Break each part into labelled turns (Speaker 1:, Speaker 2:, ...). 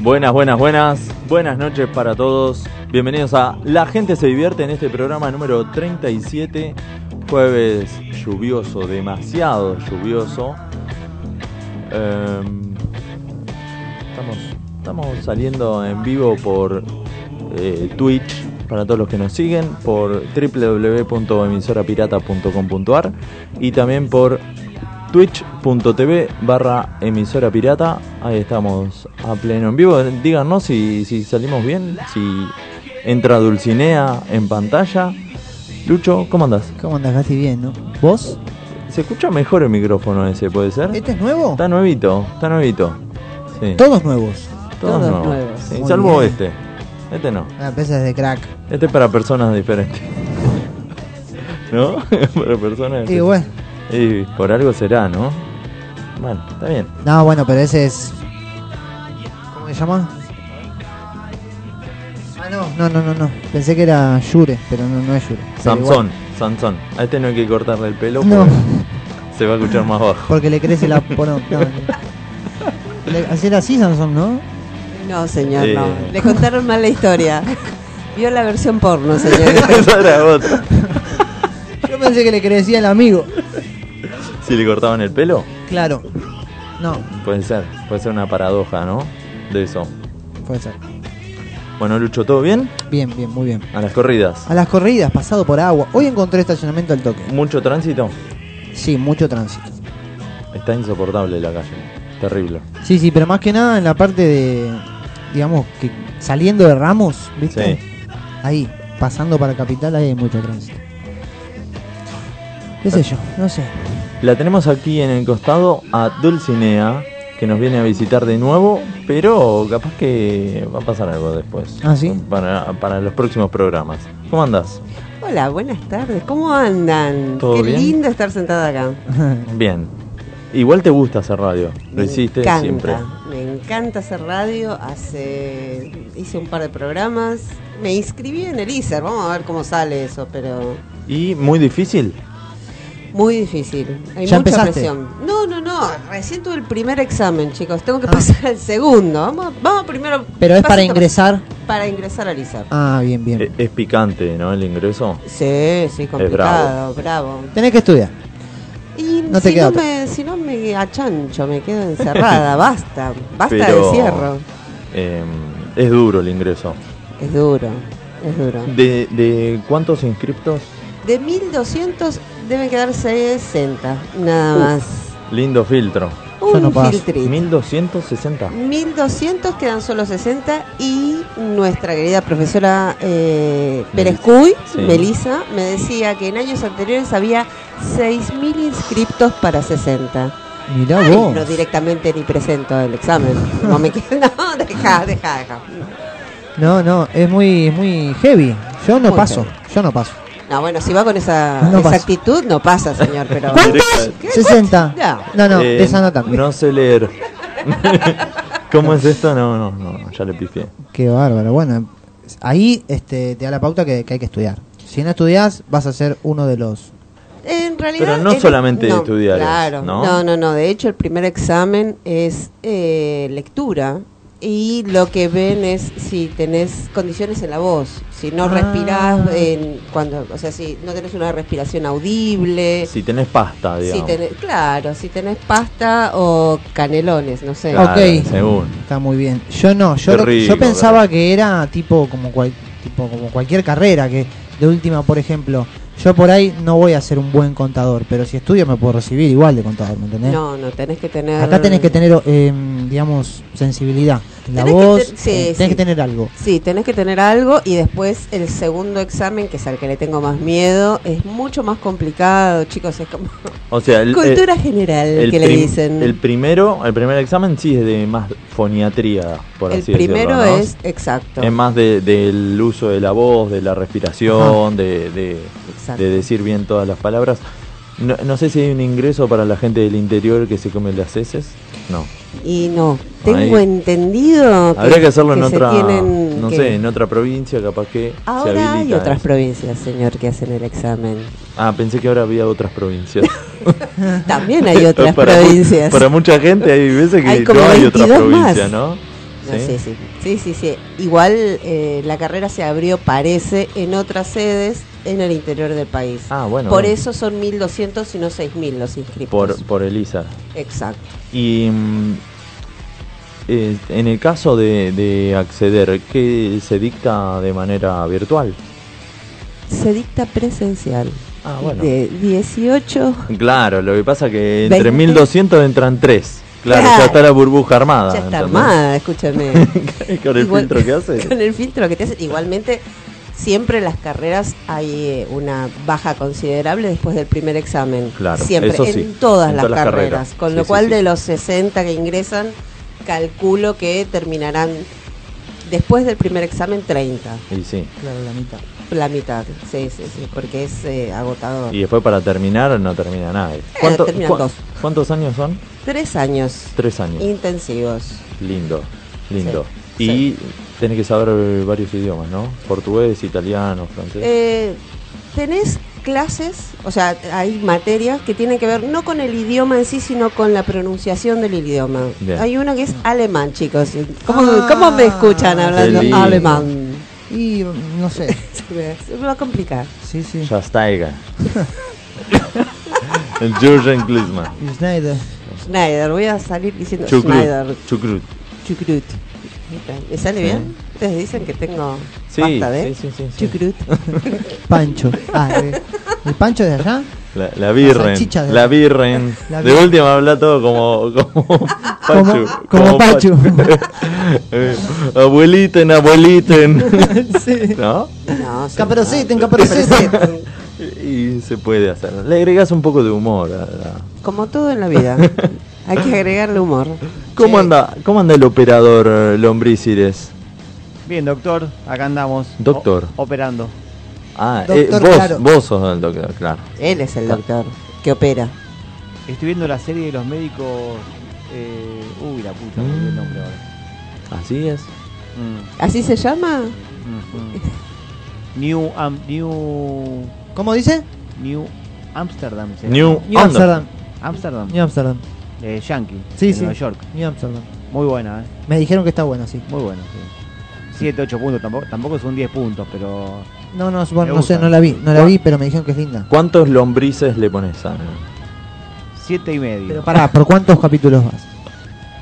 Speaker 1: Buenas, buenas, buenas. Buenas noches para todos. Bienvenidos a La gente se divierte en este programa número 37. Jueves lluvioso, demasiado lluvioso. Em, estamos, estamos saliendo en vivo por eh, Twitch para todos los que nos siguen, por www.emisorapirata.com.ar y también por twitch.tv barra emisora pirata. Ahí estamos a pleno en vivo. Díganos si, si salimos bien, si entra Dulcinea en pantalla. Lucho, ¿cómo andás?
Speaker 2: ¿Cómo andas, Gasti? Bien, ¿no? ¿Vos?
Speaker 1: Se escucha mejor el micrófono ese, ¿puede ser?
Speaker 2: ¿Este es nuevo?
Speaker 1: Está nuevito, está nuevito. Sí,
Speaker 2: Todos nuevos.
Speaker 1: todos
Speaker 3: todos
Speaker 1: nuevos.
Speaker 3: nuevos.
Speaker 1: Sí,
Speaker 2: Muy
Speaker 1: salvo
Speaker 2: bien.
Speaker 1: este. Este no.
Speaker 2: La empresa es de crack.
Speaker 1: Este es para personas diferentes. ¿No? para personas
Speaker 2: Y
Speaker 1: diferentes.
Speaker 2: bueno.
Speaker 1: Y por algo será, ¿no? Bueno, está bien.
Speaker 2: No, bueno, pero ese es. ¿Cómo se llama? Ah, no, no, no, no. no. Pensé que era Yure, pero no, no es Yure. Pero
Speaker 1: Samson, Samson. A este no hay que cortarle el pelo
Speaker 2: igual. No,
Speaker 1: porque se va a escuchar más bajo.
Speaker 2: porque le crece la. Bueno, no, no. Le- Así era así, Samson, ¿no?
Speaker 3: No, señor, no.
Speaker 1: Eh.
Speaker 3: Le contaron mal la historia. Vio la versión porno, señor.
Speaker 1: Esa era otra.
Speaker 2: Yo pensé que le crecía el amigo.
Speaker 1: Si le cortaban el pelo,
Speaker 2: Claro. No,
Speaker 1: puede ser. Puede ser una paradoja, ¿no? De eso.
Speaker 2: puede ser.
Speaker 1: Bueno, Lucho, ¿todo bien?
Speaker 2: Bien, bien, muy bien.
Speaker 1: A las corridas.
Speaker 2: A las corridas, pasado por agua. Hoy encontré estacionamiento al toque.
Speaker 1: Mucho tránsito.
Speaker 2: Sí, mucho tránsito.
Speaker 1: Está insoportable la calle. Terrible.
Speaker 2: Sí, sí, pero más que nada en la parte de, digamos, que saliendo de Ramos, ¿viste?
Speaker 1: Sí.
Speaker 2: Ahí, pasando para Capital, ahí hay mucho tránsito. ¿Qué sé yo? No sé.
Speaker 1: La tenemos aquí en el costado a Dulcinea, que nos viene a visitar de nuevo, pero capaz que va a pasar algo después.
Speaker 2: ¿Ah, sí?
Speaker 1: Para, para los próximos programas. ¿Cómo andás?
Speaker 3: Hola, buenas tardes. ¿Cómo andan?
Speaker 1: ¿Todo
Speaker 3: Qué
Speaker 1: bien?
Speaker 3: lindo estar sentada acá.
Speaker 1: Bien. Igual te gusta hacer radio. Lo
Speaker 3: Me
Speaker 1: hiciste
Speaker 3: encanta,
Speaker 1: siempre.
Speaker 3: Me encanta hacer radio. Hace, hice un par de programas. Me inscribí en el ISER. Vamos a ver cómo sale eso, pero
Speaker 1: Y muy difícil.
Speaker 3: muy difícil. Hay
Speaker 2: ¿Ya
Speaker 3: mucha
Speaker 2: empezaste?
Speaker 3: presión. No, no, no. Recién tuve el primer examen, chicos. Tengo que pasar al segundo. Vamos, vamos primero.
Speaker 2: Ah. Pero es para
Speaker 3: pasito-
Speaker 2: ingresar.
Speaker 3: Para ingresar al ISER.
Speaker 2: Ah, bien,
Speaker 1: E-
Speaker 2: bien.
Speaker 1: Es picante, ¿no? El ingreso.
Speaker 3: Sí, sí, complicado, bravo.
Speaker 2: Tenés que estudiar.
Speaker 3: Y
Speaker 2: No te
Speaker 3: si,
Speaker 2: queda
Speaker 3: no
Speaker 2: otra.
Speaker 3: me, si no me achancho, me quedo encerrada, basta, basta
Speaker 1: Pero,
Speaker 3: de cierro.
Speaker 1: eh, es duro el ingreso.
Speaker 3: Es duro, es duro.
Speaker 1: ¿De, de cuántos inscriptos?
Speaker 3: De 1200 deben quedar 60, nada más.
Speaker 1: Uh, Lindo filtro.
Speaker 2: yo
Speaker 3: Un
Speaker 2: no paso.
Speaker 3: filtrito.
Speaker 1: 1260.
Speaker 3: 1200 quedan solo 60 y nuestra querida profesora eh, Pérez Cuy,
Speaker 1: Sí.
Speaker 3: Melissa, me decía que en años anteriores había 6.000 inscriptos para 60.
Speaker 2: Mirá
Speaker 3: Ay,
Speaker 2: vos.
Speaker 3: no directamente ni presento el examen. No me quedo. No, deja, deja, deja.
Speaker 2: No, no, es muy, es muy heavy. Yo no
Speaker 3: Muy
Speaker 2: paso,
Speaker 3: heavy.
Speaker 2: yo no paso.
Speaker 3: No, bueno, si va con esa,
Speaker 2: No
Speaker 3: esa
Speaker 2: pasa.
Speaker 3: actitud, no pasa, señor. Pero
Speaker 1: ¿Cuántos?
Speaker 3: ¿Qué?
Speaker 2: 60.
Speaker 3: Ya.
Speaker 2: No, no,
Speaker 1: Eh,
Speaker 2: de esa nota.
Speaker 1: No sé leer. ¿Cómo es esto? No, no, no. Ya le pifié.
Speaker 2: Qué bárbaro. Bueno, ahí este, te da la pauta que, que hay que estudiar. Si no estudias, vas a ser uno de los...
Speaker 3: En realidad.
Speaker 1: Pero no
Speaker 3: el-
Speaker 1: solamente estudiar es,
Speaker 3: Claro.
Speaker 1: ¿no?
Speaker 3: no, no, no. De hecho, el primer examen es eh, lectura. Y lo que ven es si tenés condiciones en la voz, si no
Speaker 2: Ah.
Speaker 3: respirás, en, cuando, o sea, si no tenés una respiración audible,
Speaker 1: Si tenés pasta,
Speaker 3: si
Speaker 1: digamos.
Speaker 3: tenés, claro, si tenés pasta o canelones, no sé.
Speaker 1: Claro,
Speaker 2: Ok.
Speaker 1: Según.
Speaker 2: Está muy bien. Yo no, yo,
Speaker 1: Qué
Speaker 2: lo-
Speaker 1: rico,
Speaker 2: yo pensaba que era tipo como, cual- tipo como cualquier carrera, que de última, por ejemplo, yo por ahí no voy a ser un buen contador, pero si estudio me puedo recibir igual de contador, ¿me entendés?
Speaker 3: No, no, tenés que tener.
Speaker 2: Acá tenés que tener, eh, digamos, sensibilidad. En la
Speaker 3: Tenés que
Speaker 2: voz,
Speaker 3: ten- sí,
Speaker 2: eh, tenés
Speaker 3: sí.
Speaker 2: que tener algo.
Speaker 3: Sí, tenés que tener algo y después el segundo examen, que es al que le tengo más miedo, es mucho más complicado, chicos. Es como.
Speaker 1: O sea, el, eh,
Speaker 3: Cultura general,
Speaker 1: el
Speaker 3: que le
Speaker 1: prim-
Speaker 3: dicen.
Speaker 1: El primero, el primer examen sí es de más foniatría, por
Speaker 3: El
Speaker 1: así
Speaker 3: primero
Speaker 1: decirlo. ¿no?
Speaker 3: es. Exacto.
Speaker 1: Es más de- del uso de la voz, de la respiración, de, de-
Speaker 3: exacto.
Speaker 1: de decir bien todas las palabras. No, no sé si hay un ingreso para la gente del interior que se come las heces. No.
Speaker 3: Y no.
Speaker 1: Ahí.
Speaker 3: Tengo entendido. Que,
Speaker 1: Habría que hacerlo en
Speaker 3: que se
Speaker 1: otra,
Speaker 3: tienen
Speaker 1: no
Speaker 3: que-
Speaker 1: sé, en otra eh. provincia, capaz que se
Speaker 3: Ahora
Speaker 1: habilita.
Speaker 3: hay otras
Speaker 1: eso.
Speaker 3: provincias, señor, que hacen el examen.
Speaker 1: Ah, pensé que ahora había otras provincias.
Speaker 3: También hay otras
Speaker 1: para mu-
Speaker 3: provincias.
Speaker 1: para mucha gente hay veces que
Speaker 3: Hay como
Speaker 1: no hay otra
Speaker 3: 22
Speaker 1: provincia,
Speaker 3: más.
Speaker 1: ¿no?
Speaker 3: No, sí, sí. Sí, sí, sí. Igual eh, la carrera se abrió, parece, en otras sedes en el interior del país.
Speaker 1: Ah, bueno.
Speaker 3: Por
Speaker 1: bien.
Speaker 3: eso son 1.200 y no 6.000 los inscritos.
Speaker 1: Por, por Elisa.
Speaker 3: Exacto.
Speaker 1: Y mm, eh, en el caso de, de acceder, ¿qué se dicta de manera virtual?
Speaker 3: Se dicta presencial.
Speaker 1: Ah, bueno.
Speaker 3: De 18.
Speaker 1: Claro, lo que pasa que entre
Speaker 3: 20.
Speaker 1: 1200 entran 3. Claro,
Speaker 3: Claro.
Speaker 1: ya está la burbuja armada.
Speaker 3: ya está
Speaker 1: ¿entendés?
Speaker 3: armada, escúchame.
Speaker 1: Con el
Speaker 3: Igual-
Speaker 1: filtro que hace.
Speaker 3: Con el filtro que te hacen. Igualmente, siempre en las carreras hay eh, una baja considerable después del primer examen.
Speaker 1: Claro,
Speaker 3: siempre,
Speaker 1: eso sí,
Speaker 3: en todas
Speaker 1: en
Speaker 3: las
Speaker 1: todas las
Speaker 3: carreras.
Speaker 1: carreras.
Speaker 3: Con
Speaker 1: Sí,
Speaker 3: lo
Speaker 1: sí,
Speaker 3: cual,
Speaker 1: sí.
Speaker 3: de los 60 que ingresan, calculo que terminarán después del primer examen 30.
Speaker 1: Y sí.
Speaker 2: Claro, la mitad.
Speaker 3: La mitad, sí, sí, sí, porque es eh, agotador.
Speaker 1: Y después para terminar no termina nadie.
Speaker 3: terminan Eh, dos.
Speaker 1: ¿Cuántos años son?
Speaker 3: Tres años
Speaker 1: Tres años.
Speaker 3: intensivos.
Speaker 1: Lindo, lindo.
Speaker 3: Sí,
Speaker 1: y tenés que saber eh, varios idiomas, ¿no? Portugués, italiano, francés.
Speaker 3: Eh, tenés clases, o sea, hay materias que tienen que ver no con el idioma en sí, sino con la pronunciación del idioma.
Speaker 1: Bien.
Speaker 3: Hay una que es alemán, chicos. ¿Cómo,
Speaker 2: Ah,
Speaker 3: cómo me escuchan
Speaker 2: qué
Speaker 3: hablando
Speaker 1: lindo.
Speaker 3: alemán?
Speaker 2: Y mm, no sé.
Speaker 3: Se me, se me va a complicar.
Speaker 2: Sí, sí.
Speaker 1: Ya está Ega. El Jürgen Klinsmann.
Speaker 2: Y Schneider.
Speaker 3: Schneider, voy a salir diciendo Schneider.
Speaker 1: Chucrut. Chucrut.
Speaker 3: Chucrut. ¿Me sale
Speaker 1: Sí.
Speaker 3: bien? Ustedes dicen que tengo ¿eh?
Speaker 1: Sí,
Speaker 3: pasta de
Speaker 1: sí, sí, sí, sí.
Speaker 3: Chucrut.
Speaker 2: Pancho. Ah, eh, ¿El Pancho de allá?
Speaker 1: La, la birren.
Speaker 2: salchicha de-
Speaker 1: La birren.
Speaker 2: La
Speaker 1: De
Speaker 2: birren.
Speaker 1: última habla todo como. Como Pachu.
Speaker 2: Como- como Pachu.
Speaker 1: Eh, abueliten, abueliten. ¿No?
Speaker 3: No, sí.
Speaker 2: Caperuciten, caperuciten.
Speaker 1: Y se puede hacer. Le agregas un poco de humor a la-
Speaker 3: Como todo en la vida. Hay que agregarle humor.
Speaker 1: ¿Cómo, anda, ¿Cómo anda el operador eh, Lombricides?
Speaker 4: Bien, doctor, acá andamos.
Speaker 1: Doctor.
Speaker 4: O- operando.
Speaker 1: Ah, eh,
Speaker 2: Doctor,
Speaker 1: vos,
Speaker 2: claro.
Speaker 1: vos sos el doctor, claro.
Speaker 3: Él es el doctor que opera.
Speaker 4: Estoy viendo la serie de los médicos. eh, uy, la puta, me olvidé el nombre ahora.
Speaker 1: Así es.
Speaker 4: Mm,
Speaker 3: ¿Así se llama?
Speaker 4: mm, mm. New, Am- New,
Speaker 2: ¿Cómo dice?
Speaker 4: New Amsterdam. se
Speaker 1: New,
Speaker 4: llama.
Speaker 2: New Amsterdam.
Speaker 4: Amsterdam.
Speaker 2: New Amsterdam.
Speaker 4: De Yankee.
Speaker 2: Sí,
Speaker 4: de
Speaker 2: sí.
Speaker 4: Nueva York.
Speaker 2: New Amsterdam.
Speaker 4: Muy buena, ¿eh?
Speaker 2: Me dijeron que está bueno, sí.
Speaker 4: Muy buena, sí. 7, 8 puntos, tampoco, tampoco son 10 puntos, pero
Speaker 2: No, no, bueno,
Speaker 4: Me
Speaker 2: no sé,
Speaker 4: gusta.
Speaker 2: no la vi, no la vi, pero me dijeron que es linda.
Speaker 1: ¿Cuántos lombrices le pones a.?
Speaker 4: 7 y medio.
Speaker 2: Pero pará, ¿por cuántos capítulos vas?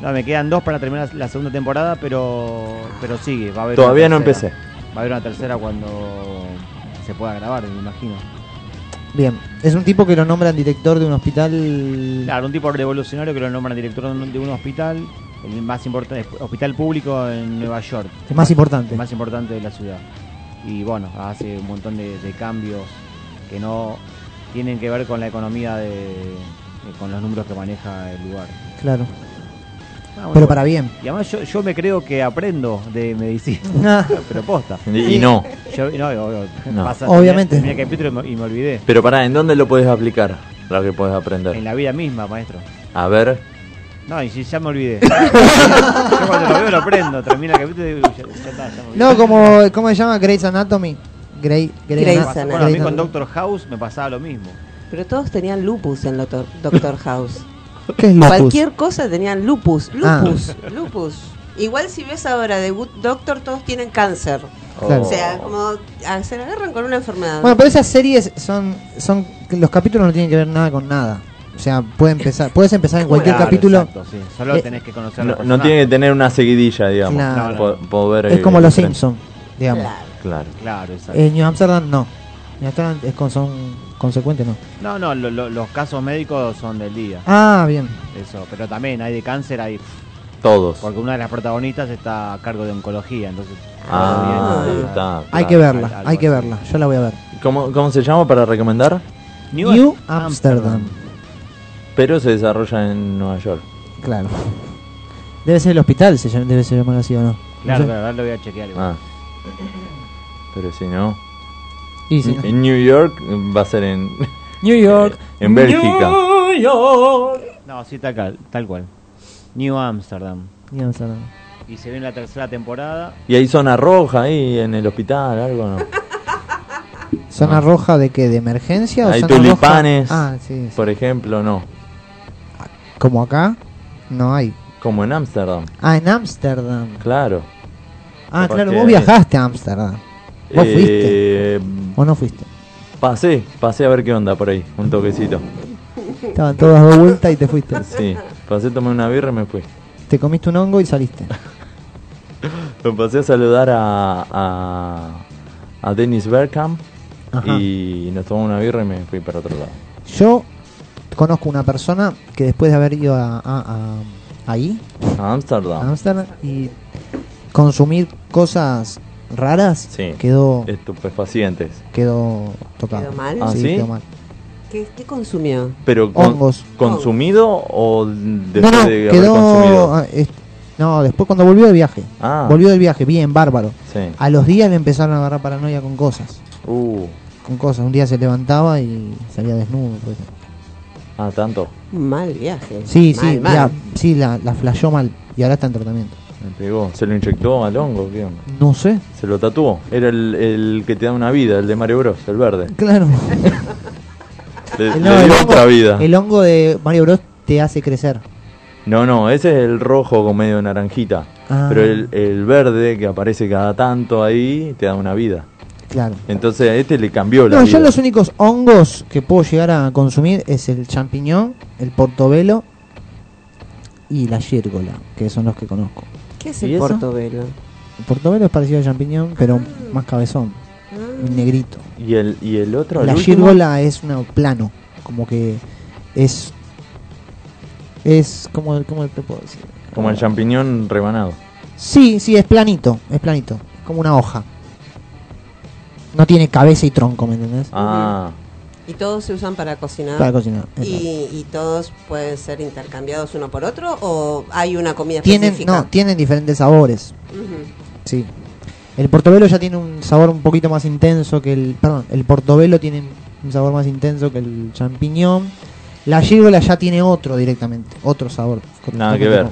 Speaker 4: No, me quedan dos para terminar la segunda temporada, pero pero sigue. Va a haber
Speaker 1: Todavía
Speaker 4: una
Speaker 1: no
Speaker 4: tercera.
Speaker 1: empecé.
Speaker 4: Va a haber una tercera cuando se pueda grabar, me imagino.
Speaker 2: Bien, es un tipo que lo nombran director de un hospital.
Speaker 4: Claro, un tipo revolucionario que lo nombran director de un hospital, el más importante hospital público en Nueva York.
Speaker 2: El más importante.
Speaker 4: El más importante de la ciudad. Y bueno, hace un montón de, de cambios que no tienen que ver con la economía de, de- con los números que maneja el lugar.
Speaker 2: Claro,
Speaker 4: Ah, bueno,
Speaker 2: pero para bien.
Speaker 4: Y además yo, yo me creo que aprendo de medicina,
Speaker 2: Ah,
Speaker 4: pero posta.
Speaker 1: Y, y no.
Speaker 4: Yo, no, obvio,
Speaker 1: No.
Speaker 4: pasa-
Speaker 2: Obviamente.
Speaker 4: terminé el capítulo y me- y me olvidé.
Speaker 1: Pero pará, ¿en dónde lo puedes aplicar? Lo que puedes aprender.
Speaker 4: En la vida misma, maestro.
Speaker 1: A ver.
Speaker 4: No, y si ya me olvidé. Yo cuando lo veo lo prendo, termina el capítulo y digo, ya, ya está, ya me olvidé.
Speaker 2: no, como ¿cómo se llama Grey's Anatomy. Grey, Grey
Speaker 3: Grey's
Speaker 4: Me
Speaker 2: Ana-
Speaker 4: pasó-
Speaker 3: Anatomy.
Speaker 4: Bueno, a mí
Speaker 2: Grey's
Speaker 4: con
Speaker 2: Anatomy.
Speaker 4: Doctor House me pasaba lo mismo.
Speaker 3: Pero todos tenían lupus en Doctor, Doctor House.
Speaker 2: ¿Qué es lupus?
Speaker 3: Cualquier cosa tenían lupus.
Speaker 2: Ah.
Speaker 3: Lupus. Lupus. Igual si ves ahora de Good Doctor, todos tienen cáncer.
Speaker 2: Oh. Claro.
Speaker 3: O sea, como ah, se agarran con una enfermedad.
Speaker 2: Bueno, pero esas series son, son. Los capítulos no tienen que ver nada con nada. O sea, puede empezar, puedes empezar en cualquier
Speaker 4: Claro,
Speaker 2: capítulo.
Speaker 4: exacto, sí. Solo
Speaker 2: Eh,
Speaker 4: tenés que conocer a la
Speaker 1: No, no
Speaker 4: persona.
Speaker 1: tiene que tener una seguidilla, digamos.
Speaker 2: Claro.
Speaker 1: Po- poder,
Speaker 2: Es
Speaker 1: eh,
Speaker 2: como Los
Speaker 1: diferente.
Speaker 2: Simpsons, digamos.
Speaker 3: Claro.
Speaker 1: Claro.
Speaker 4: Claro, exacto.
Speaker 2: En New Amsterdam no. New Amsterdam es con, son consecuentes, no.
Speaker 4: No, no, lo- lo- los casos médicos son del día.
Speaker 2: Ah, bien.
Speaker 4: Eso, pero también hay de cáncer, hay
Speaker 1: Todos.
Speaker 4: porque una de las protagonistas está a cargo de oncología, entonces.
Speaker 1: Ah,
Speaker 3: Ah,
Speaker 1: ahí está.
Speaker 2: Hay
Speaker 1: claro.
Speaker 2: que verla,
Speaker 4: Algo
Speaker 2: hay que
Speaker 4: así.
Speaker 2: verla. Yo la voy a ver.
Speaker 1: ¿Cómo, cómo se llama para recomendar?
Speaker 2: New, Amsterdam.
Speaker 1: Pero se desarrolla en Nueva York.
Speaker 2: Claro. Debe ser el hospital, se llama, debe ser llamar así o no.
Speaker 4: Claro,
Speaker 2: No sé.
Speaker 4: claro, ahora lo voy a chequear. igual.
Speaker 1: Ah. Pero si no.
Speaker 2: Y si no.
Speaker 1: En New York va a ser en.
Speaker 2: New York.
Speaker 1: Eh, En Bélgica.
Speaker 4: No, sí, tal, cual- tal cual. New Amsterdam.
Speaker 2: New Amsterdam.
Speaker 4: Y se ve en la tercera temporada.
Speaker 1: Y hay zona roja ahí en el hospital, algo no.
Speaker 2: ¿Zona roja de qué? ¿De emergencia? o
Speaker 1: Ah. Hay
Speaker 2: zona roja?
Speaker 1: tulipanes.
Speaker 2: Ah, sí. sí.
Speaker 1: Por ejemplo, no.
Speaker 2: Como acá, no hay.
Speaker 1: Como en Ámsterdam,
Speaker 2: Ah, en Ámsterdam.
Speaker 1: claro.
Speaker 2: Ah,
Speaker 1: Capaz
Speaker 2: claro,
Speaker 1: que
Speaker 2: vos
Speaker 1: ahí.
Speaker 2: viajaste a Ámsterdam. ¿Vos fuiste?
Speaker 1: Eh,
Speaker 2: ¿O no fuiste?
Speaker 1: Pasé, pasé a ver qué onda por ahí, un toquecito.
Speaker 2: Estaban todas de vuelta y te fuiste.
Speaker 1: Sí, pasé, tomé una birra y me fui.
Speaker 2: Te comiste un hongo y saliste.
Speaker 1: Lo pasé a saludar a, a, a Dennis Bergkamp
Speaker 2: Ajá.
Speaker 1: y nos tomamos una birra y me fui para otro lado.
Speaker 2: Yo conozco una persona que después de haber ido a, a- a- ahí,
Speaker 1: A
Speaker 2: a
Speaker 1: Ámsterdam.
Speaker 2: Ámsterdam, y consumir cosas raras,
Speaker 1: Sí.
Speaker 2: quedó,
Speaker 1: Estupefacientes.
Speaker 2: quedó tocado.
Speaker 3: ¿Quedó mal?
Speaker 1: Ah,
Speaker 2: sí,
Speaker 1: ¿sí?
Speaker 2: quedó mal.
Speaker 3: ¿Qué, qué consumió?
Speaker 1: Pero con-
Speaker 2: Hongos.
Speaker 1: consumido o después
Speaker 2: no, no,
Speaker 1: de haber
Speaker 2: quedó...
Speaker 1: consumido.
Speaker 2: ah, es- no, después cuando volvió de viaje.
Speaker 1: Ah,
Speaker 2: Volvió del viaje, bien, bárbaro.
Speaker 1: sí.
Speaker 2: A los días le empezaron a agarrar paranoia con cosas.
Speaker 1: Uh,
Speaker 2: Con cosas. Un día se levantaba y salía desnudo. por ejemplo.
Speaker 1: ah, tanto.
Speaker 3: Mal viaje.
Speaker 2: Sí,
Speaker 3: Mal,
Speaker 2: sí,
Speaker 3: mal.
Speaker 2: ya, sí, la, la flasheó mal. Y ahora está en tratamiento.
Speaker 1: Me pegó. Se lo inyectó al hongo, ¿qué onda?
Speaker 2: No sé.
Speaker 1: Se lo tatuó. Era el, el que te da una vida, el de Mario Bros, el verde.
Speaker 2: Claro.
Speaker 1: Le,
Speaker 2: El-
Speaker 1: le
Speaker 2: no, el
Speaker 1: dio
Speaker 2: hongo-
Speaker 1: otra vida.
Speaker 2: El hongo de Mario Bros te hace crecer.
Speaker 1: No, no, ese es el rojo con medio naranjita.
Speaker 2: Ah.
Speaker 1: Pero el, el verde que aparece cada tanto ahí te da una vida.
Speaker 2: Claro.
Speaker 1: Entonces a este le cambió la
Speaker 2: No,
Speaker 1: vida.
Speaker 2: yo los únicos hongos que puedo llegar a consumir es el champiñón, el portobelo y la yérgola, que son los que conozco.
Speaker 3: ¿Qué es
Speaker 1: ¿Y
Speaker 3: el
Speaker 1: eso?
Speaker 3: portobelo?
Speaker 2: El portobelo es parecido al champiñón, pero más cabezón, negrito.
Speaker 1: ¿Y, el, y el otro, el
Speaker 2: la
Speaker 1: último?
Speaker 2: yírgola es una plano, como que es es como como te puedo decir.
Speaker 1: Como el champiñón rebanado.
Speaker 2: Sí, sí, es planito, es planito, como una hoja. No tiene cabeza y tronco, ¿me entendés?
Speaker 1: Ah,
Speaker 3: Y todos se usan para cocinar.
Speaker 2: Para cocinar. exacto.
Speaker 3: y, y todos pueden ser intercambiados uno por otro o hay una comida
Speaker 2: Tienen,
Speaker 3: específica.
Speaker 2: no, tienen diferentes sabores.
Speaker 3: Ujú.
Speaker 2: Sí. El portobelo ya tiene un sabor un poquito más intenso que el. Perdón, el portobelo tiene un sabor más intenso que el champiñón. La gírgola ya tiene otro directamente, otro sabor.
Speaker 1: Nada que ver.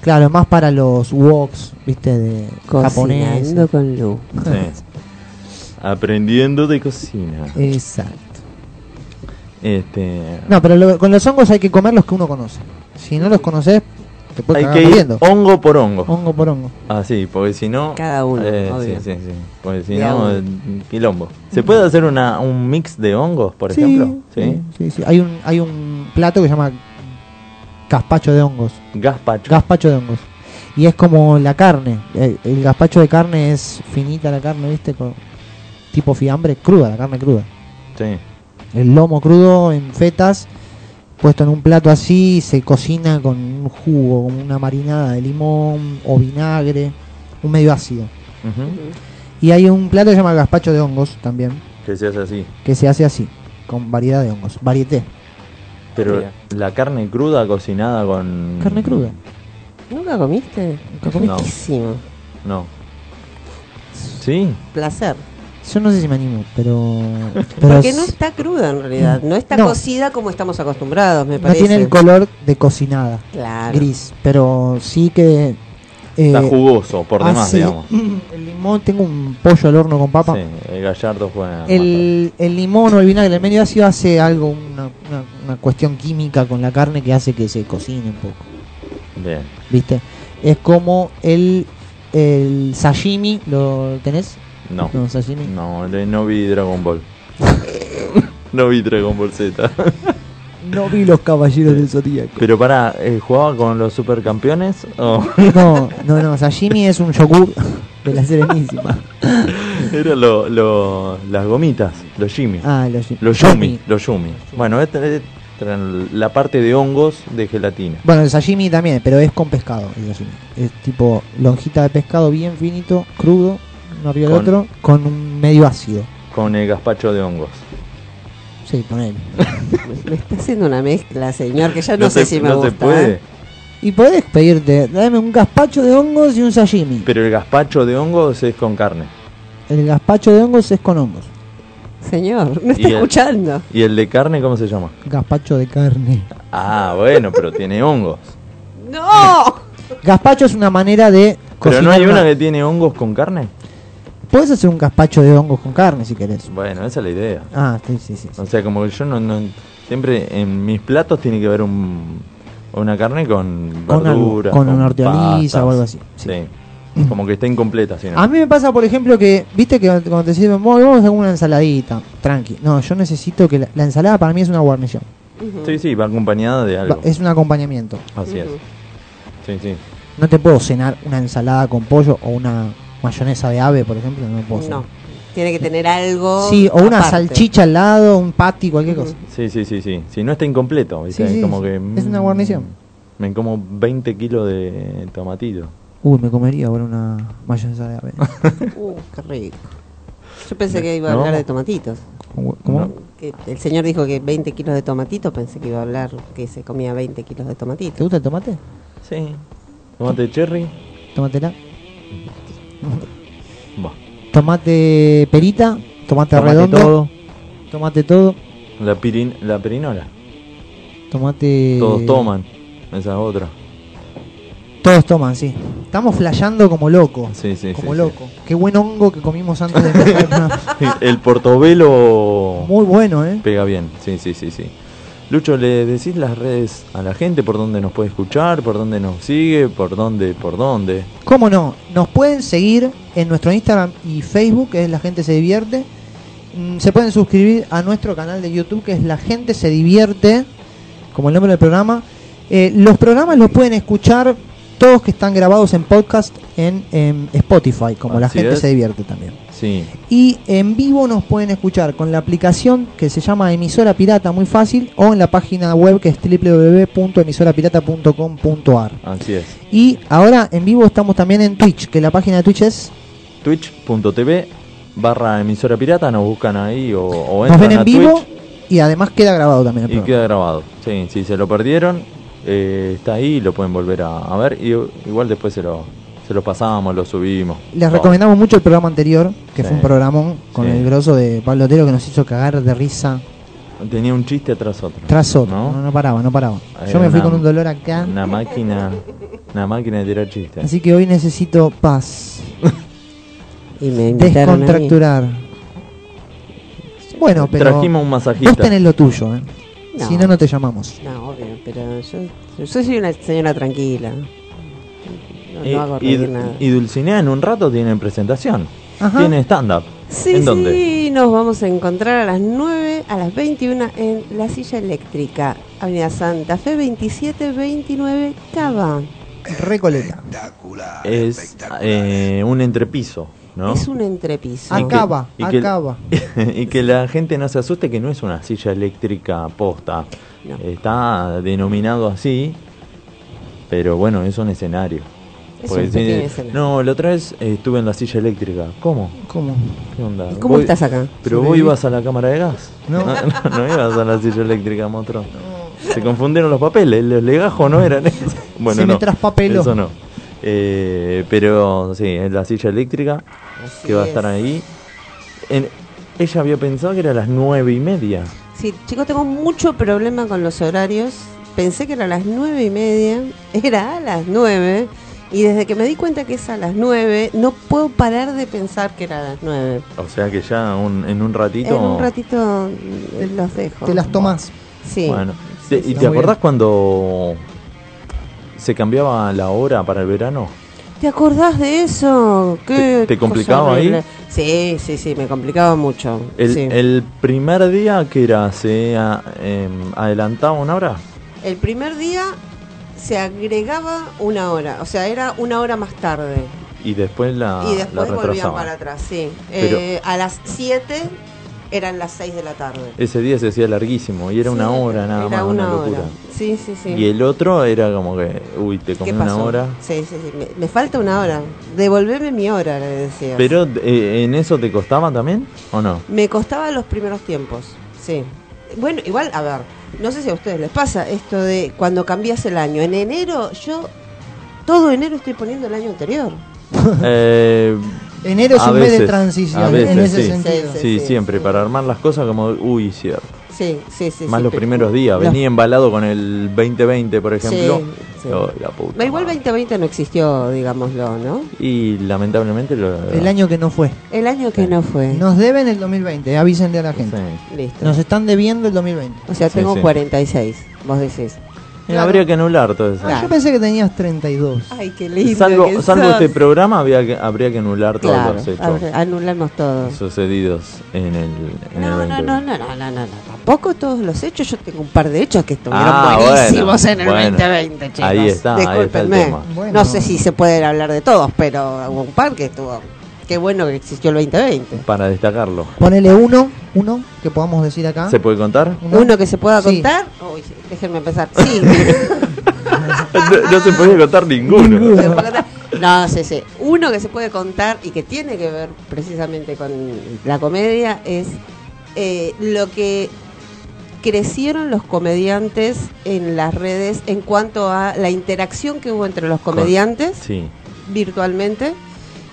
Speaker 2: Claro, más para los woks, viste, de japoneses.
Speaker 3: Cocinando con Lu.
Speaker 1: sí. Aprendiendo de cocina.
Speaker 2: Exacto.
Speaker 1: Este,
Speaker 2: No, pero lo- con los hongos hay que comer los que uno conoce. Si no los conoces, te puedes
Speaker 1: hay
Speaker 2: cagar
Speaker 1: que ir
Speaker 2: muriendo.
Speaker 1: hongo por hongo.
Speaker 2: Hongo por hongo.
Speaker 1: Ah, sí, porque si no...
Speaker 3: Cada uno,
Speaker 1: eh,
Speaker 3: obvio.
Speaker 1: sí, sí, sí. Porque si
Speaker 3: De a
Speaker 1: no,
Speaker 3: uno.
Speaker 1: eh, quilombo. ¿Se puede hacer una, un mix de hongos, por ejemplo?
Speaker 2: Sí, sí, sí. Hay un, hay un plato que se llama gazpacho de hongos.
Speaker 1: Gaspacho.
Speaker 2: Gazpacho de hongos. Y es como la carne. El, el gazpacho de carne es finita la carne, ¿viste? Con- tipo fiambre, cruda, la carne cruda.
Speaker 1: sí.
Speaker 2: El lomo crudo en fetas, puesto en un plato así, se cocina con un jugo, con una marinada de limón o vinagre, un medio ácido.
Speaker 1: Ujú.
Speaker 2: Y hay un plato que se llama gazpacho de hongos también,
Speaker 1: Que se hace así.
Speaker 2: que se hace así, con variedad de hongos, varieté.
Speaker 1: Pero
Speaker 4: Mira.
Speaker 1: la carne cruda cocinada con...
Speaker 2: Carne cruda.
Speaker 3: ¿Nunca comiste?
Speaker 2: ¿Nunca comiste?
Speaker 1: No.
Speaker 3: Riquísimo.
Speaker 1: No. Sí.
Speaker 3: Placer.
Speaker 2: Yo no sé si me animo, pero. pero
Speaker 3: Porque
Speaker 2: es-
Speaker 3: no está cruda en realidad. No está
Speaker 2: No.
Speaker 3: cocida como estamos acostumbrados, me
Speaker 2: no
Speaker 3: parece.
Speaker 2: tiene el color de cocinada,
Speaker 3: Claro.
Speaker 2: gris, pero sí que. eh,
Speaker 1: Está jugoso, por demás,
Speaker 2: hace-
Speaker 1: digamos.
Speaker 2: El limón, tengo un pollo al horno con papa.
Speaker 1: Sí, el gallardo juega...
Speaker 2: El, el limón o el vinagre, el medio ácido hace algo, una, una- una cuestión química con la carne que hace que se cocine un poco,
Speaker 1: Bien.
Speaker 2: ¿viste? Es como el, el sashimi, ¿lo tenés?
Speaker 1: No.
Speaker 2: No, sashimi.
Speaker 1: No, le- no vi Dragon Ball. no vi Dragon Ball Z.
Speaker 2: No vi los caballeros del zodíaco.
Speaker 1: Pero para, ¿jugaba con los supercampeones? ¿O
Speaker 2: No, no, no, sashimi es un yogur de la Serenísima.
Speaker 1: eran lo, lo- las gomitas? Los Jimmy.
Speaker 2: Ah, los,
Speaker 1: los Yumi. Los Yumi. Bueno, este, esta es la parte de hongos de gelatina.
Speaker 2: Bueno, el sashimi también, pero es con pescado. el sashimi. Es tipo lonjita de pescado bien finito, crudo, uno arriba del
Speaker 1: Con-
Speaker 2: otro, con un medio ácido.
Speaker 1: Con el gazpacho de hongos.
Speaker 2: Sí, ponele.
Speaker 3: Me está haciendo una mezcla, señor, que ya no, sé
Speaker 1: se,
Speaker 3: si me
Speaker 1: no
Speaker 3: gusta.
Speaker 1: se puede.
Speaker 3: ¿eh?
Speaker 2: Y podés pedirte, dame un gazpacho de hongos y un sashimi.
Speaker 1: Pero el gazpacho de hongos es con carne.
Speaker 2: El gazpacho de hongos es con hongos.
Speaker 3: Señor, no
Speaker 1: Y
Speaker 3: está
Speaker 1: el-
Speaker 3: escuchando.
Speaker 1: ¿Y el de carne cómo se llama?
Speaker 2: Gazpacho de carne.
Speaker 1: Ah, bueno, pero tiene hongos.
Speaker 3: ¡No!
Speaker 2: Gazpacho es una manera de
Speaker 1: ¿Pero
Speaker 2: cocinar.
Speaker 1: no hay
Speaker 2: una-
Speaker 1: una que tiene hongos con carne?
Speaker 2: Podés hacer un gazpacho de hongos con carne si querés.
Speaker 1: Bueno, esa es la idea.
Speaker 2: Ah, sí, sí, sí. sí.
Speaker 1: O sea, como que yo no, no- Siempre en mis platos tiene que haber un, O Una carne con
Speaker 2: Con algo,
Speaker 1: verduras.
Speaker 2: con una hortaliza o
Speaker 1: pastas.
Speaker 2: algo así, sí.
Speaker 1: Sí. Como que está incompleta, si no.
Speaker 2: A mí me pasa, por ejemplo, que, viste que cuando te sirven, "Bueno, vamos a hacer una ensaladita, tranqui. No, yo necesito que la, la ensalada para mí es una guarnición,
Speaker 3: Ujú.
Speaker 1: Sí, sí, va acompañada de algo.
Speaker 2: Va- es un acompañamiento.
Speaker 1: Así es.
Speaker 3: Ujú.
Speaker 1: Sí, sí.
Speaker 2: No te puedo cenar una ensalada con pollo o una mayonesa de ave, por ejemplo, no puedo cenar.
Speaker 3: No, tiene que tener algo.
Speaker 2: Sí, o una
Speaker 3: aparte.
Speaker 2: salchicha al lado, un patty, cualquier
Speaker 3: Ujú.
Speaker 2: cosa.
Speaker 1: Sí, sí, sí, sí. Si no está incompleto, ¿viste?
Speaker 2: Sí, sí,
Speaker 1: como
Speaker 2: sí.
Speaker 1: que.
Speaker 2: Es una guarnición.
Speaker 1: mm, Me como 20 kilos de tomatito.
Speaker 2: Uy, me comería ahora una mayonesa de ave.
Speaker 3: Uh, qué rico. Yo pensé que iba a
Speaker 1: ¿No?
Speaker 3: hablar de tomatitos.
Speaker 2: Con hue- ¿Cómo?
Speaker 1: No.
Speaker 3: Que el señor dijo que 20 kilos de tomatitos, pensé que iba a hablar que se comía 20 kilos de
Speaker 2: ¿Te
Speaker 3: tomatitos.
Speaker 2: gusta el tomate?
Speaker 1: Sí. Tomate cherry.
Speaker 2: Tomatela.
Speaker 1: Bah.
Speaker 2: Tomate perita, tomate,
Speaker 1: Tomate
Speaker 2: redondo,
Speaker 1: todo.
Speaker 2: tomate todo,
Speaker 1: La, pirin, la perinola.
Speaker 2: tomate...
Speaker 1: Todos toman. Esa es otra.
Speaker 2: Todos toman, sí. Estamos flasheando como loco.
Speaker 1: Sí, sí,
Speaker 2: como
Speaker 1: sí,
Speaker 2: loco. Qué buen hongo que comimos antes de empezar. el programa.
Speaker 1: sí. El portobelo
Speaker 2: Muy bueno, ¿eh?
Speaker 1: pega bien. Sí, sí, sí, sí. Lucho, ¿le decís las redes a la gente por dónde nos puede escuchar, por dónde nos sigue, por dónde, por dónde?
Speaker 2: ¿Cómo no? Nos pueden seguir en nuestro Instagram y Facebook, que es La Gente Se Divierte. Mm, Se pueden suscribir a nuestro canal de YouTube, que es La Gente Se Divierte, como el nombre del programa. Eh, los programas los pueden escuchar todos que están grabados en podcast en, em, Spotify, como La
Speaker 1: Así
Speaker 2: Gente
Speaker 1: es.
Speaker 2: Se Divierte también.
Speaker 1: Sí,
Speaker 2: Y en vivo nos pueden escuchar con la aplicación que se llama Emisora Pirata, muy fácil, o en la página web que es www.emisorapirata.com.ar.
Speaker 1: así es.
Speaker 2: Y ahora en vivo estamos también en Twitch, que la página de Twitch es.
Speaker 1: Twitch.tv barra emisora pirata, nos buscan ahí o, o
Speaker 2: nos
Speaker 1: entran
Speaker 2: ven en
Speaker 1: a
Speaker 2: vivo
Speaker 1: Twitch
Speaker 2: y además queda grabado también el
Speaker 1: y
Speaker 2: programa.
Speaker 1: queda grabado. Sí, si se lo perdieron, eh, está ahí, lo pueden volver a, a ver. Y, igual después se lo, se lo pasamos, lo subimos.
Speaker 2: Les
Speaker 1: todo.
Speaker 2: recomendamos mucho el programa anterior, que
Speaker 1: Sí.
Speaker 2: fue un programón con
Speaker 1: Sí.
Speaker 2: el grosso de Pablo Otero que nos hizo cagar de risa
Speaker 1: Tenía un chiste tras otro.
Speaker 2: tras otro.
Speaker 1: ¿No?
Speaker 2: No, no paraba, no paraba.
Speaker 1: Era
Speaker 2: Yo me fui
Speaker 1: una-
Speaker 2: con un dolor acá.
Speaker 1: Una máquina, una máquina de tirar chistes.
Speaker 2: Así que hoy necesito paz.
Speaker 3: Y me invitaron a mí.
Speaker 2: Descontracturar. Bueno, pero.
Speaker 1: Trajimos un masajista.
Speaker 2: Vos tenés lo tuyo, ¿eh?
Speaker 3: No.
Speaker 2: Si no, no te llamamos.
Speaker 3: No, obvio, pero yo, yo soy una señora tranquila. No, no
Speaker 1: Y,
Speaker 3: hago
Speaker 1: Eh, y-
Speaker 3: reír nada.
Speaker 1: y Dulcinea en un rato tiene presentación.
Speaker 2: Ajá.
Speaker 1: Tiene stand-up.
Speaker 3: sí,
Speaker 1: ¿En
Speaker 3: sí,
Speaker 1: dónde?
Speaker 3: nos vamos a encontrar a las 9, a las 21 en La Silla Eléctrica, Avenida Santa Fe 2729 Cava.
Speaker 2: Recoleta.
Speaker 1: Es eh, un entrepiso, ¿no?
Speaker 3: Es un entrepiso.
Speaker 1: Y que-
Speaker 2: Acaba,
Speaker 1: y que-
Speaker 2: acaba.
Speaker 1: y que la gente no se asuste que no es una silla eléctrica posta.
Speaker 3: No.
Speaker 1: Está denominado así, pero bueno, es un escenario.
Speaker 3: Es
Speaker 1: Porque
Speaker 3: un pequeño
Speaker 1: tiene-
Speaker 3: escenario.
Speaker 1: No, la otra vez eh, estuve en la silla eléctrica. ¿Cómo?
Speaker 2: ¿Cómo?
Speaker 1: ¿Qué onda?
Speaker 3: ¿Y cómo
Speaker 1: Voy-
Speaker 3: estás acá?
Speaker 1: Pero vos
Speaker 2: Sobreviví.
Speaker 1: ibas a la cámara de gas.
Speaker 2: No.
Speaker 1: no, no ibas a la silla eléctrica, monstruo. Se confundieron los papeles, los legajos no eran esos. Bueno,
Speaker 2: Se me
Speaker 1: no,
Speaker 2: traspapeló.
Speaker 1: Eso no. Eh, pero sí, es la silla eléctrica
Speaker 3: Así
Speaker 1: que va a
Speaker 3: es.
Speaker 1: estar ahí. En- ella había pensado que era a las nueve y media.
Speaker 3: Sí, chicos, tengo mucho problema con los horarios. Pensé que era a las nueve y media, era a las nueve. Y desde que me di cuenta que es a las nueve, no puedo parar de pensar que era a las nueve.
Speaker 1: O sea que ya un- en un ratito.
Speaker 3: En un ratito eh, los dejo.
Speaker 2: Te las tomás.
Speaker 3: Sí.
Speaker 1: Bueno.
Speaker 3: Sí,
Speaker 1: Te- ¿Y
Speaker 3: sí.
Speaker 2: Está
Speaker 1: te
Speaker 2: muy
Speaker 1: acordás
Speaker 2: bien.
Speaker 1: cuando se cambiaba la hora para el verano?
Speaker 3: ¿Te acordás de eso? ¿Qué
Speaker 1: ¿Te- te
Speaker 3: cosa
Speaker 1: complicaba ahí?
Speaker 3: horrible. Sí, sí, sí, me complicaba mucho.
Speaker 1: El,
Speaker 3: sí.
Speaker 1: el primer día que era, se a- em, adelantaba una hora.
Speaker 3: El primer día se agregaba una hora, o sea, era una hora más tarde.
Speaker 1: Y después la, Ah,
Speaker 3: y
Speaker 1: la
Speaker 3: después volvían
Speaker 1: retrasaban.
Speaker 3: para atrás, sí.
Speaker 1: Pero-
Speaker 3: Eh, a las 7 eran las 6 de la tarde.
Speaker 1: Ese día se hacía larguísimo y era
Speaker 3: Sí,
Speaker 1: una hora nada
Speaker 3: era
Speaker 1: más, Ah, una,
Speaker 3: hora.
Speaker 1: locura.
Speaker 3: Sí, sí, sí.
Speaker 1: Y el otro era como que, uy, te comí
Speaker 3: ¿Qué
Speaker 1: una
Speaker 3: pasó?
Speaker 1: hora.
Speaker 3: Sí, sí, sí. Me, me falta una hora. Devolverme mi hora, le decía.
Speaker 1: Pero eh, en eso te costaba también o no?
Speaker 3: Me costaba los primeros tiempos, sí. Bueno, igual, a ver, no sé si a ustedes les pasa esto de cuando cambias el año. En enero, yo todo enero estoy poniendo el año anterior.
Speaker 1: Eh,
Speaker 2: Enero es
Speaker 1: A
Speaker 2: un mes de
Speaker 1: veces, a
Speaker 2: transición
Speaker 1: veces,
Speaker 2: en ese
Speaker 1: sí.
Speaker 2: sentido.
Speaker 3: Sí,
Speaker 1: sí, siempre,
Speaker 3: sí.
Speaker 1: para armar las cosas como, uy, cierto.
Speaker 3: Sí, sí, sí.
Speaker 1: Más
Speaker 3: sí,
Speaker 1: los
Speaker 3: pero-
Speaker 1: primeros días,
Speaker 3: Los-
Speaker 1: venía embalado con el 2020, por ejemplo.
Speaker 3: sí.
Speaker 1: Ay, la puta
Speaker 3: Igual
Speaker 1: madre.
Speaker 3: 2020 no existió, digámoslo, ¿no?
Speaker 1: Y lamentablemente lo...
Speaker 2: El año que no fue.
Speaker 3: El año que
Speaker 1: Ah. Sí.
Speaker 3: no fue.
Speaker 2: Nos deben el 2020, avísenle a la
Speaker 1: Sí.
Speaker 2: gente.
Speaker 3: Listo.
Speaker 2: Nos están debiendo el 2020.
Speaker 3: O sea,
Speaker 1: Sí,
Speaker 3: tengo
Speaker 1: sí.
Speaker 3: 46, vos decís. Claro.
Speaker 1: Habría que anular todo eso.
Speaker 3: Claro.
Speaker 2: Yo pensé que tenías 32.
Speaker 3: Ay, qué lindo. que
Speaker 1: Salvo, salvo
Speaker 3: sos.
Speaker 1: este programa, habría que, habría que anular todos
Speaker 3: Claro,
Speaker 1: los hechos
Speaker 3: a- anulamos todo.
Speaker 1: sucedidos en el. En
Speaker 3: No,
Speaker 1: el Ah, 20.
Speaker 3: no, no, no, no, no, no, no. Tampoco todos los hechos. Yo tengo un par de hechos que estuvieron
Speaker 1: Ah, bueno,
Speaker 3: buenísimos en el
Speaker 1: bueno.
Speaker 3: 2020, chicos.
Speaker 1: Ahí está, ahí está el
Speaker 3: Discúlpenme.
Speaker 1: tema.
Speaker 2: Bueno.
Speaker 3: No sé si se puede hablar de todos, pero hubo un par que estuvo. Qué bueno que existió el 2020.
Speaker 1: Para destacarlo.
Speaker 2: Ponele uno, uno que podamos decir acá.
Speaker 1: ¿Se puede contar?
Speaker 2: Uno.
Speaker 3: Uno que se pueda
Speaker 2: Sí.
Speaker 3: contar. Uy, sí, déjenme empezar. Sí.
Speaker 1: No, no se puede contar ninguno.
Speaker 3: Se puede contar. no, sí, sí. Uno que se puede contar y que tiene que ver precisamente con la comedia es eh, lo que crecieron los comediantes en las redes en cuanto a la interacción que hubo entre los comediantes
Speaker 1: Sí.
Speaker 3: virtualmente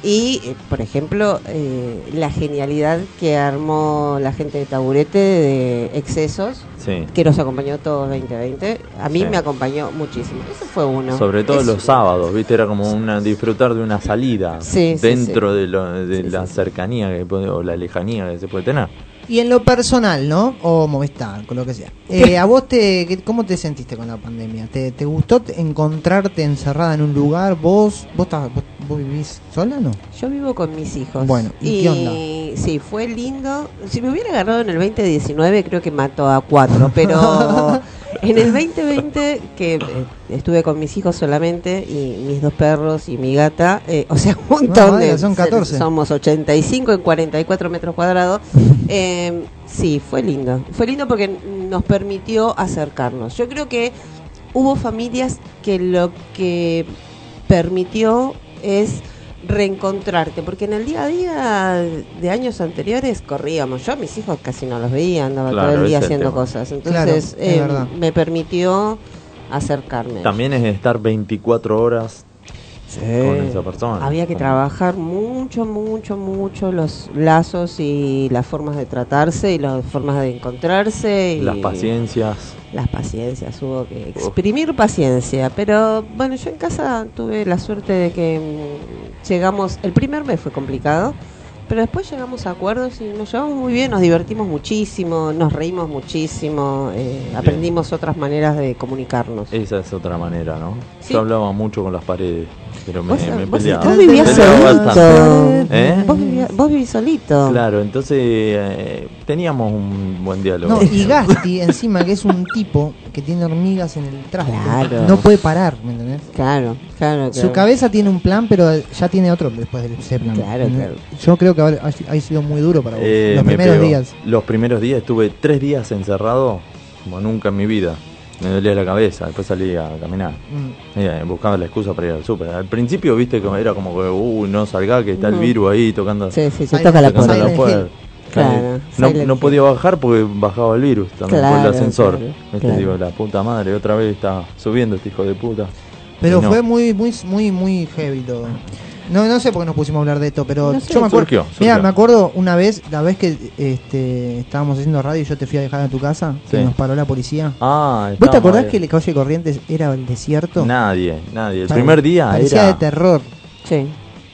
Speaker 3: y, eh, por ejemplo, eh, la genialidad que armó la gente de Taburete de Excesos
Speaker 1: Sí.
Speaker 3: que nos acompañó todos 2020. A mí
Speaker 1: Sí.
Speaker 3: me acompañó muchísimo. Eso fue uno.
Speaker 1: Sobre todo
Speaker 3: Es-
Speaker 1: los sábados, ¿viste? Era como una, disfrutar de una salida
Speaker 3: Sí, sí,
Speaker 1: dentro de, lo- de
Speaker 3: Sí, sí,
Speaker 1: la
Speaker 3: sí.
Speaker 1: cercanía que puede- o la lejanía que se puede tener.
Speaker 2: Y en lo personal, ¿no? O Movistar, con lo que sea. Eh, ¿A vos te, qué- cómo te sentiste con la pandemia? ¿Te, te gustó t- encontrarte encerrada en un lugar? ¿Vos vos, estás- vos, vos vivís sola no?
Speaker 3: Yo vivo con mis hijos.
Speaker 2: Bueno, ¿y qué onda?
Speaker 3: Sí, fue lindo. Si me hubiera agarrado en el 2019, creo que mató a cuatro. Pero en el 2020, que eh, estuve con mis hijos solamente, y mis dos perros y mi gata, eh, o sea, un montón
Speaker 2: madre,
Speaker 3: de.
Speaker 2: Ah, son 14.
Speaker 3: Somos 85 en 44 metros cuadrados. Eh, sí, fue lindo. Fue lindo porque nos permitió acercarnos. Yo creo que hubo familias que lo que permitió es reencontrarte, porque en el día a día de años anteriores corríamos, yo a mis hijos casi no los veía, andaba
Speaker 1: Claro,
Speaker 3: todo el día
Speaker 1: ese es el
Speaker 3: haciendo
Speaker 1: tema.
Speaker 3: cosas, entonces
Speaker 2: Claro, es
Speaker 3: eh,
Speaker 2: verdad.
Speaker 3: me permitió acercarme.
Speaker 1: También es estar 24 horas
Speaker 2: Eh,
Speaker 1: con esa persona.
Speaker 3: Había que trabajar mucho, mucho, mucho los lazos y las formas de tratarse y las formas de encontrarse. Y
Speaker 1: Las paciencias.
Speaker 3: Las paciencias, hubo que exprimir paciencia. Pero bueno, yo en casa tuve la suerte de que mm, llegamos, el primer mes fue complicado, pero después llegamos a acuerdos y nos llevamos muy bien, nos divertimos muchísimo, nos reímos muchísimo, eh, aprendimos otras maneras de comunicarnos.
Speaker 1: Esa es otra manera, ¿no?
Speaker 3: Sí.
Speaker 1: Yo hablaba mucho con las paredes, pero me,
Speaker 3: Vos-
Speaker 1: me
Speaker 3: vos-
Speaker 1: peleaba.
Speaker 3: vos vivías
Speaker 1: Me peleaba
Speaker 3: solito.
Speaker 1: bastante. ¿Eh?
Speaker 3: Vos, vivía- vos vivís solito.
Speaker 1: Claro, entonces eh, teníamos un buen diálogo.
Speaker 2: No, y Gasti, encima, que es un tipo que tiene hormigas en el traste,
Speaker 3: Claro.
Speaker 2: no puede parar, ¿me entendés?
Speaker 3: Claro, claro.
Speaker 2: Su
Speaker 3: claro.
Speaker 2: cabeza tiene un plan, pero ya tiene otro después de ese plan.
Speaker 3: Claro,
Speaker 2: ¿entendés? Yo creo que habrá- ha, ha sido muy duro para vos
Speaker 1: Eh,
Speaker 2: los
Speaker 1: me
Speaker 2: primeros
Speaker 1: pegó.
Speaker 2: días.
Speaker 1: Los primeros días estuve tres días encerrado, como nunca en mi vida. Me dolía la cabeza, después salí a caminar.
Speaker 2: Mm.
Speaker 1: Eh, buscaba la excusa para ir al súper. Al principio, viste, que era como que, uh, no salga, que está el
Speaker 3: Ujú.
Speaker 1: virus ahí tocando,
Speaker 3: Sí, sí, se
Speaker 2: Silent-
Speaker 3: toca la
Speaker 1: tocando
Speaker 3: puerta.
Speaker 1: la
Speaker 2: Silent
Speaker 1: puerta.
Speaker 2: Hill.
Speaker 3: Claro,
Speaker 1: no,
Speaker 3: Silent
Speaker 1: no
Speaker 3: Hill.
Speaker 1: podía bajar porque bajaba el virus también por
Speaker 3: Claro,
Speaker 1: el ascensor.
Speaker 3: claro,
Speaker 1: Viste,
Speaker 3: claro.
Speaker 1: digo, la puta madre, otra vez está subiendo este hijo de puta.
Speaker 2: Pero
Speaker 1: Y no.
Speaker 2: fue muy, muy, muy, muy heavy todo. No, no sé por qué nos pusimos a hablar de esto, pero
Speaker 3: No sé,
Speaker 2: yo me acuerdo.
Speaker 1: surgió, surgió.
Speaker 2: Mira, me acuerdo una vez, la vez que este, estábamos haciendo radio y yo te fui a dejar a tu casa, que
Speaker 1: Sí.
Speaker 2: nos paró la policía.
Speaker 1: Ah,
Speaker 2: ¿Vos te
Speaker 1: estábamos
Speaker 2: acordás
Speaker 1: ahí.
Speaker 2: que el calle Corrientes era el desierto?
Speaker 1: Nadie, nadie. El
Speaker 2: Pare-
Speaker 1: primer día
Speaker 2: parecía
Speaker 1: era...
Speaker 2: de terror.
Speaker 3: Sí.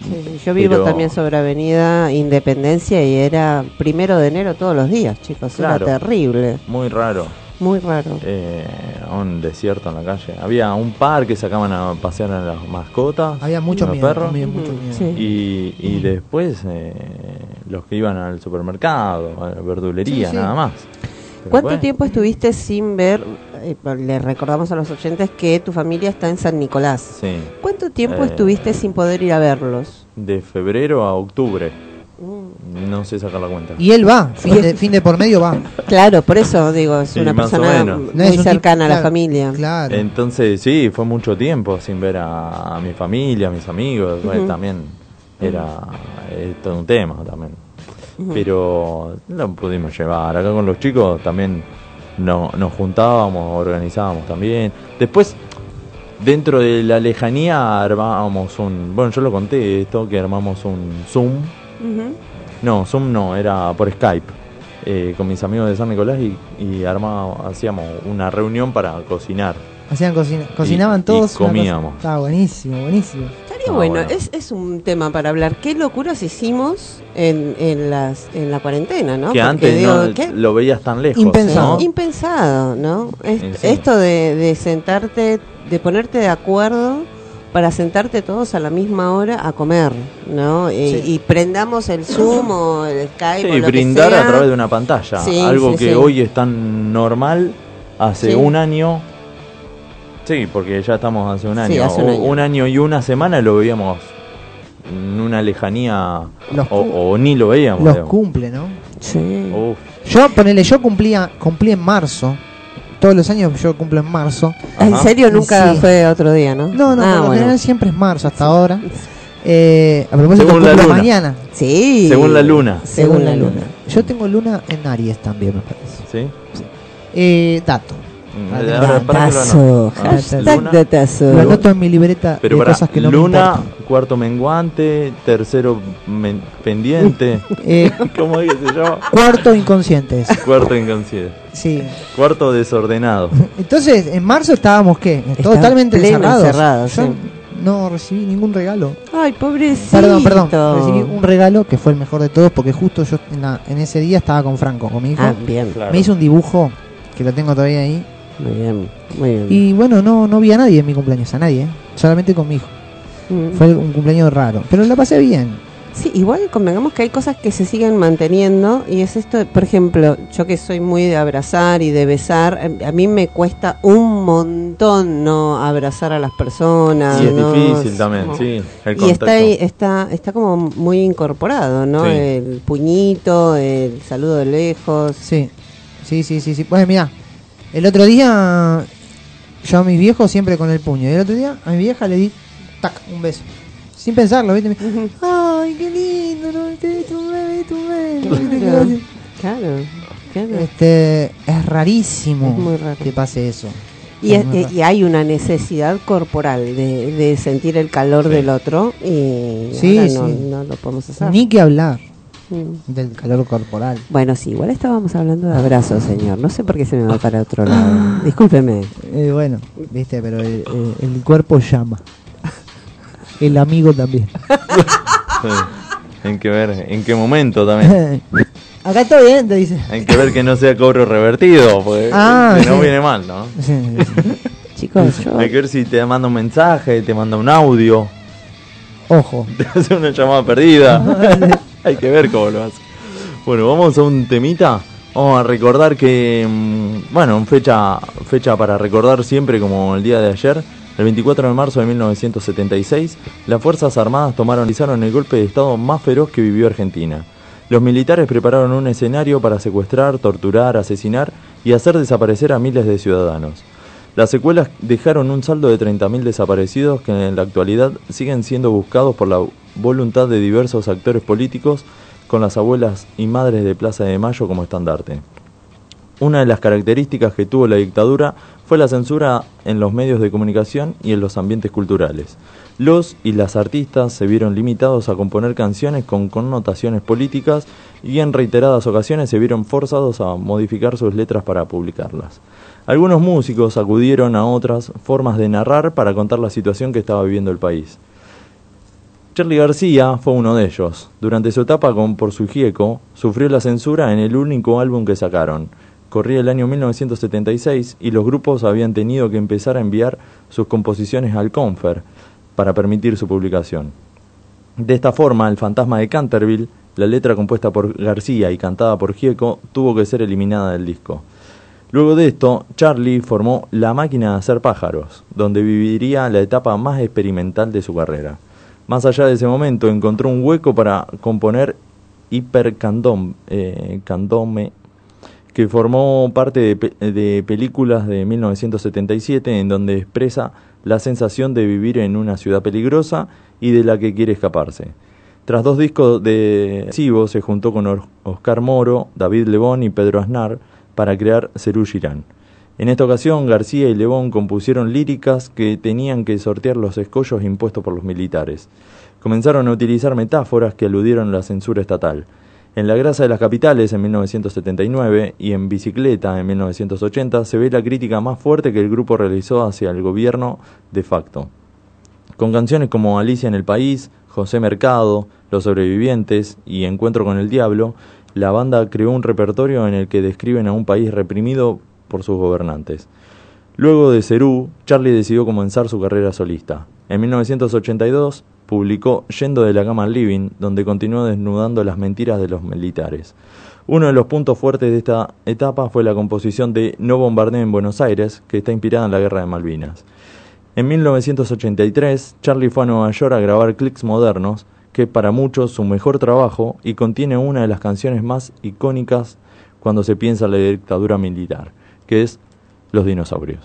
Speaker 3: sí, sí. Yo vivo
Speaker 1: Pero-
Speaker 3: también sobre Avenida Independencia y era primero de enero todos los días, chicos.
Speaker 1: Claro.
Speaker 3: Era terrible,
Speaker 1: Muy raro.
Speaker 3: muy raro.
Speaker 1: eh, a un desierto en la calle. Había un par que sacaban a pasear a las mascotas.
Speaker 2: Había mucho
Speaker 1: los
Speaker 2: miedo.
Speaker 1: perros.
Speaker 2: también, mucho miedo.
Speaker 3: Sí.
Speaker 1: Y, y después eh, los que iban al supermercado, a la verdulería,
Speaker 2: Sí, sí.
Speaker 1: nada más. Pero
Speaker 3: ¿Cuánto
Speaker 1: bueno,
Speaker 3: tiempo estuviste sin ver? eh, le recordamos a los oyentes que tu familia está en San Nicolás.
Speaker 1: Sí,
Speaker 3: ¿Cuánto tiempo
Speaker 1: Eh,
Speaker 3: estuviste sin poder ir a verlos?
Speaker 1: de febrero a octubre.
Speaker 3: Mm,
Speaker 1: No sé sacar la cuenta.
Speaker 2: Y él va, fin de, fin de por medio va.
Speaker 3: Claro, por eso digo, es
Speaker 1: Sí,
Speaker 3: una
Speaker 1: más o
Speaker 3: persona
Speaker 1: menos.
Speaker 2: No es
Speaker 3: muy
Speaker 2: un tipo-
Speaker 3: cercana a la
Speaker 2: claro,
Speaker 3: familia.
Speaker 2: Claro.
Speaker 1: Entonces, sí, fue mucho tiempo sin ver a, a mi familia, a mis amigos. Bueno,
Speaker 3: Ujú.
Speaker 1: también era eh, todo un tema también. Pero lo pudimos llevar. Acá con los chicos también no, nos juntábamos, organizábamos también. Después, dentro de la lejanía, armábamos un. Bueno, yo lo conté esto: que armamos un Zoom.
Speaker 3: Ujú.
Speaker 1: No, Zoom no, era por Skype. eh, con mis amigos de San Nicolás y, y armábamos- hacíamos una reunión para cocinar.
Speaker 2: Hacían cocina, cocinaban
Speaker 1: y
Speaker 2: todos. una cosa-
Speaker 1: comíamos. Ah,
Speaker 2: Estaba buenísimo, buenísimo.
Speaker 3: Estaría Qué bueno, Es, es un tema para hablar. ¿Qué locuras hicimos en, en las, en la cuarentena, no?
Speaker 1: que
Speaker 3: Porque
Speaker 1: antes
Speaker 3: digo,
Speaker 1: no,
Speaker 3: ¿qué?
Speaker 1: lo veías tan lejos.
Speaker 2: Impensado.
Speaker 1: ¿no?
Speaker 3: Impensado, ¿no? Es-
Speaker 1: Y sí.
Speaker 3: Esto de, de sentarte, de ponerte de acuerdo para sentarte todos a la misma hora a comer, ¿no? Y,
Speaker 2: Sí.
Speaker 3: y prendamos el Zoom o el Skype
Speaker 1: Sí,
Speaker 3: o lo que
Speaker 1: brindar
Speaker 3: sea.
Speaker 1: a través de una pantalla.
Speaker 3: Sí,
Speaker 1: algo
Speaker 3: sí,
Speaker 1: que
Speaker 3: sí.
Speaker 1: hoy es tan normal, hace
Speaker 3: Sí.
Speaker 1: un año. Sí, porque ya estamos hace un año.
Speaker 3: Sí, hace un
Speaker 1: O-
Speaker 3: año.
Speaker 1: y una semana lo veíamos en una lejanía
Speaker 2: Los
Speaker 1: o,
Speaker 2: cum-
Speaker 1: o ni lo veíamos.
Speaker 2: Los
Speaker 1: digamos.
Speaker 2: cumple, ¿no?
Speaker 3: Sí.
Speaker 1: Uf,
Speaker 2: Yo, ponele, yo cumplía, cumplí en marzo. Todos los años yo cumplo en marzo.
Speaker 3: Ah, ¿En
Speaker 1: Ajá.
Speaker 3: serio nunca
Speaker 2: Sí.
Speaker 3: fue otro día, no?
Speaker 2: No, no,
Speaker 3: Ah,
Speaker 2: por lo
Speaker 3: bueno.
Speaker 2: general siempre es marzo hasta ahora. Eh, a propósito,
Speaker 1: Según la
Speaker 2: cumplo
Speaker 1: luna.
Speaker 2: mañana.
Speaker 3: Sí.
Speaker 1: Según la luna.
Speaker 3: Según la luna.
Speaker 2: Yo tengo luna en Aries también, me parece.
Speaker 1: ¿sí?
Speaker 2: Eh, dato.
Speaker 1: Mm, Ahora, pará que lo
Speaker 3: Ah, Datazo,
Speaker 1: anoto. Ah,
Speaker 3: hashtag
Speaker 1: luna,
Speaker 3: datazo.
Speaker 2: Lo anoto en mi libreta
Speaker 1: Pero
Speaker 2: de
Speaker 1: para
Speaker 2: cosas que no
Speaker 1: luna,
Speaker 2: me
Speaker 1: cuarto menguante, tercero men- pendiente.
Speaker 2: importan. Eh,
Speaker 1: ¿Cómo es que se llama?
Speaker 2: cuarto inconscientes.
Speaker 1: Cuarto inconsciente.
Speaker 2: Sí.
Speaker 1: Cuarto desordenado.
Speaker 2: Entonces, en marzo estábamos, ¿qué?
Speaker 3: Estaba
Speaker 2: Totalmente
Speaker 3: pleno
Speaker 2: encerrados.
Speaker 3: encerrado,
Speaker 2: Yo
Speaker 3: sí.
Speaker 2: no recibí ningún regalo.
Speaker 3: Ay, pobrecito.
Speaker 2: Perdón, perdón. Recibí un regalo que fue el mejor de todos porque justo yo en, la- en ese día estaba con Franco, con mi hijo.
Speaker 3: Ah, bien.
Speaker 2: Me hizo un dibujo que lo tengo todavía ahí.
Speaker 3: Muy bien, muy bien.
Speaker 2: Y bueno, no, no vi a nadie en mi cumpleaños, a nadie, ¿eh? solamente con mi hijo.
Speaker 3: Mm.
Speaker 2: Fue un cumpleaños raro, pero la pasé bien.
Speaker 3: Sí, igual convengamos que hay cosas que se siguen manteniendo y es esto, de- por ejemplo, yo que soy muy de abrazar y de besar, eh, a mí me cuesta un montón no abrazar a las personas.
Speaker 1: Y es
Speaker 3: ¿no?
Speaker 1: difícil también,
Speaker 3: como-
Speaker 1: sí. El
Speaker 3: Y está,
Speaker 1: contacto.
Speaker 3: ahí- está, está como muy incorporado, ¿no?
Speaker 1: Sí.
Speaker 3: El puñito, el saludo de lejos.
Speaker 2: Sí, sí, sí, sí. sí. Bueno, mira, el otro día yo a mis viejos siempre con el puño. Y el otro día a mi vieja le di tac, un beso. Sin pensarlo, ¿viste? Me-
Speaker 3: Ujú.
Speaker 2: Ay, qué lindo, ¿no? Te- tu bebé, tu
Speaker 3: Claro,
Speaker 2: bebé.
Speaker 3: claro. claro.
Speaker 2: Este, es rarísimo
Speaker 3: Es muy raro.
Speaker 2: que pase eso.
Speaker 3: Y,
Speaker 2: Es
Speaker 3: es-
Speaker 2: muy
Speaker 3: eh,
Speaker 2: raro.
Speaker 3: y hay una necesidad corporal de, de sentir el calor del otro y
Speaker 2: Sí,
Speaker 3: ahora no,
Speaker 2: sí.
Speaker 3: no lo podemos hacer.
Speaker 2: Ni que hablar
Speaker 3: Mm.
Speaker 2: del calor corporal.
Speaker 3: Bueno, sí, igual estábamos hablando de abrazos, señor. No sé por qué se me va para otro
Speaker 2: Ah.
Speaker 3: lado. Discúlpeme.
Speaker 2: Eh, bueno, viste, pero el, el- el cuerpo llama. El amigo también.
Speaker 1: Sí. Hay que ver en qué momento también.
Speaker 2: Acá estoy bien, te dice.
Speaker 1: Hay que ver que no sea cobro revertido, porque
Speaker 2: Ah,
Speaker 1: si no
Speaker 2: sí.
Speaker 1: viene mal, ¿no?
Speaker 2: Sí, sí.
Speaker 3: Chicos, yo...
Speaker 1: Hay que ver si te manda un mensaje, te manda un audio,
Speaker 2: Ojo.
Speaker 1: te hace una llamada perdida. Hay que ver cómo lo hace. Bueno, vamos a un temita. Vamos a recordar que, mm, bueno, fecha, fecha para recordar siempre como el día de ayer, el 24 de marzo de 1976, las Fuerzas Armadas tomaron realizaron el golpe de Estado más feroz que vivió Argentina. Los militares prepararon un escenario para secuestrar, torturar, asesinar y hacer desaparecer a miles de ciudadanos. Las secuelas dejaron un saldo de 30.000 desaparecidos que en la actualidad siguen siendo buscados por la voluntad de diversos actores políticos con las abuelas y madres de Plaza de Mayo como estandarte. Una de las características que tuvo la dictadura fue la censura en los medios de comunicación y en los ambientes culturales. Los y las artistas se vieron limitados a componer canciones con connotaciones políticas y en reiteradas ocasiones se vieron forzados a modificar sus letras para publicarlas. Algunos músicos acudieron a otras formas de narrar para contar la situación que estaba viviendo el país. Charlie García fue uno de ellos. Durante su etapa con Por su Gieco, sufrió la censura en el único álbum que sacaron. Corría el año 1976 y los grupos habían tenido que empezar a enviar sus composiciones al Confer para permitir su publicación. De esta forma, El fantasma de Canterville, la letra compuesta por García y cantada por Gieco, tuvo que ser eliminada del disco. Luego de esto, Charlie formó La máquina de hacer pájaros, donde viviría la etapa más experimental de su carrera. Más allá de ese momento, encontró un hueco para componer Hipercandom, eh, Candome, que formó parte de, pe- de películas de 1977 en donde expresa la sensación de vivir en una ciudad peligrosa y de la que quiere escaparse. Tras dos discos de Sibo se juntó con Or- Oscar Moro, David Lebón y Pedro Aznar para crear Cerú Girán. En esta ocasión, García y Lebón compusieron líricas que tenían que sortear los escollos impuestos por los militares. Comenzaron a utilizar metáforas que aludieron a la censura estatal. En La grasa de las capitales en 1979 y en Bicicleta en 1980 se ve la crítica más fuerte que el grupo realizó hacia el gobierno de facto. con canciones como Alicia en el País, José Mercado, Los Sobrevivientes y Encuentro con el Diablo, la banda creó un repertorio en el que describen a un país reprimido por sus gobernantes. Luego de Cerú, Charlie decidió comenzar su carrera solista. En 1982 publicó Yendo de la cama al living, donde continuó desnudando las mentiras de los militares. Uno de los puntos fuertes de esta etapa fue la composición de No bombardeo en Buenos Aires, que está inspirada en la Guerra de Malvinas. En 1983, Charlie fue a Nueva York a grabar Clicks Modernos, que es para muchos su mejor trabajo y contiene una de las canciones más icónicas cuando se piensa en la dictadura militar, que es Los dinosaurios.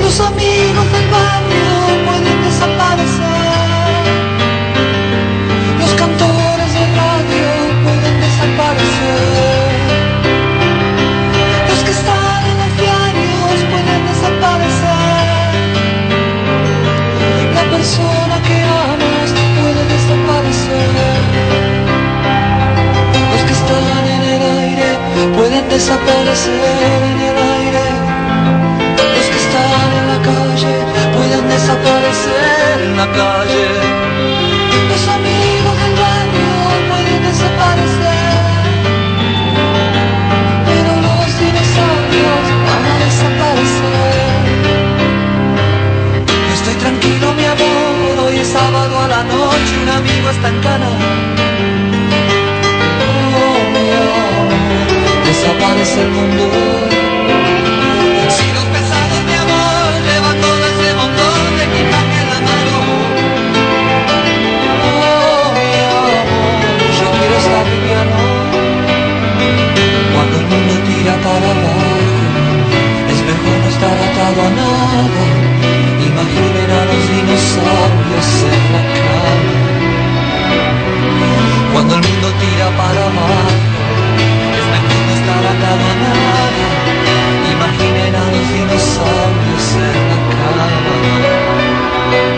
Speaker 5: Los amigos del barrio pueden desaparecer. Los cantores de radio pueden desaparecer. Los que están en los diarios pueden desaparecer. La persona que amas puede desaparecer. Los que están en el aire pueden desaparecer en el aire. Los que están en la calle pueden desaparecer en la calle. Los amigos del barrio pueden desaparecer. Pero los dinosaurios van a desaparecer. Estoy tranquilo, mi amor. Hoy es sábado a la noche. Un amigo está en cana. Oh, mi amor, Desaparece el mundo. Si los pesados de amor llevan todo ese montón, te quitan el amaro. Oh, mi amor, yo quiero estar liviano. Cuando el mundo tira para abajo, es mejor no estar atado a nada. Imaginen a los dinosaurios en la cama. Cuando el mundo tira para abajo, es mejor no estar atado a nada. Imaginen a los dinosaurios en la cama.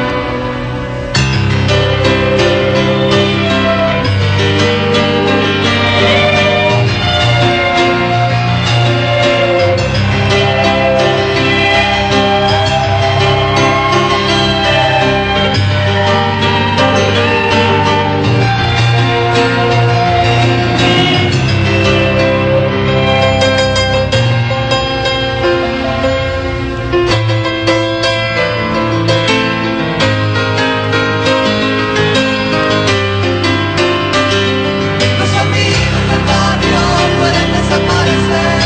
Speaker 5: Los amigos del barrio pueden desaparecer.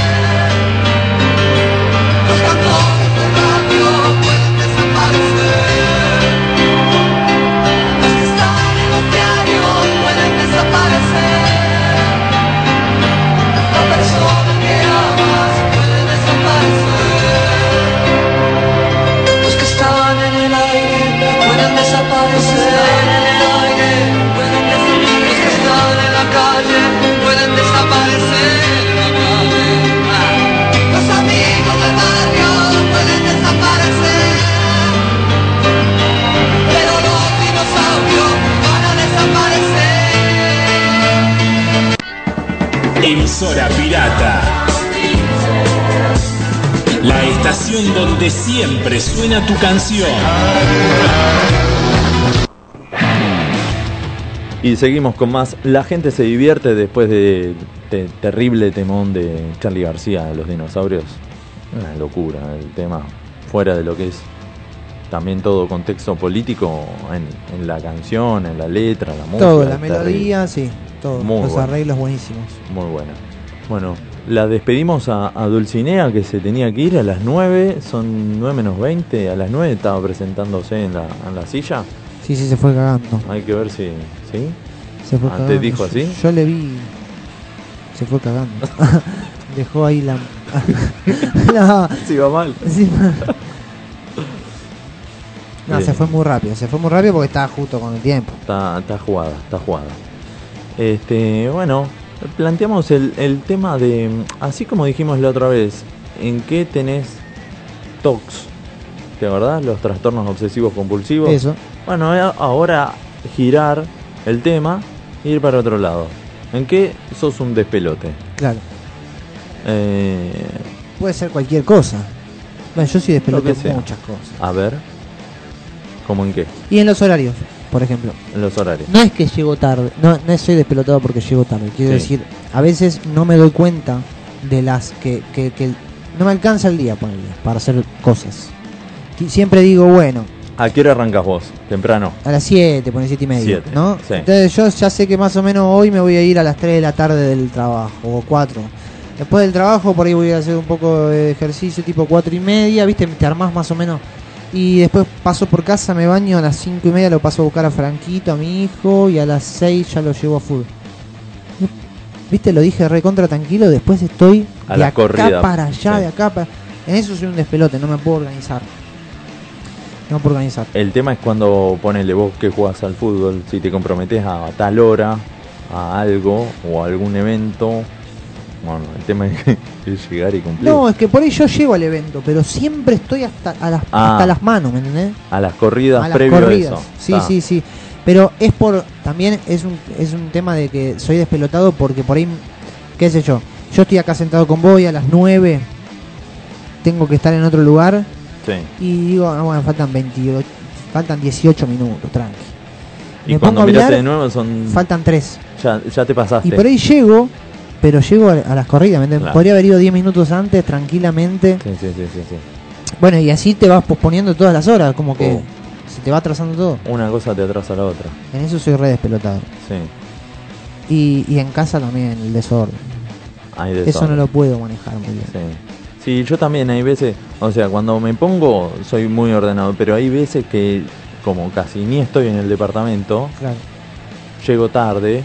Speaker 5: Los cantores del radio pueden desaparecer. Los que están en los diarios pueden desaparecer. La persona que amas puede desaparecer. Los que están en el aire pueden desaparecer. En el aire pueden desaparecer. Los que están en la calle pueden desaparecer. Los amigos del barrio pueden desaparecer. Pero los dinosaurios van a desaparecer.
Speaker 6: Emisora Pirata. La estación donde siempre suena tu canción.
Speaker 1: Y seguimos con más. La gente se divierte después de, te- terrible temón de Charlie García, Los dinosaurios. Una locura el tema, fuera de lo que es también todo contexto político en, en la canción, en la letra, la música.
Speaker 2: Todo, la
Speaker 1: terrible.
Speaker 2: melodía, sí, todo.
Speaker 1: Muy
Speaker 2: los
Speaker 1: bueno.
Speaker 2: arreglos buenísimos.
Speaker 1: Muy buena. Bueno, la despedimos a, a Dulcinea que se tenía que ir a las 9, son 9 menos 20, a las 9 estaba presentándose en la, en la silla.
Speaker 2: Sí, sí, se fue cagando.
Speaker 1: Hay que ver si... ¿Sí?
Speaker 2: Se fue
Speaker 1: Ah, ¿te
Speaker 2: cagando.
Speaker 1: dijo así?
Speaker 2: Yo, yo le vi. Se fue cagando. Dejó ahí la. la
Speaker 1: Si va mal.
Speaker 2: encima- No, No,
Speaker 1: Sí.
Speaker 2: se fue muy rápido, se fue muy rápido porque estaba justo con el tiempo.
Speaker 1: Está, está jugada, está jugada. Este, bueno, planteamos el, el tema de, así como dijimos la otra vez, ¿en qué tenés TOCs? ¿De verdad? Los trastornos obsesivos compulsivos.
Speaker 2: Eso.
Speaker 1: Bueno, a- ahora girar el tema e ir para otro lado. ¿En qué sos un despelote?
Speaker 2: Claro.
Speaker 1: Eh,
Speaker 2: Puede ser cualquier cosa. Bueno, yo sí despeloto
Speaker 1: Lo que sea.
Speaker 2: muchas cosas.
Speaker 1: a ver, ¿cómo en qué?
Speaker 2: Y en los horarios, por ejemplo.
Speaker 1: En los horarios.
Speaker 2: No es que llego tarde, no, no soy despelotado porque llego tarde. Quiero
Speaker 1: Sí.
Speaker 2: decir, a veces no me doy cuenta de las que, que- que no me alcanza el día ponele, para hacer cosas. Y Siempre digo, bueno,
Speaker 1: ¿A qué hora arrancas vos? Temprano.
Speaker 2: a las 7, pone 7 y media,
Speaker 1: Siete,
Speaker 2: ¿no?
Speaker 1: sí.
Speaker 2: Entonces yo ya sé que más o menos hoy me voy a ir a las 3 de la tarde del trabajo, o 4. Después del trabajo por ahí voy a hacer un poco de ejercicio tipo 4 y media, ¿viste? Te armás más o menos. Y después paso por casa, me baño a las 5 y media, lo paso a buscar a Franquito, a mi hijo, y a las 6 ya lo llevo a fútbol. ¿Viste? Lo dije recontra tranquilo, después estoy
Speaker 1: A
Speaker 2: de
Speaker 1: la
Speaker 2: acá
Speaker 1: corrida,
Speaker 2: para allá,
Speaker 1: sí.
Speaker 2: de acá para... En eso soy un despelote, no me puedo organizar. No me puedo organizar.
Speaker 1: El tema es cuando ponele vos que jugás al fútbol, si te comprometes a tal hora, a algo o a algún evento. Bueno, el tema es, que- es llegar y cumplir.
Speaker 2: No, es que por ahí yo llego al evento, pero siempre estoy hasta, a las,
Speaker 1: Ah.
Speaker 2: hasta las manos, ¿me entendés?
Speaker 1: a las corridas
Speaker 2: a las
Speaker 1: previo
Speaker 2: corridas.
Speaker 1: a eso.
Speaker 2: Sí,
Speaker 1: Está.
Speaker 2: sí, sí. Pero es por. También es un, es un tema de que soy despelotado porque por ahí. ¿Qué sé yo? Yo estoy acá sentado con vos y a las 9 tengo que estar en otro lugar
Speaker 1: Sí.
Speaker 2: y digo, ah, bueno, faltan 28, faltan 18 minutos, tranqui.
Speaker 1: Y
Speaker 2: Me pongo
Speaker 1: cuando
Speaker 2: a
Speaker 1: miraste
Speaker 2: hablar,
Speaker 1: de nuevo son
Speaker 2: Faltan 3.
Speaker 1: ya, ya te pasaste.
Speaker 2: Y por ahí llego, pero llego a, a las corridas, ¿me entendés?
Speaker 1: Claro.
Speaker 2: Podría haber ido 10 minutos antes, tranquilamente.
Speaker 1: Sí, sí, sí, sí, sí.
Speaker 2: Bueno, y así te vas posponiendo todas las horas, como que
Speaker 1: Oh.
Speaker 2: se te va atrasando todo.
Speaker 1: Una cosa te atrasa a la otra.
Speaker 2: En eso soy re despelotado.
Speaker 1: Sí.
Speaker 2: Y, y en casa también el desorden.
Speaker 1: Hay
Speaker 2: Eso no
Speaker 1: desorden.
Speaker 2: lo puedo manejar muy bien.
Speaker 1: Sí. Sí, yo también hay veces, o sea, cuando me pongo soy muy ordenado, pero hay veces que como casi ni estoy en el departamento,
Speaker 2: Claro.
Speaker 1: llego tarde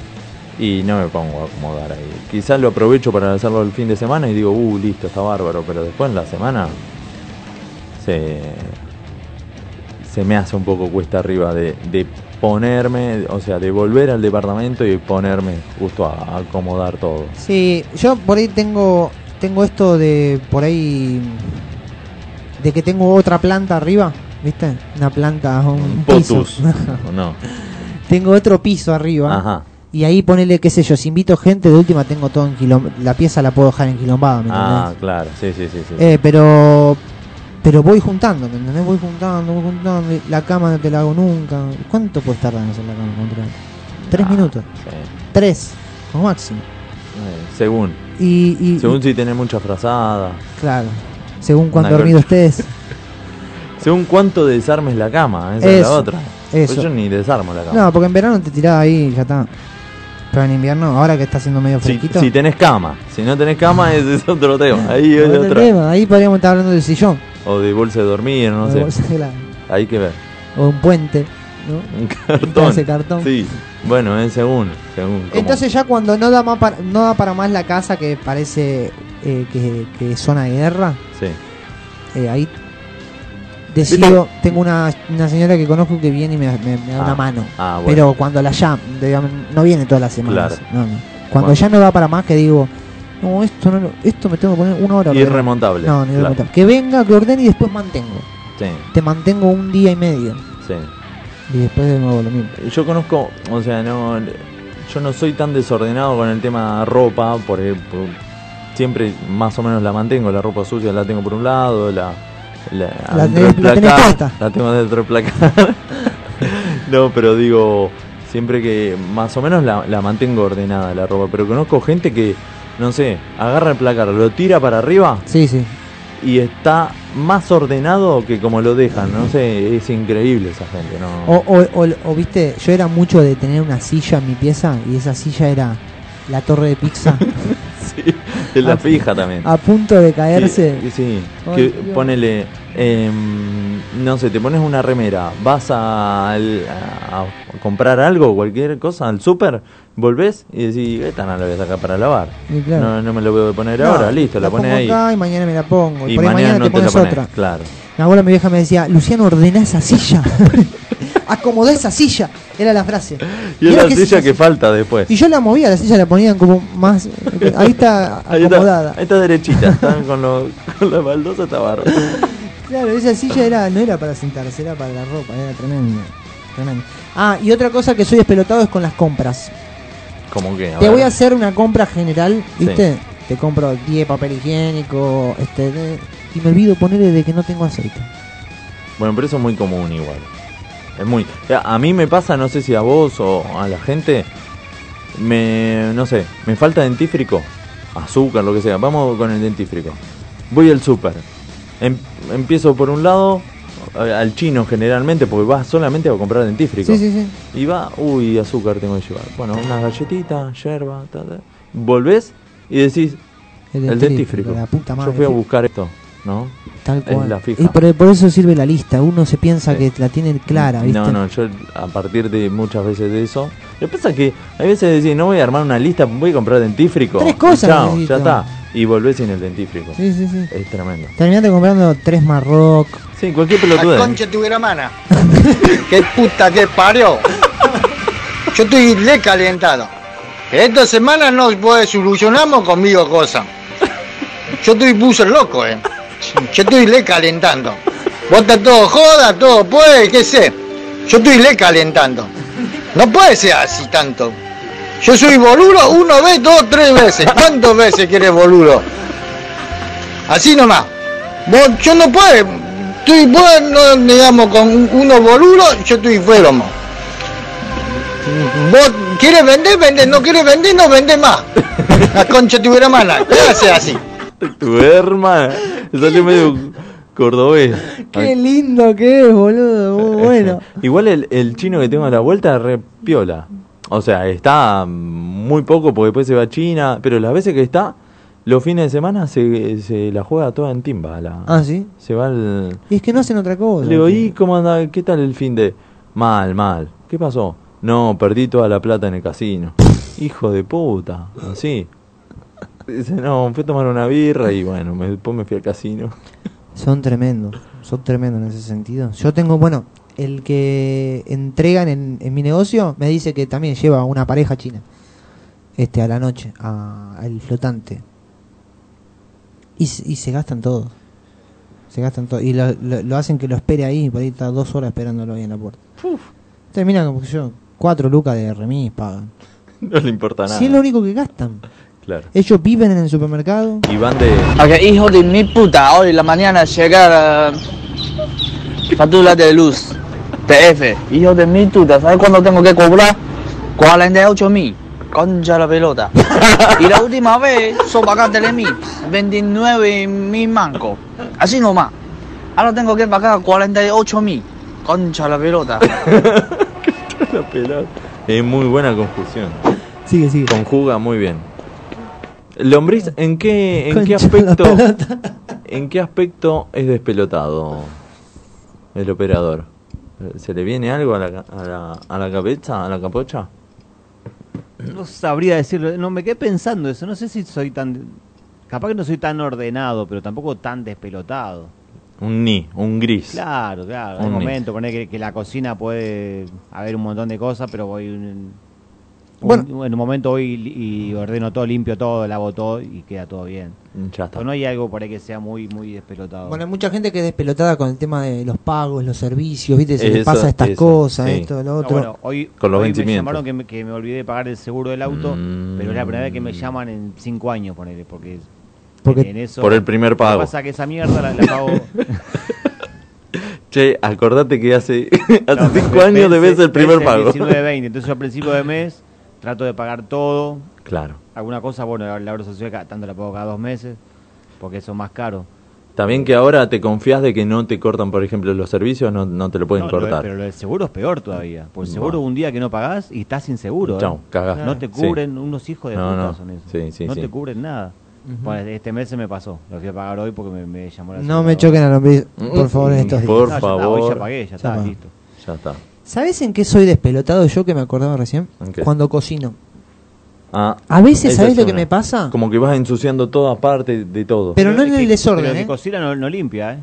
Speaker 1: y no me pongo a acomodar ahí. Quizás lo aprovecho para hacerlo el fin de semana y digo, uh, listo, está bárbaro, pero después en la semana se, se me hace un poco cuesta arriba de, de ponerme, o sea, de volver al departamento y ponerme justo a, a acomodar todo.
Speaker 2: Sí, yo por ahí tengo tengo esto de por ahí de que tengo otra planta arriba, ¿viste? Una planta un,
Speaker 1: Un
Speaker 2: piso.
Speaker 1: potus, ¿o no?
Speaker 2: tengo otro piso arriba.
Speaker 1: Ajá.
Speaker 2: Y ahí ponele, qué sé yo, si invito gente, de última tengo todo en quilombo. La pieza la puedo dejar en quilombada, ¿me entendés?
Speaker 1: Ah, claro, sí, sí, sí. sí.
Speaker 2: Eh, pero pero voy juntando, ¿me entendés? Voy juntando, voy juntando. y La cama no te la hago nunca. ¿Cuánto puedes tardar en hacer la cama contra Tres
Speaker 1: Ah,
Speaker 2: minutos.
Speaker 1: sí.
Speaker 2: Tres, como máximo.
Speaker 1: Eh, Según,
Speaker 2: Y, y-
Speaker 1: según
Speaker 2: y-
Speaker 1: si tenés mucha frazada,
Speaker 2: claro, según cuánto
Speaker 1: Una
Speaker 2: dormido estés.
Speaker 1: según cuánto desarmes la cama, esa es la
Speaker 2: Eso,
Speaker 1: otra. Pues
Speaker 2: Eso.
Speaker 1: yo ni desarmo la cama.
Speaker 2: No, porque en verano te tirás ahí y ya está. Pero en invierno, ahora que está haciendo medio
Speaker 1: Si,
Speaker 2: fresquito.
Speaker 1: si tenés cama, si no tenés cama ese es otro tema. Ahí
Speaker 2: no es
Speaker 1: es
Speaker 2: el
Speaker 1: otro.
Speaker 2: tema, ahí podríamos estar hablando del sillón.
Speaker 1: O de bolsa de dormir, no
Speaker 2: o,
Speaker 1: sé.
Speaker 2: de bolsa de la-
Speaker 1: Hay que ver.
Speaker 2: o un puente, ¿no?
Speaker 1: Un cartón.
Speaker 2: Ese cartón.
Speaker 1: Sí. Bueno, es según. según cómo-
Speaker 2: Entonces ya cuando no da, más para, no da para más la casa que parece eh, que, que es zona de guerra,
Speaker 1: Sí.
Speaker 2: eh, ahí decido, tengo una, una señora que conozco que viene y me, me- me da
Speaker 1: Ah,
Speaker 2: una mano.
Speaker 1: Ah, bueno.
Speaker 2: Pero cuando la llamo, digamos, no viene todas las semanas.
Speaker 1: Claro.
Speaker 2: no, no. Cuando
Speaker 1: Bueno.
Speaker 2: ya no da para más que digo, no, esto, no, lo- esto me tengo que poner una hora. para-
Speaker 1: Irremontable.
Speaker 2: No, no,
Speaker 1: Claro.
Speaker 2: irremontable. Que venga, que ordene y después mantengo.
Speaker 1: Sí,
Speaker 2: Te mantengo un día y medio.
Speaker 1: sí.
Speaker 2: Y después de nuevo lo mismo.
Speaker 1: Yo conozco, o sea, no. Yo no soy tan desordenado con el tema ropa, porque por- siempre más o menos la mantengo. La ropa sucia la tengo por un lado, la. La,
Speaker 2: La
Speaker 1: adentro
Speaker 2: tenés-
Speaker 1: del
Speaker 2: la tenés puesta.
Speaker 1: La tengo dentro del placar. no, pero digo, siempre que más o menos la, la mantengo ordenada la ropa, pero conozco gente que, no sé, agarra el placar, lo tira para arriba
Speaker 2: Sí, sí.
Speaker 1: y está más ordenado que como lo dejan, no sé, es increíble esa gente, ¿no?
Speaker 2: O, o- o- o, viste, yo era mucho de tener una silla en mi pieza y esa silla era la torre de pizza
Speaker 1: Sí, de la
Speaker 2: Ah, sí.
Speaker 1: fija también.
Speaker 2: a punto de caerse.
Speaker 1: Sí, sí,
Speaker 2: Ay,
Speaker 1: que
Speaker 2: Dios.
Speaker 1: ponele, em, no sé, te pones una remera, vas al- a, a comprar algo, cualquier cosa, al súper, volvés y decís, esta no la voy a sacar para lavar.
Speaker 2: Y claro.
Speaker 1: No, no me lo voy a poner
Speaker 2: No,
Speaker 1: ahora, listo, la, pones
Speaker 2: pongo
Speaker 1: ahí.
Speaker 2: acá y mañana me la pongo. Y,
Speaker 1: Y
Speaker 2: por ahí
Speaker 1: mañana
Speaker 2: mañana,
Speaker 1: no
Speaker 2: te
Speaker 1: te la
Speaker 2: pones
Speaker 1: pones,
Speaker 2: otra.
Speaker 1: claro.
Speaker 2: Mi abuela, mi vieja me decía, Luciano, ordena esa silla. Acomodá esa silla. Era la frase.
Speaker 1: Y es
Speaker 2: Era
Speaker 1: la silla
Speaker 2: esa-
Speaker 1: que falta después.
Speaker 2: Y yo la movía, la silla la ponían como más... Ahí está
Speaker 1: Ahí está,
Speaker 2: acomodada.
Speaker 1: ahí está derechita, están con, lo- con la baldosa está barro.
Speaker 2: Claro, esa silla era, no era para sentarse, era para la ropa, era tremendo. tremendo. Ah, y otra cosa que soy despelotado es con las compras.
Speaker 1: Como que, a
Speaker 2: Te
Speaker 1: ver.
Speaker 2: voy a hacer una compra general,
Speaker 1: Sí.
Speaker 2: ¿viste? Te compro 10 papel higiénico, este, de- y me olvido ponerle de que no tengo aceite.
Speaker 1: Bueno, pero eso es muy común igual. Es muy... A a mí me pasa, no sé si a vos o a la gente, me... no sé, me falta dentífrico, azúcar, lo que sea. Vamos con el dentífrico. Voy al súper. Em- empiezo por un lado, a- al chino generalmente, porque vas solamente a comprar dentífrico.
Speaker 2: Sí, sí, sí.
Speaker 1: Y va, uy, azúcar tengo que llevar. Bueno, unas galletitas, yerba, ta, ta. Volvés y decís, el, dentífrico.
Speaker 2: La puta madre.
Speaker 1: Yo fui a buscar esto, ¿no?
Speaker 2: Tal
Speaker 1: es
Speaker 2: cual.
Speaker 1: la fija.
Speaker 2: Y por, por eso sirve la lista. Uno se piensa
Speaker 1: Sí.
Speaker 2: que la tiene clara, ¿viste?
Speaker 1: No, no, yo a partir de muchas veces de eso. Lo que pasa es que hay veces decís, no voy a armar una lista, voy a comprar dentífrico.
Speaker 2: Tres cosas
Speaker 1: Chao,
Speaker 2: necesito.
Speaker 1: ya está. Y volvés sin el dentífrico.
Speaker 2: Sí, sí, sí.
Speaker 1: Es tremendo.
Speaker 2: Terminaste comprando tres Marroc.
Speaker 1: Sí, cualquier
Speaker 7: La
Speaker 1: pelotuda.
Speaker 7: concha de tu hermana. ¡Qué puta que parió! Yo estoy le calentado. Esta semana no puede solucionamos conmigo cosa. Yo estoy puse loco, eh. Yo estoy le calentando. Vos estás todo joda, todo puede, qué sé. Yo estoy le calentando. No puede ser así tanto. Yo soy boludo una vez, dos, tres veces. ¿Cuántas veces quieres boludo? Así nomás. Vos, yo no puedo. Estoy bueno, digamos, con uno boludo, yo estoy fuera. mo. Vos quieres vender, vende. No quieres vender, no vende más. La concha de tu hermana. ¿Qué hace así?
Speaker 1: Tu hermana. Salió medio cordobés.
Speaker 2: Qué lindo que es, boludo. Muy bueno.
Speaker 1: Igual el, el chino que tengo a la vuelta re piola. O sea, está muy poco porque después se va a China. Pero las veces que está, los fines de semana se, se la juega toda en timba. La,
Speaker 2: Ah, sí.
Speaker 1: Se va al.
Speaker 2: Y es que no hacen otra cosa.
Speaker 1: Le digo, ¿y cómo anda? ¿Qué tal el fin de? Mal, mal. ¿Qué pasó? No, perdí toda la plata en el casino. Hijo de puta. Así. Dice, no, fui a tomar una birra y bueno, me- después me fui al casino.
Speaker 2: Son tremendos, son tremendos en ese sentido. Yo tengo, bueno, el que entregan en, en mi negocio me dice que también lleva una pareja china este a la noche, a- al flotante. Y, se- y se gastan todo. Se gastan todo. Y lo, lo- lo hacen que lo espere ahí, por ahí está dos horas esperándolo ahí en la puerta. Termina como que yo, cuatro lucas de remis pagan.
Speaker 1: No le importa nada.
Speaker 2: Si es lo único que gastan.
Speaker 1: Claro.
Speaker 2: Ellos viven en el supermercado.
Speaker 1: Y van de.
Speaker 8: A que hijo de mi puta, hoy en la mañana llegar factura de luz, PF, hijo de mi puta, ¿sabes cuándo tengo que cobrar? 48 mil, concha la pelota. Y la última vez, son pagar 3 mil, 29 mil manco, así nomás. Ahora tengo que pagar 48 mil, concha la pelota.
Speaker 1: la pelota. Es muy buena confusión.
Speaker 2: Sigue, sigue.
Speaker 1: Conjuga muy bien. Lombriz, ¿en qué, en qué
Speaker 2: Concha la
Speaker 1: aspecto.
Speaker 2: pelota.
Speaker 1: ¿En qué aspecto es despelotado el operador? ¿Se le viene algo a la, ca- a la, a la cabeza, a la capocha?
Speaker 4: No sabría decirlo, no me quedé pensando eso, no sé si soy tan... Capaz que no soy tan ordenado, pero tampoco tan despelotado.
Speaker 1: Un ni, un gris.
Speaker 4: Claro, claro, hay
Speaker 1: Un mix.
Speaker 4: momento, poner que, que la cocina puede haber un montón de cosas, pero voy un- un-
Speaker 2: Bueno.
Speaker 4: en un momento voy y, y ordeno todo, limpio todo, lavo todo y queda todo bien.
Speaker 1: Mm, Ya está.
Speaker 4: Pero no hay algo por ahí que sea muy, muy despelotado.
Speaker 2: Bueno, hay mucha gente que es despelotada con el tema de los pagos, los servicios, ¿viste? Se les
Speaker 1: Eso,
Speaker 2: pasa estas
Speaker 1: eso,
Speaker 2: cosas,
Speaker 1: sí.
Speaker 2: esto, lo
Speaker 4: No,
Speaker 2: otro.
Speaker 4: bueno, hoy,
Speaker 1: Con los
Speaker 4: hoy me
Speaker 1: vencimientos.
Speaker 4: llamaron que me, que me olvidé de pagar el seguro del auto,
Speaker 1: Mm.
Speaker 4: pero es la primera vez que me llaman en cinco años, ponele, porque,
Speaker 2: Porque-
Speaker 4: en eso...
Speaker 1: por el primer
Speaker 4: lo que
Speaker 1: pago.
Speaker 4: pasa es que esa mierda la, la pago...
Speaker 1: Che, acordate que hace, hace
Speaker 4: No,
Speaker 1: cinco
Speaker 4: ve- vence-
Speaker 1: años debes el primer
Speaker 4: vence
Speaker 1: pago.
Speaker 4: 19, 20, entonces yo al principio de mes trato de pagar todo,
Speaker 1: Claro.
Speaker 4: alguna cosa, bueno, la, la obra social cada tanto la pago cada dos meses, porque eso es más caro.
Speaker 1: También que ahora te confías de que no te cortan, por ejemplo, los servicios, no, no te lo pueden
Speaker 4: No, lo de-
Speaker 1: cortar.
Speaker 4: pero lo del seguro es peor todavía, porque el seguro
Speaker 1: Bueno.
Speaker 4: un día que no pagás y estás sin seguro. ¿eh?
Speaker 1: Chau, cagaste.
Speaker 4: No te
Speaker 1: Sí.
Speaker 4: cubren unos hijos de
Speaker 1: No,
Speaker 4: puta
Speaker 1: no.
Speaker 4: son esos.
Speaker 1: Sí, sí,
Speaker 4: no
Speaker 1: sí.
Speaker 4: te cubren nada. Bueno, este mes se me pasó, lo fui a pagar hoy porque me, me llamó la
Speaker 2: no me
Speaker 4: aseguradora.
Speaker 2: choquen a lombriz,
Speaker 1: Mm,
Speaker 2: por favor, en
Speaker 1: mm,
Speaker 2: estos días.
Speaker 1: por
Speaker 4: No, ya está,
Speaker 1: favor.
Speaker 4: hoy ya pagué, ya está,
Speaker 2: Ya está.
Speaker 4: listo.
Speaker 1: Ya está.
Speaker 2: ¿Sabes en qué soy despelotado yo que me acordaba recién?
Speaker 1: ¿En qué?
Speaker 2: Cuando cocino.
Speaker 1: Ah,
Speaker 2: A veces,
Speaker 1: esa
Speaker 2: ¿sabés
Speaker 1: es
Speaker 2: lo que
Speaker 1: una.
Speaker 2: me pasa?
Speaker 1: Como que vas ensuciando toda parte de todo.
Speaker 2: Pero no en
Speaker 4: es
Speaker 2: el
Speaker 4: que-
Speaker 2: desorden,
Speaker 4: Pero el
Speaker 2: ¿eh?
Speaker 4: que cocina no, no limpia, ¿eh?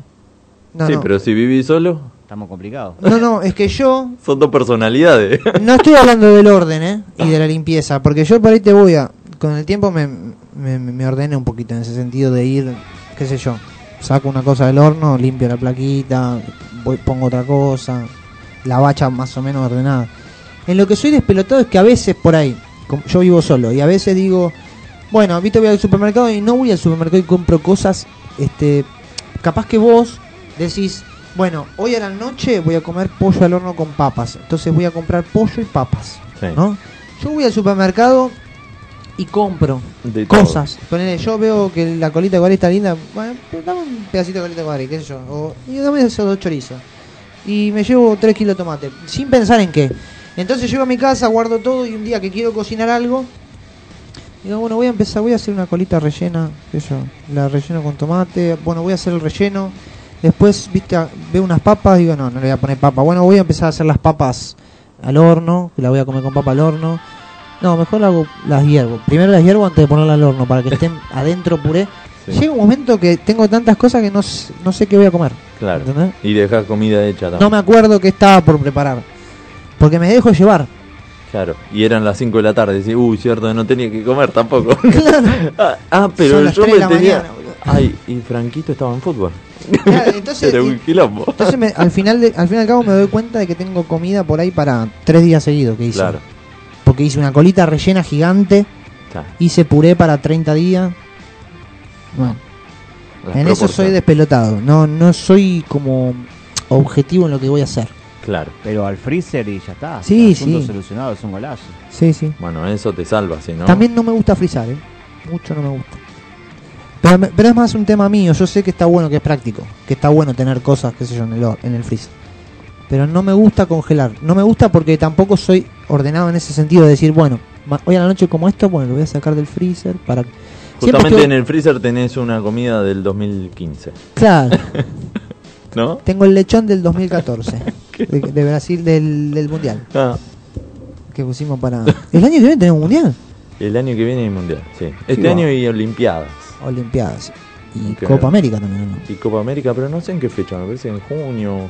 Speaker 2: No,
Speaker 1: sí,
Speaker 2: no.
Speaker 1: pero si vivís solo,
Speaker 4: Estamos complicados.
Speaker 2: no, no, es que yo
Speaker 1: son dos personalidades.
Speaker 2: no estoy hablando del orden, ¿eh? Y de la limpieza, porque yo por ahí te voy a... Con el tiempo me, me, me ordené un poquito en ese sentido de ir, qué sé yo, saco una cosa del horno, limpio la plaquita, voy- pongo otra cosa, la bacha más o menos ordenada. En lo que soy despelotado es que a veces por ahí, com- yo vivo solo, y a veces digo, bueno, ahorita voy al supermercado y no voy al supermercado y compro cosas, este, capaz que vos decís, bueno, hoy a la noche voy a comer pollo al horno con papas, entonces voy a comprar pollo y papas,
Speaker 1: Sí.
Speaker 2: ¿no? Yo voy al supermercado y compro
Speaker 1: De todo.
Speaker 2: cosas. Ponele, yo veo que la colita de cuadril está linda. Bueno, pero dame un pedacito de colita de cuadril, qué sé yo. O, y dame esos dos chorizos. Y me llevo 3 kilos de tomate. Sin pensar en qué. Entonces llego a mi casa, guardo todo y un día que quiero cocinar algo. Digo, bueno, voy a empezar, voy a hacer una colita rellena, qué sé yo, la relleno con tomate, bueno, voy a hacer el relleno, después, viste, a- veo unas papas, digo, no, no le voy a poner papa, bueno, voy a empezar a hacer las papas al horno, que la voy a comer con papa al horno, no, mejor la hago- las hiervo. Primero las hiervo antes de ponerlas al horno para que estén adentro puré.
Speaker 1: Sí.
Speaker 2: Llega un momento que tengo tantas cosas que no, s- no sé qué voy a comer.
Speaker 1: Claro.
Speaker 2: ¿Entendés?
Speaker 1: Y dejás comida hecha también.
Speaker 2: No me acuerdo qué estaba por preparar. Porque me dejo llevar.
Speaker 1: Claro. Y eran las 5 de la tarde. Decís, uy, cierto, no tenía que comer tampoco. ah, ah,
Speaker 2: Son
Speaker 1: pero
Speaker 2: las
Speaker 1: yo
Speaker 2: tres
Speaker 1: me
Speaker 2: de la
Speaker 1: tenía.
Speaker 2: mañana, boludo.
Speaker 1: Ay, y Franquito estaba en fútbol.
Speaker 2: Claro, entonces,
Speaker 1: Era
Speaker 2: y-
Speaker 1: un quilombo.
Speaker 2: entonces me- al final de- al fin y al cabo me doy cuenta de que tengo comida por ahí para tres días seguidos que hice.
Speaker 1: Claro.
Speaker 2: Porque hice una colita rellena gigante,
Speaker 1: Claro.
Speaker 2: hice puré para 30 días. Bueno.
Speaker 1: Las
Speaker 2: En eso soy
Speaker 1: proporciones.
Speaker 2: despelotado, no, no soy como objetivo en lo que voy a hacer.
Speaker 1: Claro.
Speaker 4: Pero al freezer y ya está.
Speaker 2: Sí,
Speaker 4: Asunto
Speaker 2: sí.
Speaker 4: solucionado, es un golazo.
Speaker 2: Sí, sí.
Speaker 1: Bueno, eso te salva, si no.
Speaker 2: También no me gusta frizar, ¿eh? Mucho no me gusta. Pero, me- pero es más un tema mío, yo sé que está bueno, que es práctico, que está bueno tener cosas, qué sé yo, en el, hor- en el freezer. Pero no me gusta congelar, no me gusta porque tampoco soy ordenado en ese sentido de decir, bueno, ma- hoy a la noche como esto, bueno, lo voy a sacar del freezer para... Siempre
Speaker 1: Justamente
Speaker 2: estoy-
Speaker 1: en el freezer tenés una comida del 2015.
Speaker 2: Claro,
Speaker 1: ¿No?
Speaker 2: tengo el lechón del 2014, de, de Brasil, del, del Mundial,
Speaker 1: Ah,
Speaker 2: que pusimos para... El año que viene tenemos Mundial.
Speaker 1: el año que viene hay mundial. Sí. Este
Speaker 2: va.
Speaker 1: año hay Olimpiadas.
Speaker 2: Olimpiadas y
Speaker 1: Ok.
Speaker 2: Copa América también. ¿no?
Speaker 1: Y Copa América, pero no sé en qué fecha. Me parece en junio,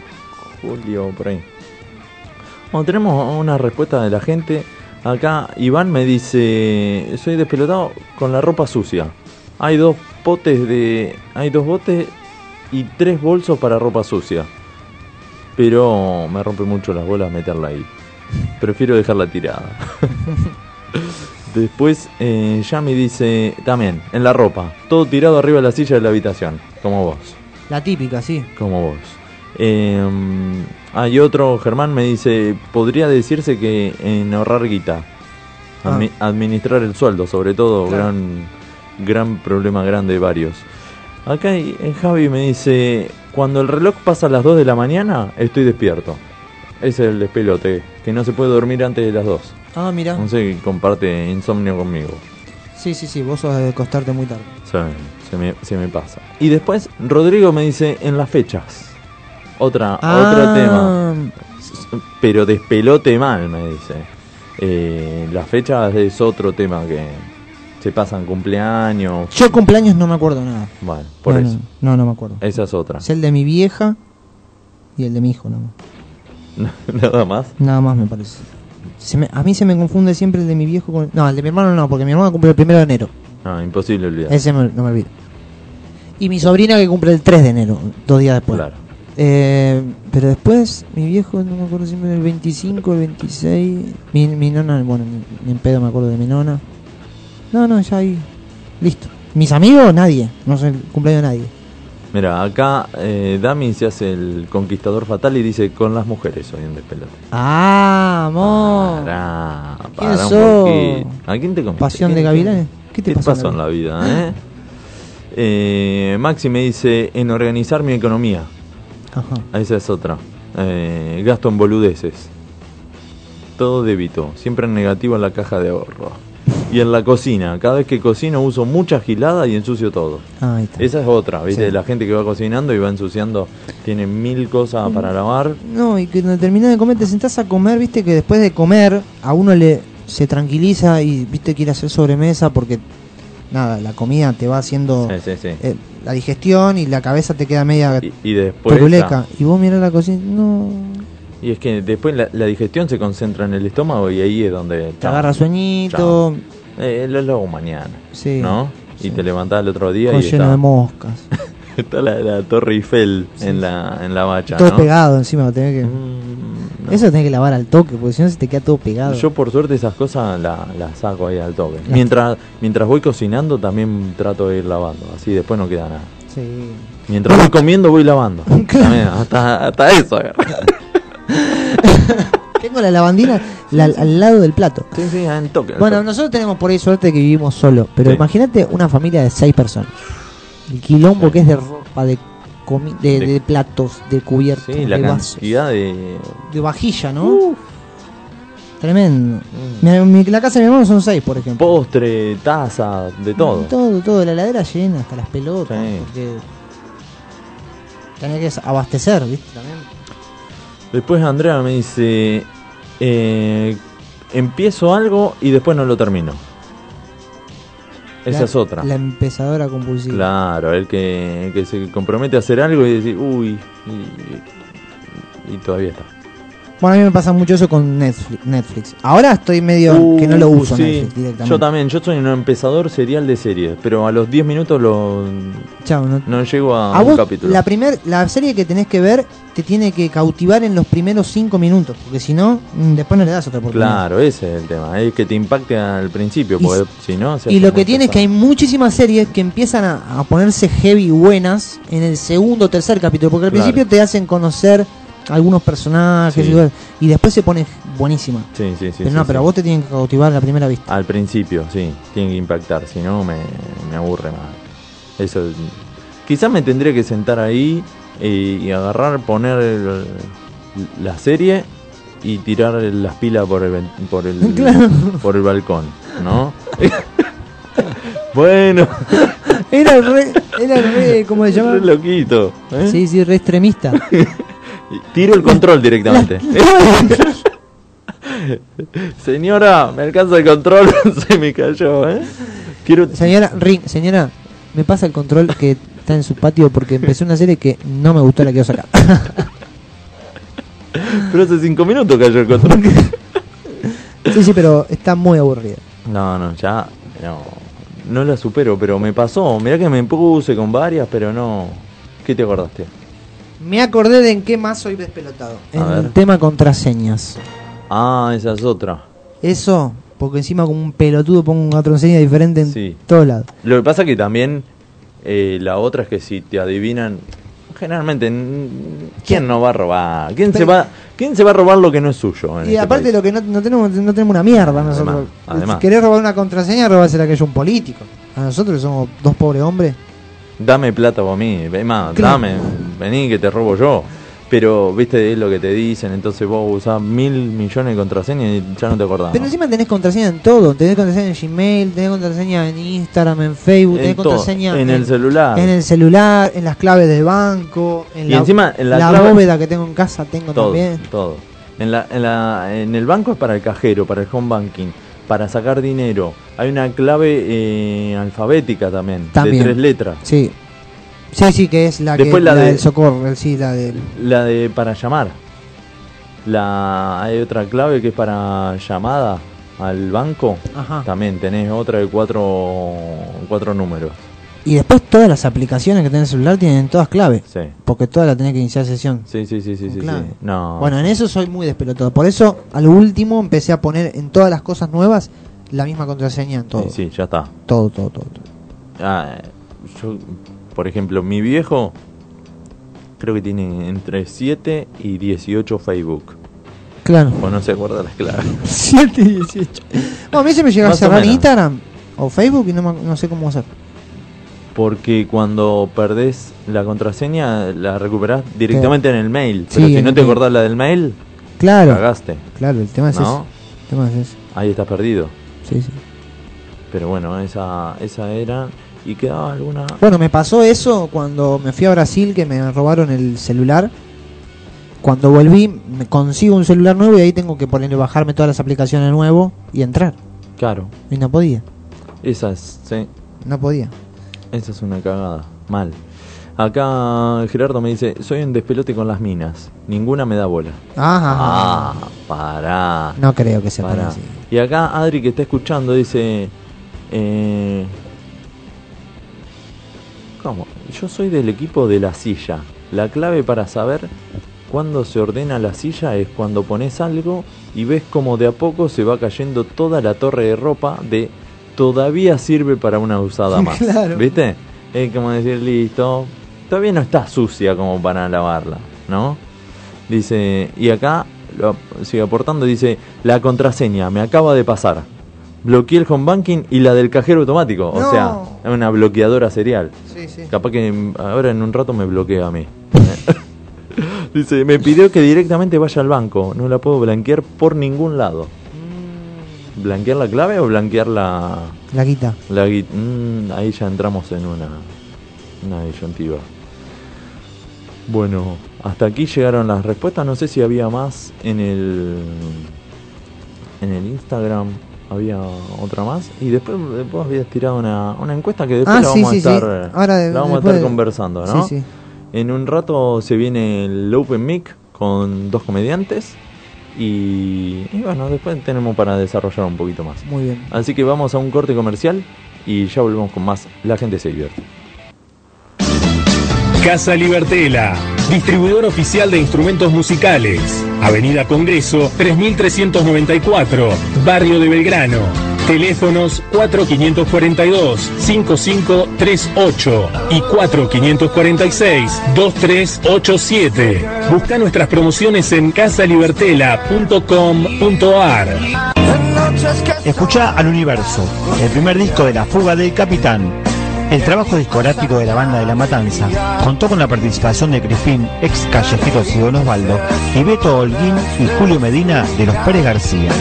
Speaker 1: julio, por ahí. Bueno, tenemos una respuesta de la gente. Acá Iván me dice, soy despelotado con la ropa sucia. Hay dos potes de... Hay dos botes y tres bolsos para ropa sucia. Pero me rompe mucho las bolas meterla ahí. Prefiero dejarla tirada. Después eh, Yami dice, también, en la ropa. Todo tirado arriba de la silla de la habitación. Como vos.
Speaker 2: La típica, sí.
Speaker 1: Como vos. Eh, hay otro, Germán me dice, podría decirse que en ahorrar guita. Admi- Administrar el sueldo, sobre todo, gran, gran problema grande de varios. Acá hay- eh, Javi me dice, cuando el reloj pasa a las 2 de la mañana, estoy despierto. Ese es el despelote, que no se puede dormir antes de las 2.
Speaker 2: Ah, mira.
Speaker 1: No sé, comparte insomnio conmigo.
Speaker 2: Sí, sí, sí, vos sos de acostarte muy tarde.
Speaker 1: Se, se me, se me pasa. Y después Rodrigo me dice en las fechas. Otra,
Speaker 2: Ah.
Speaker 1: otro tema. Pero despelote mal, me dice. Eh, las fechas es otro tema que se pasan cumpleaños.
Speaker 2: Yo cumpleaños no me acuerdo nada.
Speaker 1: Bueno, por
Speaker 2: no,
Speaker 1: eso.
Speaker 2: No, no, no me acuerdo.
Speaker 1: Esa es otra.
Speaker 2: Es el de mi vieja y el de mi hijo, nada más.
Speaker 1: Nada más.
Speaker 2: Nada más me parece. Se me- a mí se me confunde siempre el de mi viejo con... No, el de mi hermano no, porque mi hermano cumple el primero de enero.
Speaker 1: No, imposible olvidar.
Speaker 2: Ese me- no me olvido. Y mi sobrina que cumple el 3 de enero, dos días después.
Speaker 1: Claro.
Speaker 2: Eh, pero después, mi viejo, no me acuerdo si me el 25, el 26. Mi, mi nona, bueno, ni, ni en pedo me acuerdo de mi nona. No, no, ya ahí. Listo. ¿Mis amigos? Nadie. No sé el cumpleaños de nadie.
Speaker 1: Mira, acá eh, Dami se hace el conquistador fatal y dice con las mujeres hoy en despelote.
Speaker 2: ¡Ah, amor!
Speaker 1: Pará,
Speaker 2: ¿Quién
Speaker 1: pará un
Speaker 2: sos?
Speaker 1: poquito. ¿A quién te comiste?
Speaker 2: ¿Pasión
Speaker 1: ¿Quién-
Speaker 2: de gavilanes?
Speaker 1: quién-
Speaker 2: Ah, ¿Qué te pasó en
Speaker 1: pasó en
Speaker 2: la
Speaker 1: la vida? eh? Eh, Maxi me dice, en organizar mi economía.
Speaker 2: Ajá.
Speaker 1: Esa es otra. Eh, gasto en boludeces. Todo débito, siempre en negativo en la caja de ahorro. Y en la cocina, cada vez que cocino uso mucha gilada y ensucio todo.
Speaker 2: Ah, Ahí está.
Speaker 1: Esa es otra, ¿viste?
Speaker 2: Sí.
Speaker 1: La gente que va cocinando y va ensuciando, tiene mil cosas para
Speaker 2: Mm.
Speaker 1: lavar.
Speaker 2: No, y que cuando terminás de comer, te sentás a comer, viste que después de comer a uno le se tranquiliza y viste quiere hacer sobremesa porque nada, la comida te va haciendo
Speaker 1: Sí, sí, sí.
Speaker 2: eh, la digestión y la cabeza te queda media
Speaker 1: Y, y después.
Speaker 2: turuleca.
Speaker 1: está.
Speaker 2: Y vos mirás la cocina, no.
Speaker 1: Y es que después la, la digestión se concentra en el estómago y ahí es donde.
Speaker 2: Te agarra sueñito,
Speaker 1: chao. Eh, lo, lo hago mañana.
Speaker 2: Sí.
Speaker 1: ¿No? Y
Speaker 2: Sí.
Speaker 1: te levantás al otro día
Speaker 2: con
Speaker 1: y
Speaker 2: lleno
Speaker 1: está,
Speaker 2: de moscas.
Speaker 1: está la, la Torre Eiffel en, la, en la bacha.
Speaker 2: todo
Speaker 1: ¿no?
Speaker 2: pegado encima. lo tenés que-
Speaker 1: Mm, no.
Speaker 2: Eso lo tenés que lavar al toque, porque si no se te queda todo pegado.
Speaker 1: Yo por suerte esas cosas la- las saco ahí al toque.
Speaker 2: Las-
Speaker 1: Mientras, mientras voy cocinando también trato de ir lavando, así después no queda nada.
Speaker 2: Sí.
Speaker 1: Mientras voy comiendo voy lavando. También, hasta, hasta eso.
Speaker 2: Tengo la lavandina la- al lado del plato.
Speaker 1: sí, sí, al toque. al
Speaker 2: Bueno,
Speaker 1: toque.
Speaker 2: nosotros tenemos por ahí suerte que vivimos solo, pero
Speaker 1: Sí.
Speaker 2: imagínate una familia de seis personas. El quilombo que es de ropa, de, comi- de,
Speaker 1: De-
Speaker 2: de platos, de cubiertos,
Speaker 1: Sí, la Uh.
Speaker 2: de vasos,
Speaker 1: cantidad de...
Speaker 2: de vajilla, ¿no? Tremendo. Mi- mi- la casa de mi hermano son seis, por ejemplo.
Speaker 1: Postre, taza, de todo.
Speaker 2: Todo, todo. La heladera llena hasta las pelotas.
Speaker 1: Sí.
Speaker 2: Porque tenés que abastecer, ¿viste? También.
Speaker 1: Después Andrea me dice, eh, empiezo algo y después no lo termino. Esa
Speaker 2: La-
Speaker 1: es otra.
Speaker 2: La empezadora compulsiva.
Speaker 1: Claro, el que, el que se compromete a hacer algo y decir, uy, y, y todavía está.
Speaker 2: Bueno, a mí me pasa mucho eso con Netflix. Netflix. Ahora estoy medio que no lo
Speaker 1: Uh,
Speaker 2: uso
Speaker 1: sí.
Speaker 2: Netflix directamente.
Speaker 1: Yo también, yo soy un empezador serial de series, pero a los 10 minutos lo,
Speaker 2: Chao, no-
Speaker 1: no llego a,
Speaker 2: a
Speaker 1: Ah, un
Speaker 2: vos,
Speaker 1: capítulo.
Speaker 2: la, primer, la serie que tenés que ver te tiene que cautivar en los primeros cinco minutos, porque si no, mm, después no le das otra oportunidad.
Speaker 1: Claro, ese es el tema, es que te impacte al principio,
Speaker 2: Y
Speaker 1: porque
Speaker 2: s-
Speaker 1: si no... se
Speaker 2: Y
Speaker 1: hace
Speaker 2: lo que
Speaker 1: muy
Speaker 2: tiene es que hay
Speaker 1: pesado.
Speaker 2: muchísimas series que empiezan a, a ponerse heavy buenas en el segundo o tercer capítulo, porque al
Speaker 1: Claro.
Speaker 2: principio te hacen conocer algunos personajes
Speaker 1: Sí.
Speaker 2: y, cosas, y después se pone buenísima.
Speaker 1: Sí, sí, sí.
Speaker 2: pero
Speaker 1: sí,
Speaker 2: no,
Speaker 1: sí.
Speaker 2: pero a vos te tienen que cautivar a la primera vista.
Speaker 1: Al principio, sí, tiene que impactar, si no me, me aburre más. Eso. Quizás me tendría que sentar ahí eh, y, agarrar, poner el- la serie y tirar las pilas por el ven- por el
Speaker 2: Claro.
Speaker 1: por el balcón, ¿no? bueno,
Speaker 2: Era re, era re, ¿cómo se
Speaker 1: re
Speaker 2: llama?
Speaker 1: loquito. ¿eh?
Speaker 2: Sí, sí, re extremista.
Speaker 1: Tiro el control directamente. Señora, me alcanza el control, se me cayó, ¿eh? Quiero
Speaker 2: Señora, Ring, señora, me pasa el control que está en su patio porque empecé una serie que no me gustó la quiero sacar.
Speaker 1: Pero hace cinco minutos cayó el control.
Speaker 2: sí, sí, pero está muy aburrida.
Speaker 1: No, no, ya. No, no la supero, pero me pasó. Mirá que me puse con varias, pero no. ¿Qué te acordaste?
Speaker 2: Me acordé de en qué más soy despelotado. En
Speaker 1: A ver.
Speaker 2: el tema contraseñas.
Speaker 1: Ah, esa es otra.
Speaker 2: Eso, porque encima como un pelotudo pongo una contraseña diferente en
Speaker 1: Sí.
Speaker 2: todos lados.
Speaker 1: Lo que pasa que también eh, la otra es que si te adivinan. Generalmente, n- ¿quién no va a robar? ¿Quién, se
Speaker 2: Pero-
Speaker 1: va, ¿quién se va a robar lo que no es suyo? en
Speaker 2: Y
Speaker 1: este
Speaker 2: aparte
Speaker 1: país?
Speaker 2: lo que no, no tenemos no tenemos una mierda
Speaker 1: Además,
Speaker 2: nosotros.
Speaker 1: además.
Speaker 2: Si querés robar una contraseña, robásela que es un político. A nosotros que somos dos pobres hombres.
Speaker 1: Dame plata para mí, ve más,
Speaker 2: Claro.
Speaker 1: dame, vení que te robo yo. Pero, viste, es lo que te dicen, entonces vos usás mil millones de contraseñas y ya no te acordás.
Speaker 2: Pero
Speaker 1: ¿no?
Speaker 2: encima tenés contraseña en todo. Tenés contraseña en Gmail, tenés contraseña en Instagram, en Facebook, tenés
Speaker 1: En todo,
Speaker 2: contraseña
Speaker 1: en el celular.
Speaker 2: En el celular, en las claves del banco, en
Speaker 1: Y
Speaker 2: la,
Speaker 1: encima, en la clave-
Speaker 2: bóveda que tengo en casa tengo
Speaker 1: todo,
Speaker 2: también.
Speaker 1: todo. En, la, en, la- en el banco es para el cajero, para el home banking, para sacar dinero. Hay una clave eh, alfabética también, de
Speaker 2: También.
Speaker 1: tres letras.
Speaker 2: Sí. Sí, sí, que es la,
Speaker 1: Después
Speaker 2: que,
Speaker 1: la de-
Speaker 2: del socorro, el- sí, la del...
Speaker 1: La de para llamar. La, hay otra clave que es para llamada al banco.
Speaker 2: Ajá.
Speaker 1: También tenés otra de cuatro, cuatro números.
Speaker 2: Y después todas las aplicaciones que tenés en el celular tienen todas clave.
Speaker 1: Sí,
Speaker 2: Porque todas las tenés que iniciar sesión.
Speaker 1: sí, sí, sí, sí.
Speaker 2: Con
Speaker 1: sí,
Speaker 2: clave.
Speaker 1: sí. No.
Speaker 2: Bueno, en eso soy muy despelotado. Por eso, al último, empecé a poner en todas las cosas nuevas la misma contraseña en todo.
Speaker 1: Sí, sí, ya está.
Speaker 2: Todo, todo, todo. todo.
Speaker 1: Ah, yo, por ejemplo, mi viejo creo que tiene entre 7 y 18 Facebook.
Speaker 2: Claro.
Speaker 1: O no se acuerda las claves.
Speaker 2: 7 y 18. Bueno, a mí se me llega a
Speaker 1: Más o
Speaker 2: cerrar
Speaker 1: menos.
Speaker 2: Instagram o Facebook y no, me- no sé cómo hacer.
Speaker 1: Porque cuando perdés la contraseña, la recuperás directamente en el mail.
Speaker 2: Sí,
Speaker 1: Pero si
Speaker 2: en
Speaker 1: no
Speaker 2: el
Speaker 1: te
Speaker 2: mail.
Speaker 1: acordás la del mail,
Speaker 2: Claro,
Speaker 1: cagaste.
Speaker 2: claro, el tema es
Speaker 1: ¿No?
Speaker 2: eso. El tema es eso.
Speaker 1: Ahí estás perdido.
Speaker 2: Sí, sí.
Speaker 1: Pero bueno, esa, esa era. ¿Y quedaba alguna?
Speaker 2: Bueno, me pasó eso cuando me fui a Brasil, que me robaron el celular. Cuando volví, me consigo un celular nuevo y ahí tengo que ponerle, bajarme todas las aplicaciones de nuevo y entrar.
Speaker 1: Claro.
Speaker 2: Y no podía.
Speaker 1: Esa es, sí.
Speaker 2: No podía.
Speaker 1: Esa es una cagada. Mal. Acá Gerardo me dice, soy un despelote con las minas. Ninguna me da bola.
Speaker 2: Ajá.
Speaker 1: Ah, pará.
Speaker 2: No creo que sea
Speaker 1: pará.
Speaker 2: tan así.
Speaker 1: Y acá Adri que está escuchando dice, eh, ¿cómo? Yo soy del equipo de la silla. La clave para saber cuándo se ordena la silla es cuando pones algo y ves como de a poco se va cayendo toda la torre de ropa de todavía sirve para una usada más.
Speaker 2: Claro.
Speaker 1: ¿Viste? Es como decir, listo, todavía no está sucia como para lavarla, ¿no? Dice, y acá lo ap- sigue aportando, dice, la contraseña me acaba de pasar. Bloqueé el home banking y la del cajero automático. O
Speaker 2: No.
Speaker 1: sea, es una bloqueadora serial.
Speaker 2: Sí, sí.
Speaker 1: Capaz que mm, ahora en un rato me bloquea a mí. Dice, me pidió que directamente vaya al banco. No la puedo blanquear por ningún lado.
Speaker 2: Mm.
Speaker 1: ¿Blanquear la clave o blanquear la,
Speaker 2: La quita.
Speaker 1: la gui- mm, Ahí ya entramos en una, una disyuntiva. Bueno, hasta aquí llegaron las respuestas. No sé si había más en el en el Instagram. Había otra más. Y después vos habías tirado una, una encuesta que después
Speaker 2: Ah,
Speaker 1: la
Speaker 2: sí,
Speaker 1: vamos
Speaker 2: sí, sí.
Speaker 1: a estar,
Speaker 2: Ahora de-
Speaker 1: la vamos a
Speaker 2: después
Speaker 1: estar
Speaker 2: de-
Speaker 1: conversando, ¿no?
Speaker 2: Sí, sí.
Speaker 1: En un rato se viene el Open Mic con dos comediantes. Y, y bueno, después tenemos para desarrollar un poquito más.
Speaker 2: Muy bien.
Speaker 1: Así que vamos a un corte comercial y ya volvemos con más. La gente se divierte.
Speaker 6: Casa Libertela, distribuidor oficial de instrumentos musicales. Avenida Congreso 3394, Barrio de Belgrano. Teléfonos 4542-5538 y 4546-2387. Busca nuestras promociones en casalibertela.com.ar.
Speaker 9: Escucha al universo, el primer disco de La Fuga del Capitán. El trabajo discográfico de la banda de La Matanza contó con la participación de Crispín, ex callejeros y Don Osvaldo, y Beto Holguín y Julio Medina de los Pérez García.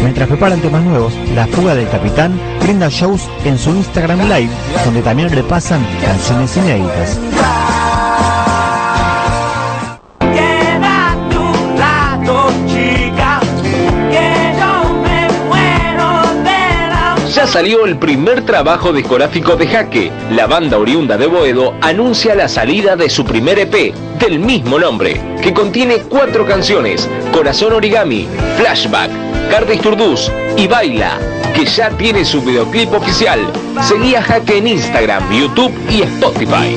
Speaker 9: Mientras preparan temas nuevos, La Fuga del Capitán brinda shows en su Instagram Live, donde también repasan canciones inéditas.
Speaker 10: Ya salió el primer trabajo discográfico de Jaque. La banda oriunda de Boedo anuncia la salida de su primer EP, del mismo nombre, que contiene cuatro canciones, Corazón Origami, Flashback, Cardis Turdús y Baila, que ya tiene su videoclip oficial. Seguí a Jaque en Instagram, YouTube y Spotify.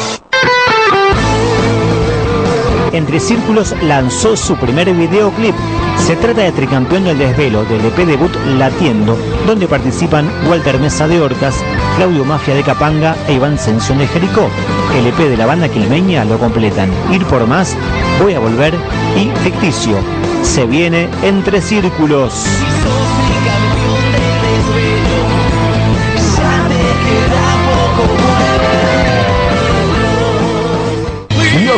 Speaker 9: Entre Círculos lanzó su primer videoclip. Se trata de Tricampeón del Desvelo, del EP debut Latiendo, donde participan Walter Mesa de Hortas, Claudio Mafia de Capanga e Iván Sensión de Jericó. El EP de la banda quilmeña lo completan Ir por Más, Voy a Volver y Ficticio. Se viene Entre Círculos.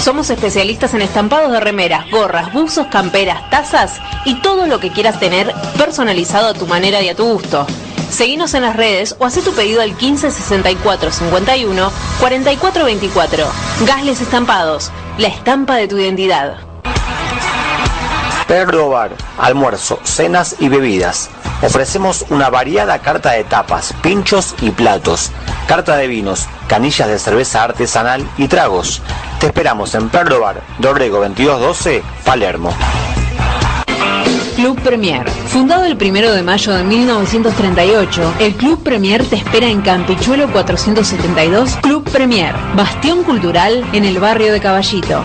Speaker 11: Somos especialistas en estampados de remeras, gorras, buzos, camperas, tazas y todo lo que quieras tener personalizado a tu manera y a tu gusto. Seguinos en las redes o haz tu pedido al 15 64 51 44 24. Gasles Estampados, la estampa de tu identidad.
Speaker 12: Perro Bar, almuerzo, cenas y bebidas.
Speaker 9: Ofrecemos una variada carta de tapas, pinchos y platos, carta de vinos, canillas de cerveza artesanal y tragos. Te esperamos en Perlo Bar, Dorrego 2212, Palermo.
Speaker 11: Club Premier. Fundado el 1 de mayo de 1938, el Club Premier te espera en Campichuelo 472, Club Premier, bastión cultural en el barrio de Caballito.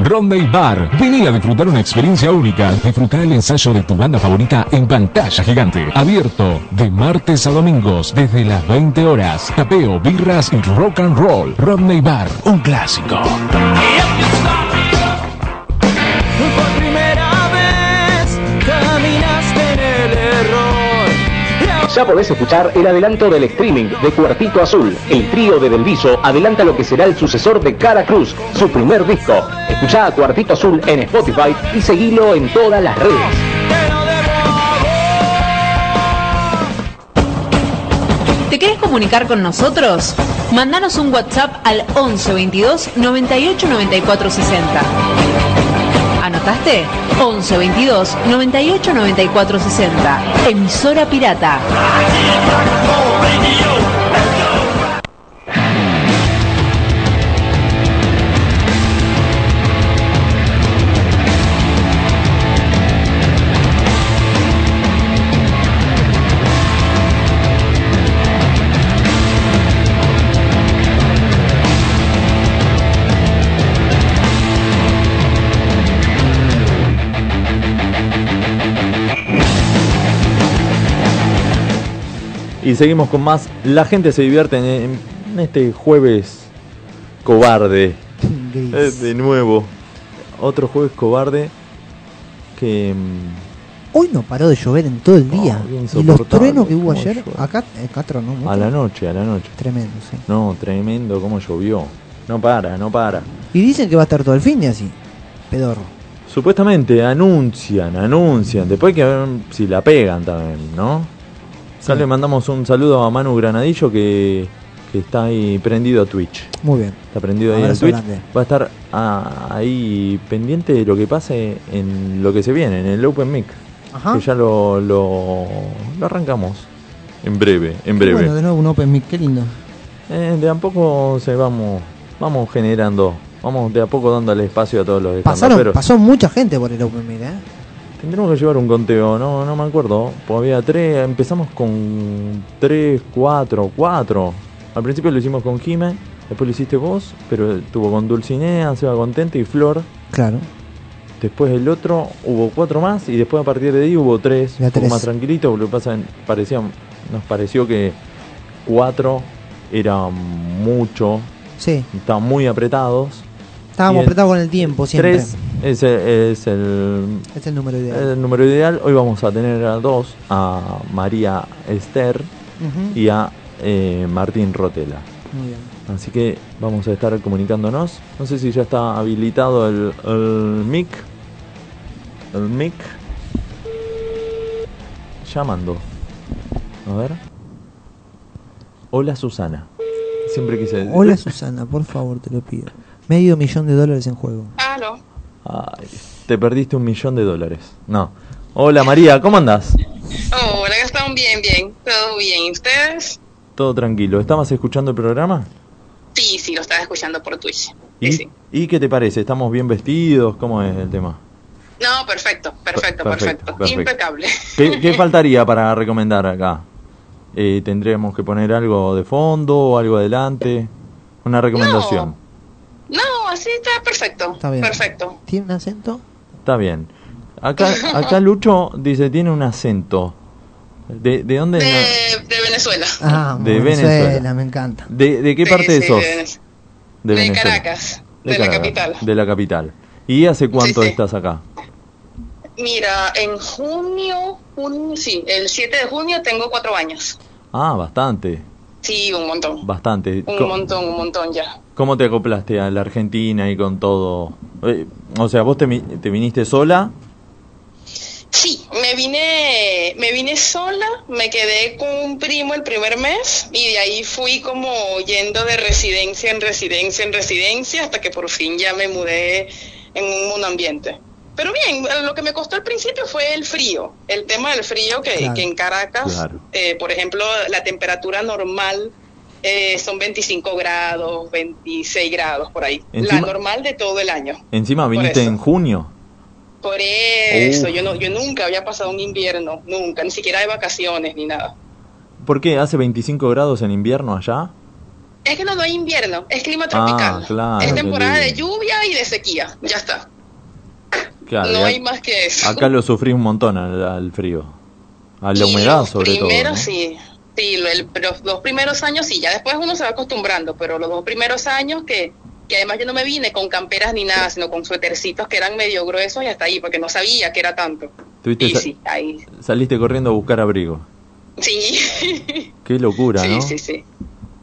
Speaker 10: Rondale Bar. Vení a disfrutar una experiencia única. Disfruta el ensayo de tu banda favorita en pantalla gigante. Abierto de martes a domingos desde las 20 horas. Tapeo, birras y rock and roll. Rodney Bar, un clásico.
Speaker 5: Por primera vez caminaste en el error.
Speaker 13: Ya podés escuchar el adelanto del streaming de Cuartito Azul. El trío de Delviso adelanta lo que será el sucesor de Cara Cruz, su primer disco. Escuchá a Cuartito Azul en Spotify y seguilo en todas las redes.
Speaker 11: ¿Te querés comunicar con nosotros? Mandanos un WhatsApp al 11 22 98 94 60. ¿Anotaste? 11 22 98 94 60. Emisora pirata.
Speaker 1: Y seguimos con más. La gente se divierte en, en- en este jueves cobarde.
Speaker 2: Gris.
Speaker 1: Eh, De nuevo. Otro jueves cobarde que... mm,
Speaker 2: Hoy no paró de llover en todo el
Speaker 1: Oh,
Speaker 2: día. y los
Speaker 1: insoportable,
Speaker 2: truenos que hubo
Speaker 1: cómo
Speaker 2: ayer,
Speaker 1: llueve.
Speaker 2: acá, eh, acá tronó mucho.
Speaker 1: A la noche, a la noche.
Speaker 2: Tremendo, sí.
Speaker 1: No, tremendo como llovió. No para, no para.
Speaker 2: Y dicen que va a estar todo el fin de así. Pedorro.
Speaker 1: Supuestamente anuncian, anuncian. Después hay que ver si la pegan también, ¿no? Acá le mandamos un saludo a Manu Granadillo que, que está ahí prendido a Twitch.
Speaker 2: Muy bien.
Speaker 1: Está prendido ahí en
Speaker 2: Abrazo
Speaker 1: Twitch.
Speaker 2: grande.
Speaker 1: Va a estar ah, ahí pendiente de lo que pase en lo que se viene, en el Open Mic.
Speaker 2: Ajá.
Speaker 1: Que ya lo, lo, lo arrancamos. En breve, en
Speaker 2: Qué
Speaker 1: breve.
Speaker 2: Bueno, de nuevo un Open Mic, qué lindo.
Speaker 1: Eh, de a poco se vamos, vamos generando, vamos de a poco dándole espacio a todos los
Speaker 2: Pasaron,
Speaker 1: pero
Speaker 2: pasó mucha gente por el Open Mic, ¿eh?
Speaker 1: Tendremos que llevar un conteo, no, no me acuerdo. Pues había tres, empezamos con tres, cuatro, cuatro. Al principio lo hicimos con Jime, después lo hiciste vos, pero estuvo con Dulcinea, Seba Contente y Flor.
Speaker 2: Claro.
Speaker 1: Después el otro hubo cuatro más y después a partir de ahí hubo tres,
Speaker 2: Ya
Speaker 1: un poco
Speaker 2: tres.
Speaker 1: más tranquilito, porque lo que pasa en- parecía, nos pareció que cuatro era mucho,
Speaker 2: Sí.
Speaker 1: estaban muy apretados. Y
Speaker 2: Estábamos
Speaker 1: el
Speaker 2: apretados con el tiempo siempre.
Speaker 1: Tres es, eh, es el,
Speaker 2: Este es el número ideal.
Speaker 1: el número ideal. Hoy vamos a tener a dos, a María Esther
Speaker 2: Ujú.
Speaker 1: y a eh, Martín Rotela.
Speaker 2: Muy bien.
Speaker 1: Así que vamos a estar comunicándonos. No sé si ya está habilitado el, el mic. El mic. Llamando. A ver. Hola Susana. Siempre quise...
Speaker 2: Hola Susana, por favor, te lo pido. Medio millón de dólares en juego.
Speaker 1: Ay, te perdiste un millón de dólares. No. Hola María, ¿cómo andas?
Speaker 14: Oh, Hola, están bien, bien, todo bien. ¿Y ustedes?
Speaker 1: Todo tranquilo. ¿Estabas escuchando el programa?
Speaker 14: Sí, sí, lo estaba escuchando por Twitch.
Speaker 1: ¿Y, ¿Y qué te parece? ¿Estamos bien vestidos? ¿Cómo es el tema?
Speaker 14: No, perfecto, perfecto, perfecto.
Speaker 1: perfecto, perfecto.
Speaker 14: Impecable.
Speaker 1: ¿Qué, qué faltaría para recomendar acá? Eh, ¿Tendríamos que poner algo de fondo o algo adelante? Una recomendación.
Speaker 14: No, así está perfecto.
Speaker 1: Está bien.
Speaker 14: Perfecto.
Speaker 2: ¿Tiene un acento?
Speaker 1: Está bien. Acá, acá Lucho dice, tiene un acento. ¿De, de dónde?
Speaker 14: De, de Venezuela.
Speaker 2: Ah,
Speaker 1: De
Speaker 2: Venezuela,
Speaker 1: Venezuela.
Speaker 2: me encanta.
Speaker 1: ¿De, de qué
Speaker 14: Sí,
Speaker 1: parte
Speaker 14: sí,
Speaker 1: sos?
Speaker 14: de Venezuela.
Speaker 1: De,
Speaker 14: De
Speaker 1: Venezuela.
Speaker 14: Caracas, de la capital.
Speaker 1: De la capital. ¿Y hace cuánto
Speaker 14: sí.
Speaker 1: estás acá?
Speaker 14: Mira, en junio, un- sí, el 7 de junio tengo cuatro años.
Speaker 1: Ah, bastante,
Speaker 14: Sí, un montón.
Speaker 1: bastante.
Speaker 14: Un
Speaker 1: Co-
Speaker 14: montón, un montón ya.
Speaker 1: ¿Cómo te acoplaste a la Argentina y con todo? Eh, o sea, vos te, mi- te viniste sola.
Speaker 14: Sí, me vine, me vine sola, me quedé con un primo el primer mes y de ahí fui como yendo de residencia en residencia en residencia hasta que por fin ya me mudé en un mundo ambiente. Pero bien, lo que me costó al principio fue el frío, el tema del frío que,
Speaker 1: Claro,
Speaker 14: que en Caracas,
Speaker 1: claro.
Speaker 14: eh, por ejemplo, la temperatura normal eh, son 25 grados, 26 grados por ahí, la
Speaker 1: Encima-
Speaker 14: normal de todo el año.
Speaker 1: Encima
Speaker 14: Por
Speaker 1: viniste
Speaker 14: eso.
Speaker 1: en junio.
Speaker 14: Por eso,
Speaker 1: Uh.
Speaker 14: yo no, yo nunca había pasado un invierno, nunca, ni siquiera de vacaciones ni nada.
Speaker 1: ¿Por qué? ¿Hace 25 grados en invierno allá?
Speaker 14: Es que no, no hay invierno, es clima tropical.
Speaker 1: Ah, claro,
Speaker 14: es
Speaker 1: qué
Speaker 14: temporada de
Speaker 1: lindo.
Speaker 14: lluvia y de sequía, ya está.
Speaker 1: Claro,
Speaker 14: no
Speaker 1: y a-
Speaker 14: hay más que eso.
Speaker 1: Acá lo sufrí un montón al, al frío. A la
Speaker 14: Y
Speaker 1: humedad
Speaker 14: los
Speaker 1: sobre todo.
Speaker 14: primeros
Speaker 1: ¿no?
Speaker 14: sí, sí, lo- el- los dos primeros años sí, ya después uno se va acostumbrando, pero los dos primeros años que, que además yo no me vine con camperas ni nada, sino con suetercitos que eran medio gruesos y hasta ahí, porque no sabía que era tanto.
Speaker 1: Tuviste
Speaker 14: Y
Speaker 1: sa-
Speaker 14: sí, ahí.
Speaker 1: Saliste corriendo a buscar abrigo.
Speaker 14: Sí.
Speaker 1: Qué locura,
Speaker 14: Sí,
Speaker 1: ¿no?
Speaker 14: sí, sí.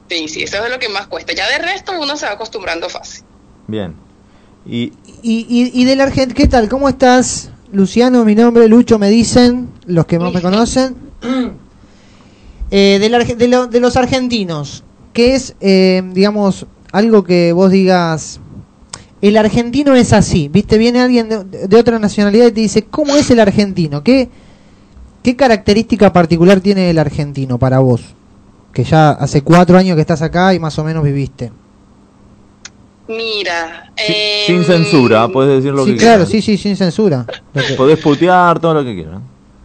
Speaker 14: Sí, sí, eso es lo que más cuesta. Ya de resto uno se va acostumbrando fácil.
Speaker 1: Bien. Y
Speaker 2: Y, y, y de la Argentina, ¿qué tal? ¿Cómo estás? Luciano, mi nombre, Lucho, me dicen, los que más me conocen. Eh, de, la Arge- de lo- de los argentinos, ¿qué es, eh, digamos, algo que vos digas, el argentino es así? ¿Viste? Viene alguien de, de otra nacionalidad y te dice, ¿cómo es el argentino? ¿Qué, ¿Qué característica particular tiene el argentino para vos? Que ya hace cuatro años que estás acá y más o menos viviste.
Speaker 14: Mira,
Speaker 1: sin censura,
Speaker 14: Mm.
Speaker 1: puedes decir lo
Speaker 2: Sí,
Speaker 1: que
Speaker 2: claro,
Speaker 1: quieras.
Speaker 2: sí, sí, sin censura.
Speaker 1: Podés putear todo lo que quieras.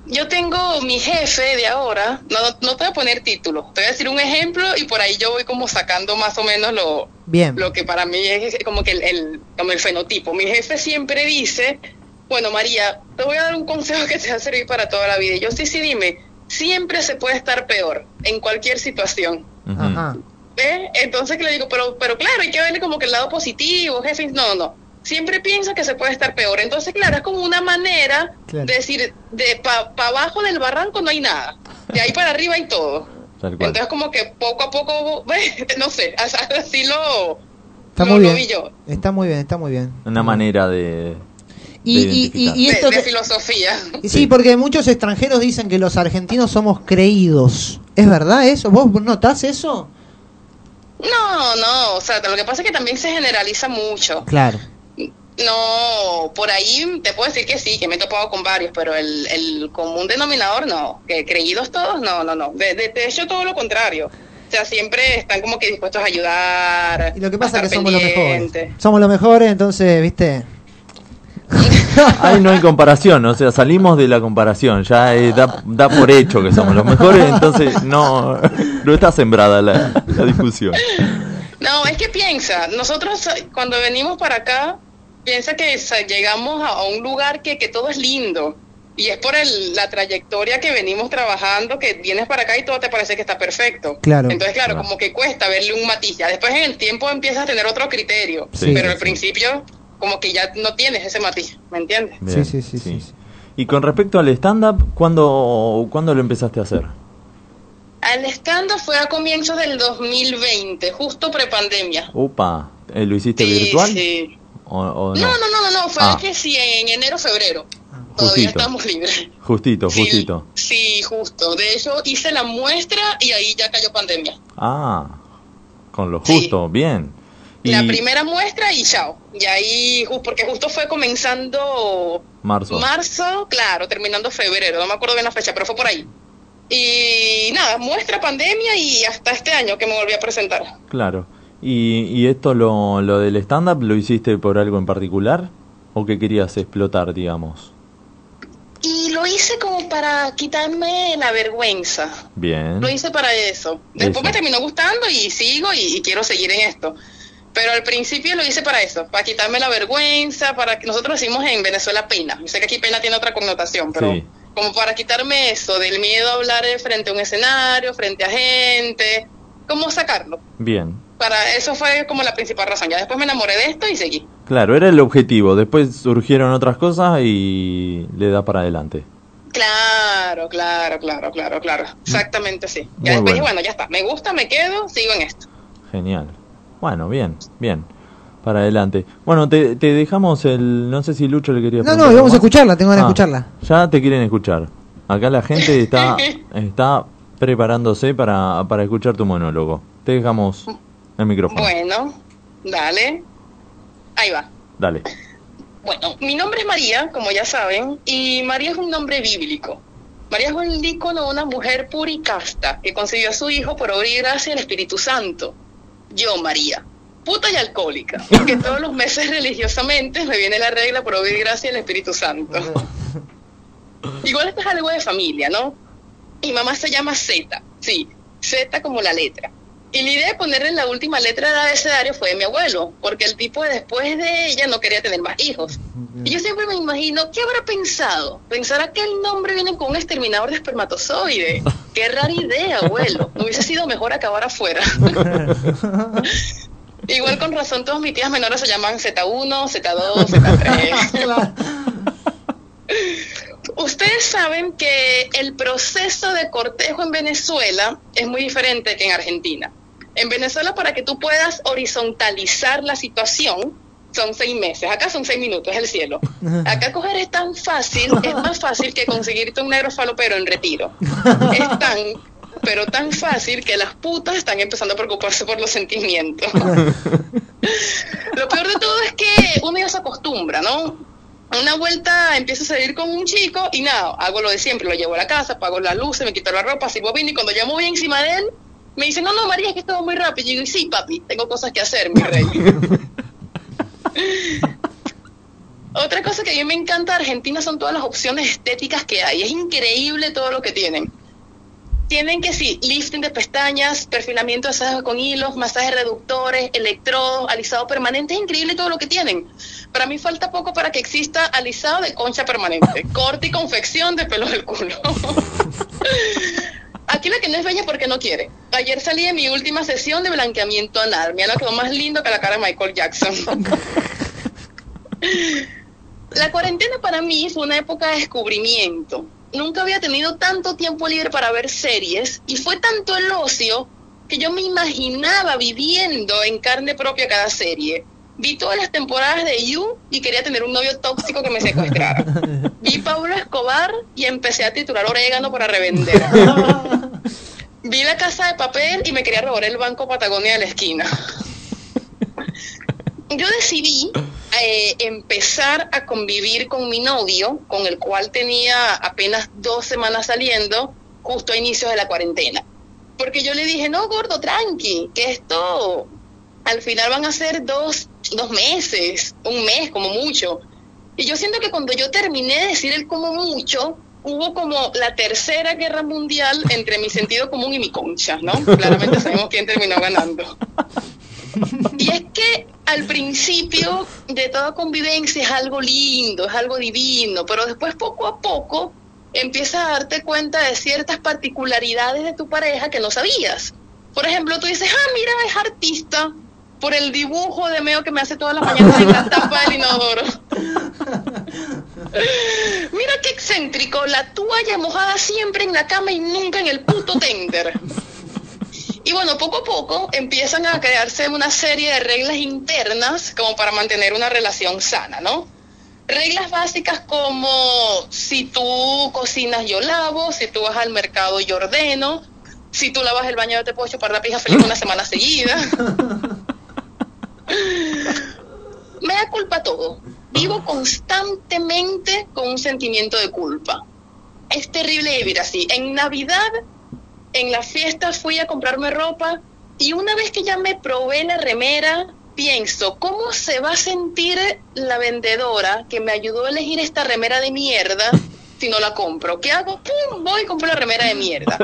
Speaker 14: yo tengo mi jefe de ahora, no, no, no te voy a poner título, te voy a decir un ejemplo y por ahí yo voy como sacando más o menos lo,
Speaker 2: Bien.
Speaker 14: lo que para mí es como que el, el- como el fenotipo. Mi jefe siempre dice, bueno María, te voy a dar un consejo que te va a servir para toda la vida. Y yo sí, sí, dime, siempre se puede estar peor en cualquier situación.
Speaker 2: Ajá.
Speaker 14: ¿Eh? Entonces que le digo, pero, pero claro, hay que verle como que el lado positivo, jefe. No, no, no. Siempre piensa que se puede estar peor. Entonces, claro, es como una manera
Speaker 2: Claro.
Speaker 14: de decir, de para abajo del barranco no hay nada. De ahí para arriba hay todo.
Speaker 1: Tal cual.
Speaker 14: Entonces, como que poco a poco, no sé, así lo,
Speaker 2: Está
Speaker 14: lo-
Speaker 2: muy
Speaker 14: lo
Speaker 2: bien.
Speaker 14: vi yo.
Speaker 2: Está muy bien, está muy bien.
Speaker 1: Una manera de.
Speaker 2: Y- y-
Speaker 1: de
Speaker 2: y-
Speaker 1: identificar.
Speaker 2: y esto
Speaker 14: de, de
Speaker 2: que-
Speaker 14: filosofía.
Speaker 2: Y Sí, porque muchos extranjeros dicen que los argentinos somos creídos. ¿Es verdad eso? ¿Vos notás eso?
Speaker 14: No, no, o sea, lo que pasa es que también se generaliza mucho.
Speaker 2: Claro.
Speaker 14: No, por ahí te puedo decir que sí, que me he topado con varios, pero el, el común denominador no, que creídos todos, no, no, no. De, de- de hecho, todo lo contrario. O sea, siempre están como que dispuestos a ayudar.
Speaker 2: Y lo que pasa
Speaker 14: a
Speaker 2: es que
Speaker 14: estar
Speaker 2: somos los mejores.
Speaker 14: pendientes.
Speaker 2: Somos los mejores, entonces, viste.
Speaker 1: Ahí no hay comparación, o sea, salimos de la comparación. Ya eh, da, da por hecho que somos los mejores, entonces no, no está sembrada la, la discusión.
Speaker 14: No, es que piensa, nosotros eh, cuando venimos para acá, piensa que sa- llegamos a, a un lugar que, que todo es lindo. Y es por el- la trayectoria que venimos trabajando, que vienes para acá y todo te parece que está perfecto.
Speaker 2: Claro.
Speaker 14: Entonces, claro,
Speaker 2: Claro.
Speaker 14: como que cuesta verle un matiz. Ya después en el tiempo empiezas a tener otro criterio.
Speaker 1: Sí,
Speaker 14: pero
Speaker 1: sí,
Speaker 14: al principio, como que ya no tienes ese matiz, ¿me entiendes?
Speaker 1: Bien, sí. Y con respecto al stand-up, ¿cuándo, ¿cuándo lo empezaste a hacer?
Speaker 14: Al stand fue a comienzos del 2020, justo prepandemia.
Speaker 1: Upa, eh, ¿lo hiciste
Speaker 14: Sí,
Speaker 1: virtual?
Speaker 14: sí.
Speaker 1: ¿O, o
Speaker 14: No, no, no, no, no, fue
Speaker 1: Oh, Ah,
Speaker 14: que sí, en enero, febrero. Todavía
Speaker 1: justito,
Speaker 14: estamos libres.
Speaker 1: justito, justito.
Speaker 14: Sí, justo. De hecho, hice la muestra y ahí ya cayó pandemia.
Speaker 1: Ah, con lo justo, bien. Y
Speaker 14: La primera muestra y chao. Y ahí, ju- porque justo fue comenzando
Speaker 1: marzo.
Speaker 14: marzo, claro, terminando febrero, no me acuerdo bien la fecha, pero fue por ahí. Y nada, muestra pandemia y hasta este año que me volví a presentar.
Speaker 1: Claro. ¿Y, y esto, lo, lo del stand-up, lo hiciste por algo en particular? ¿O que querías explotar, digamos?
Speaker 14: Y lo hice como para quitarme la vergüenza.
Speaker 1: Bien.
Speaker 14: Lo hice para eso. Después
Speaker 1: Eso.
Speaker 14: me terminó gustando y sigo y, y quiero seguir en esto. Pero al principio lo hice para eso, para quitarme la vergüenza, para que nosotros decimos en Venezuela pena. Yo sé que aquí pena tiene otra connotación, pero
Speaker 1: Sí.
Speaker 14: como para quitarme eso del miedo a hablar eh, frente a un escenario, frente a gente, cómo sacarlo.
Speaker 1: Bien.
Speaker 14: Para eso fue como la principal razón. Ya después me enamoré de esto y seguí.
Speaker 1: Claro, era el objetivo. Después surgieron otras cosas y le da para adelante.
Speaker 14: Claro, claro, claro, claro, claro. Exactamente así. Ya
Speaker 1: Mm.
Speaker 14: después
Speaker 1: Muy
Speaker 14: dije,
Speaker 1: bueno.
Speaker 14: bueno, ya está. Me gusta, me quedo, sigo en esto.
Speaker 1: Genial. Bueno, bien, bien. Para adelante. Bueno, te, te dejamos el... No sé si Lucho le quería
Speaker 2: No,
Speaker 1: preguntar
Speaker 2: no, y vamos a
Speaker 1: algo más.
Speaker 2: escucharla, tengo ganas de
Speaker 1: Ah,
Speaker 2: escucharla.
Speaker 1: Ya te quieren escuchar. Acá la gente está, está preparándose para, para escuchar tu monólogo. Te dejamos el micrófono.
Speaker 14: Bueno, dale. Ahí va.
Speaker 1: Dale.
Speaker 14: Bueno, mi nombre es María, como ya saben, y María es un nombre bíblico. María es el ícono de una mujer pura y casta que concibió a su hijo por obra y gracia del Espíritu Santo. Yo, María, puta y alcohólica, porque todos los meses religiosamente me viene la regla por obra y gracia del Espíritu Santo. Igual esto es algo de familia, ¿no? Mi mamá se llama Z, sí, Z como la letra. Y la idea de ponerle la última letra del abecedario fue de mi abuelo, porque el tipo después de ella no quería tener más hijos. Y yo siempre me imagino, ¿qué habrá pensado? ¿Pensará que el nombre viene con un exterminador de espermatozoide? Qué rara idea, abuelo. Hubiese sido mejor acabar afuera. Igual con razón, todas mis tías menores se llaman Z1, Z2, Z3. Ustedes saben que el proceso de cortejo en Venezuela es muy diferente que en Argentina. En Venezuela, para que tú puedas horizontalizar la situación, son seis meses. Acá son seis minutos, es el cielo. Acá coger es tan fácil, es más fácil que conseguirte un negro falopero en retiro. Es tan, pero tan fácil que las putas están empezando a preocuparse por los sentimientos. Lo peor de todo es que uno ya se acostumbra, ¿no? Una vuelta empiezo a salir con un chico y nada, hago lo de siempre, lo llevo a la casa, pago las luces, me quito la ropa, sirvo vino y cuando ya me voy encima de él, me dice, no, no, María, es que esto va muy rápido. Y digo, "Y sí, papi, tengo cosas que hacer, mi rey. Otra cosa que a mí me encanta de Argentina son todas las opciones estéticas que hay. Es increíble todo lo que tienen. Tienen que sí, lifting de pestañas, perfilamiento de cejas con hilos, masajes reductores, electrodos, alisado permanente. Es increíble todo lo que tienen. Para mí falta poco para que exista alisado de concha permanente, corte y confección de pelos del culo. Aquí la que no es bella es porque no quiere. Ayer salí de mi última sesión de blanqueamiento anal. Mira, no quedó más lindo que la cara de Michael Jackson. La cuarentena para mí fue una época de descubrimiento. Nunca había tenido tanto tiempo libre para ver series y fue tanto el ocio que yo me imaginaba viviendo en carne propia cada serie. Vi todas las temporadas de You y quería tener un novio tóxico que me secuestrara. Vi Pablo Escobar y empecé a titular orégano para revender. Vi la casa de papel y me quería robar el banco Patagonia de la esquina. Yo decidí eh, empezar a convivir con mi novio, con el cual tenía apenas dos semanas saliendo, justo a inicios de la cuarentena. Porque yo le dije, no, gordo, tranqui, que esto al final van a ser dos, dos meses, un mes como mucho. Y yo siento que cuando yo terminé de decir el como mucho, hubo como la tercera guerra mundial entre mi sentido común y mi concha, ¿no? Claramente sabemos quién terminó ganando. Y es que al principio de toda convivencia es algo lindo, es algo divino, pero después poco a poco empiezas a darte cuenta de ciertas particularidades de tu pareja que no sabías. Por ejemplo, tú dices, ah, mira, es artista por el dibujo de meo que me hace todas las mañanas en la tapa del inodoro. mira qué excéntrico, la toalla mojada siempre en la cama y nunca en el puto tender. Y bueno, poco a poco empiezan a crearse una serie de reglas internas como para mantener una relación sana, ¿no? Reglas básicas como si tú cocinas yo lavo, si tú vas al mercado yo ordeno, si tú lavas el baño yo te puedo chupar la pija feliz una semana seguida. Me da culpa todo. Vivo constantemente con un sentimiento de culpa. Es terrible vivir así. En Navidad en la fiesta fui a comprarme ropa y una vez que ya me probé la remera, pienso, ¿cómo se va a sentir la vendedora que me ayudó a elegir esta remera de mierda si no la compro? ¿Qué hago? ¡Pum! Voy y compro la remera de mierda.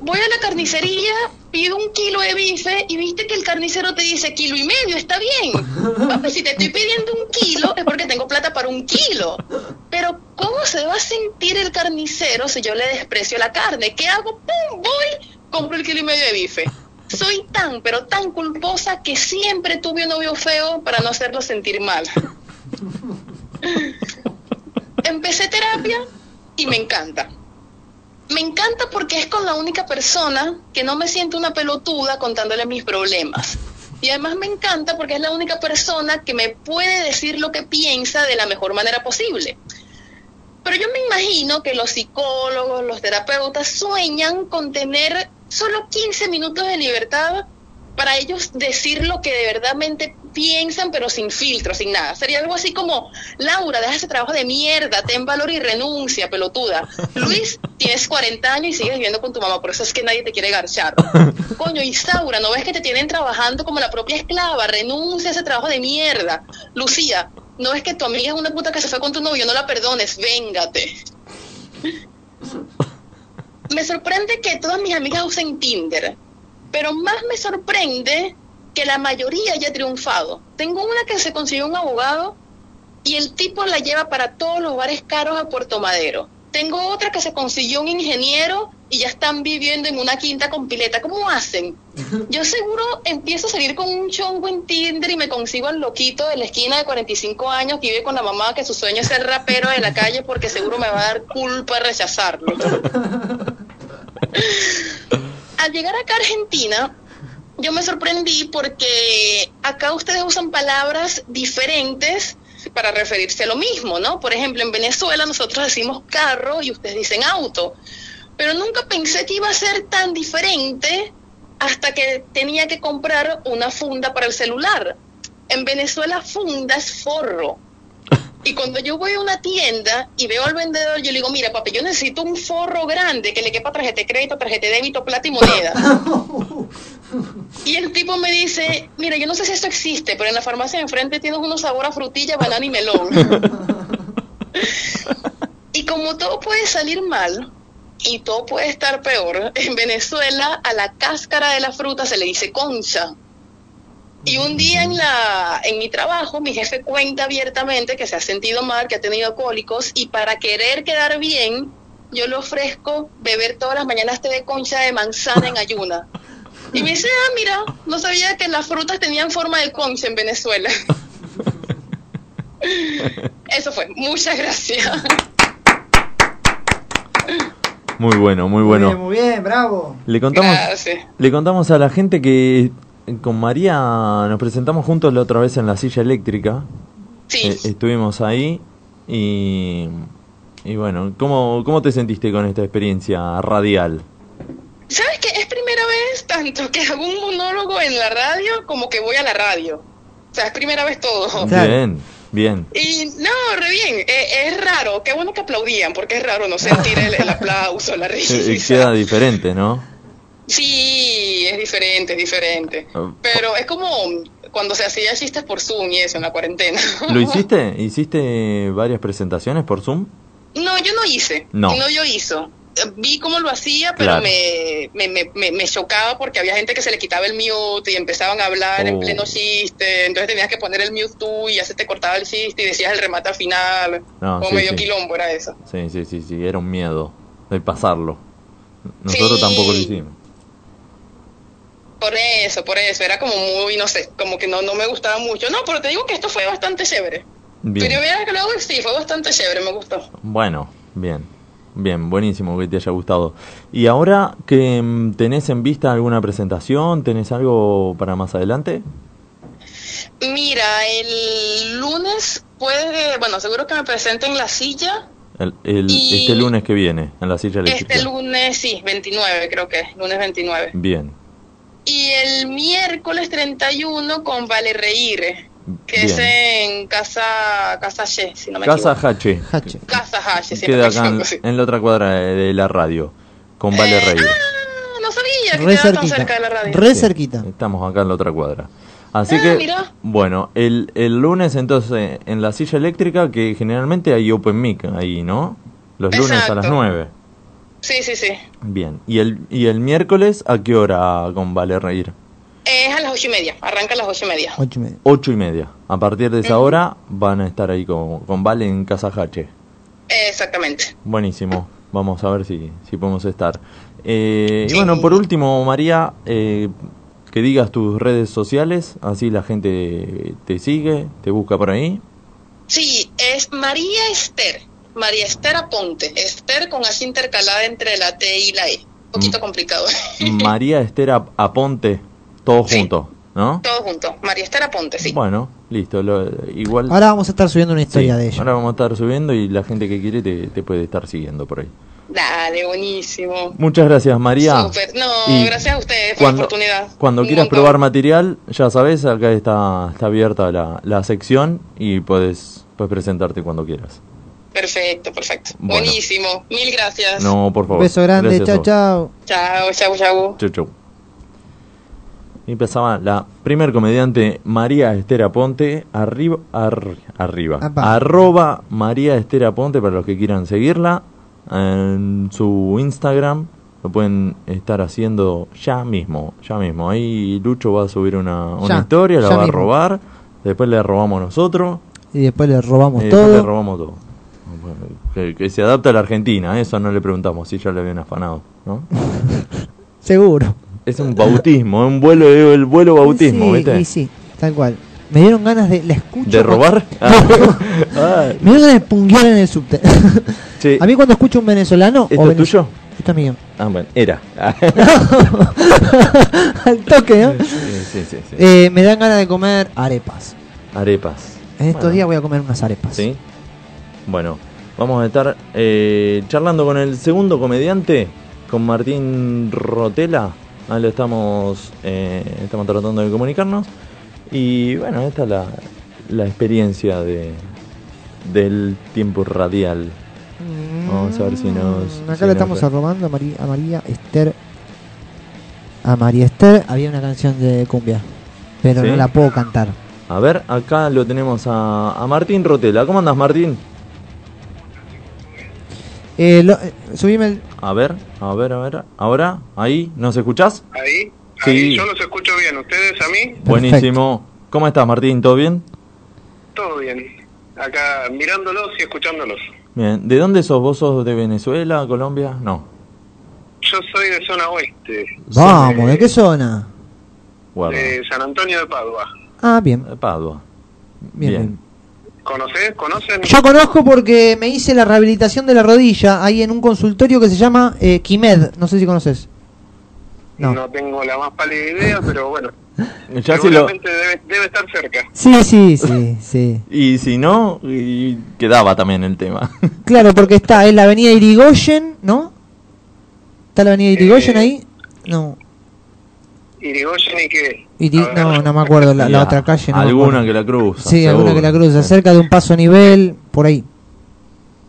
Speaker 14: Voy a la carnicería, pido un kilo de bife y viste que el carnicero te dice kilo y medio, está bien. Papi, si te estoy pidiendo un kilo es porque tengo plata para un kilo. Pero ¿Cómo se va a sentir el carnicero si yo le desprecio la carne? ¿Qué hago? ¡Pum! Voy, compro el kilo y medio de bife. Soy tan, pero tan culposa que siempre tuve un novio feo para no hacerlo sentir mal. Empecé terapia y me encanta. Me encanta porque es con la única persona que no me siento una pelotuda contándole mis problemas. Y además me encanta porque es la única persona que me puede decir lo que piensa de la mejor manera posible. Pero yo me imagino que los psicólogos, los terapeutas sueñan con tener solo 15 minutos de libertad para ellos decir lo que de verdadmente piensan, pero sin filtro, sin nada. Sería algo así como, Laura, deja ese trabajo de mierda, ten valor y renuncia, pelotuda. Luis, tienes 40 años y sigues viviendo con tu mamá, por eso es que nadie te quiere garchar. Coño, Isaura, ¿no ves que te tienen trabajando como la propia esclava? Renuncia a ese trabajo de mierda. Lucía, ¿no ves que tu amiga es una puta que se fue con tu novio? No la perdones, véngate. Me sorprende que todas mis amigas usen Tinder pero más me sorprende que la mayoría haya triunfado. Tengo una que se consiguió un abogado y el tipo la lleva para todos los bares caros a Puerto Madero. Tengo otra que se consiguió un ingeniero y ya están viviendo en una quinta con pileta. ¿Cómo hacen? Yo seguro empiezo a salir con un chongo en Tinder y me consigo al loquito de la esquina de 45 años que vive con la mamá que su sueño es ser rapero de la calle porque seguro me va a dar culpa rechazarlo. al llegar acá a Argentina, yo me sorprendí porque acá ustedes usan palabras diferentes para referirse a lo mismo, ¿no? Por ejemplo, en Venezuela nosotros decimos carro y ustedes dicen auto, pero nunca pensé que iba a ser tan diferente hasta que tenía que comprar una funda para el celular. En Venezuela funda es forro. Y cuando yo voy a una tienda y veo al vendedor, yo le digo, mira, papi, yo necesito un forro grande que le quepa tarjeta de crédito, tarjeta de débito, plata y moneda. y el tipo me dice, mira, yo no sé si esto existe, pero en la farmacia de enfrente tienes unos sabores a frutilla, banana y melón. y como todo puede salir mal y todo puede estar peor, en Venezuela a la cáscara de la fruta se le dice concha. Y un día en, la, en mi trabajo, mi jefe cuenta abiertamente que se ha sentido mal, que ha tenido cólicos, y para querer quedar bien, yo le ofrezco beber todas las mañanas té de concha de manzana en ayuna. Y me dice, ah, mira, no sabía que las frutas tenían forma de concha en Venezuela. Eso fue, muchas gracias.
Speaker 1: Muy bueno, muy bueno.
Speaker 2: Muy bien, muy bien, bravo.
Speaker 1: Le contamos,
Speaker 2: Gracias.
Speaker 1: le contamos a la gente que con María nos presentamos juntos la otra vez en la silla eléctrica. Eh, estuvimos ahí y, y bueno, ¿cómo, ¿cómo te sentiste con esta experiencia radial?
Speaker 14: ¿Sabes qué? Es primera vez tanto que hago un monólogo en la radio como que voy a la radio. O sea, es primera vez todo.
Speaker 1: Bien, bien.
Speaker 14: Y no, re bien, Eh, es raro, qué bueno que aplaudían, porque es raro no sentir el, el aplauso, la risa.
Speaker 1: Eh, eh, queda diferente, ¿no?
Speaker 14: Sí, es diferente, es diferente. Pero es como cuando se hacía chistes por Zoom y eso en la cuarentena.
Speaker 1: ¿Lo hiciste? ¿Hiciste varias presentaciones por Zoom?
Speaker 14: No, yo no hice.
Speaker 1: No.
Speaker 14: yo hizo. Eh, Vi cómo lo hacía, pero
Speaker 1: Claro.
Speaker 14: me, me, me, me- me chocaba porque había gente que se le quitaba el mute y empezaban a hablar en
Speaker 1: Oh.
Speaker 14: pleno chiste. Entonces tenías que poner el mute tú y ya se te cortaba el chiste y decías el remate al final.
Speaker 1: No,
Speaker 14: o
Speaker 1: sí,
Speaker 14: medio
Speaker 1: sí.
Speaker 14: quilombo era eso.
Speaker 1: Sí, sí, sí, sí, era un miedo de pasarlo. Nosotros tampoco lo hicimos.
Speaker 14: Por eso, por eso. Era como muy, no sé, como que no, no me gustaba mucho. No, pero te digo que esto fue bastante chévere.
Speaker 1: Bien.
Speaker 14: Pero veas que luego sí, fue bastante chévere, me gustó.
Speaker 1: Bueno, bien. Bien, buenísimo que te haya gustado. ¿Y ahora que mm, tenés en vista alguna presentación, tenés algo para más adelante?
Speaker 14: Mira, el lunes puede, bueno, seguro que me presento en la silla.
Speaker 1: El, el-
Speaker 14: Y-
Speaker 1: Este lunes que viene, en la silla eléctrica.
Speaker 14: Este lunes, sí, 29 creo que es, lunes 29.
Speaker 1: Bien,
Speaker 14: Y el miércoles 31 con Vale Reír, que es
Speaker 1: bien.
Speaker 14: en Casa, casa Ye, si no me
Speaker 1: Casa
Speaker 14: equivoco.
Speaker 1: Hache.
Speaker 14: Casa Hache, siempre
Speaker 1: Queda
Speaker 14: me
Speaker 1: acá en,
Speaker 14: equivoco, sí.
Speaker 1: en la otra cuadra de, de la radio, con Vale
Speaker 14: Eh,
Speaker 1: Reyes.
Speaker 14: ah, no sabía que quedaba tan cerca de la radio.
Speaker 1: Sí, Estamos acá en la otra cuadra. Así
Speaker 14: Ah,
Speaker 1: que,
Speaker 14: mirá.
Speaker 1: bueno, el, el lunes entonces en la silla eléctrica, que generalmente hay open mic ahí, ¿no? Los lunes a las 9.
Speaker 14: Sí, sí, sí.
Speaker 1: Bien. ¿Y el, ¿Y el miércoles a qué hora con Vale Reír?
Speaker 14: Es a las ocho y media, arranca a las ocho y media.
Speaker 1: Ocho y media. Ocho y media. A partir de esa hora van a estar ahí con, con Vale en Casa Hache.
Speaker 14: Exactamente.
Speaker 1: Buenísimo. Vamos a ver si, si podemos estar. Eh, y bueno, por último, María, eh, que digas tus redes sociales, así la gente te sigue, te busca por ahí.
Speaker 14: Sí, es María Esther. María Esther Aponte. Esther con así intercalada entre la T y la E. Un
Speaker 1: Mm.
Speaker 14: poquito complicado.
Speaker 1: María Estera Aponte, todo junto, ¿no?
Speaker 14: Todo junto. María Esther Aponte, sí.
Speaker 1: Bueno, listo. lo- igual.
Speaker 2: Ahora vamos a estar subiendo una historia
Speaker 1: Sí,
Speaker 2: de ella.
Speaker 1: Ahora vamos a estar subiendo y la gente que quiere te, te puede estar siguiendo por ahí.
Speaker 14: Dale, buenísimo.
Speaker 1: Muchas gracias, María.
Speaker 14: Súper. No,
Speaker 1: Y
Speaker 14: gracias a ustedes por
Speaker 1: Cuando,
Speaker 14: la oportunidad.
Speaker 1: cuando
Speaker 14: Un
Speaker 1: quieras
Speaker 14: montón.
Speaker 1: probar material, ya sabes, acá está, está abierta la, la sección y puedes, puedes presentarte cuando quieras.
Speaker 14: Perfecto, perfecto.
Speaker 1: Bueno.
Speaker 14: Buenísimo. Mil gracias.
Speaker 1: No, por favor.
Speaker 2: Beso grande,
Speaker 1: Gracias a
Speaker 2: chao,
Speaker 1: vos.
Speaker 2: chao.
Speaker 14: Chao, chao, chao.
Speaker 1: Chau, chau. Y empezaba la primer comediante María Estera Ponte, arriba, ar- arriba,
Speaker 2: Apa.
Speaker 1: arroba María Estera Ponte para los que quieran seguirla en su Instagram. Lo pueden estar haciendo ya mismo, ya mismo. Ahí Lucho va a subir una, una
Speaker 2: Ya,
Speaker 1: historia, la
Speaker 2: ya
Speaker 1: va
Speaker 2: mismo.
Speaker 1: a robar. Después le robamos nosotros.
Speaker 2: Y después le robamos
Speaker 1: y después le
Speaker 2: todo.
Speaker 1: robamos todo. Que, que se adapta a la Argentina, eso no le preguntamos si ya le habían afanado, ¿no?
Speaker 2: Seguro.
Speaker 1: Es un bautismo, un vuelo, el vuelo bautismo,
Speaker 2: sí,
Speaker 1: ¿viste?
Speaker 2: y sí, tal cual. Me dieron ganas de. La escucho.
Speaker 1: ¿De robar? Ah.
Speaker 2: Me dieron ganas de punguear en el subte.
Speaker 1: Sí.
Speaker 2: A mí cuando escucho un venezolano.
Speaker 1: ¿Esto
Speaker 2: o
Speaker 1: es
Speaker 2: vene-
Speaker 1: tuyo?
Speaker 2: Esto es mío.
Speaker 1: Ah, bueno, era.
Speaker 2: Al toque, ¿no?
Speaker 1: Sí, sí, sí, sí.
Speaker 2: Eh, me dan ganas de comer arepas.
Speaker 1: Arepas.
Speaker 2: En estos
Speaker 1: Bueno.
Speaker 2: días voy a comer unas arepas.
Speaker 1: ¿Sí? Bueno, vamos a estar eh, charlando con el segundo comediante, con Martín Rotela. Ahí lo estamos, eh, estamos tratando de comunicarnos. Y bueno, esta es la, la experiencia de, del tiempo radial. Vamos a ver si nos...
Speaker 2: Mm, Acá
Speaker 1: si
Speaker 2: le
Speaker 1: nos
Speaker 2: estamos
Speaker 1: re-
Speaker 2: arrobando a María, a María Esther. A María Esther había una canción de cumbia. Pero
Speaker 1: ¿Sí?
Speaker 2: no la puedo cantar.
Speaker 1: A ver, acá lo tenemos a, a Martín Rotela. ¿Cómo andas, Martín?
Speaker 2: Eh, lo- eh, subime el.
Speaker 1: A ver, a ver, a ver. Ahora, ahí, ¿nos escuchás?
Speaker 15: Ahí,
Speaker 1: Sí.
Speaker 15: ahí, yo los escucho bien. ¿Ustedes a mí?
Speaker 1: Buenísimo. ¿Cómo estás, Martín? ¿Todo bien?
Speaker 15: Todo bien. Acá mirándolos y escuchándolos.
Speaker 1: Bien. ¿De dónde sos? ¿Vos sos de Venezuela, Colombia? No.
Speaker 15: Yo soy de zona oeste,
Speaker 2: Vamos, ¿de qué zona?
Speaker 1: Guarda.
Speaker 15: de San Antonio de Padua.
Speaker 2: Ah, bien.
Speaker 1: De Padua.
Speaker 2: Bien,
Speaker 15: ¿Conocés? ¿Conocen?
Speaker 2: Yo conozco porque me hice la rehabilitación de la rodilla ahí en un consultorio que se llama eh, Quimed. No sé si conoces.
Speaker 15: No. tengo la más pálida idea, pero bueno.
Speaker 1: Ya si lo-
Speaker 15: seguramente debe, debe estar cerca.
Speaker 2: Sí, sí, sí, sí.
Speaker 1: Y si no, y quedaba también el tema.
Speaker 2: Claro, porque está en la avenida Irigoyen, ¿no? ¿Está la avenida
Speaker 15: Eh,
Speaker 2: Irigoyen ahí? No.
Speaker 15: Irigoyen y qué.
Speaker 2: Iri- no, no me acuerdo. La, la
Speaker 1: Ya,
Speaker 2: otra calle no me
Speaker 1: Alguna
Speaker 2: acuerdo.
Speaker 1: que la cruza.
Speaker 2: Sí, alguna
Speaker 1: seguro.
Speaker 2: que la cruza. Cerca de un paso a nivel, por ahí.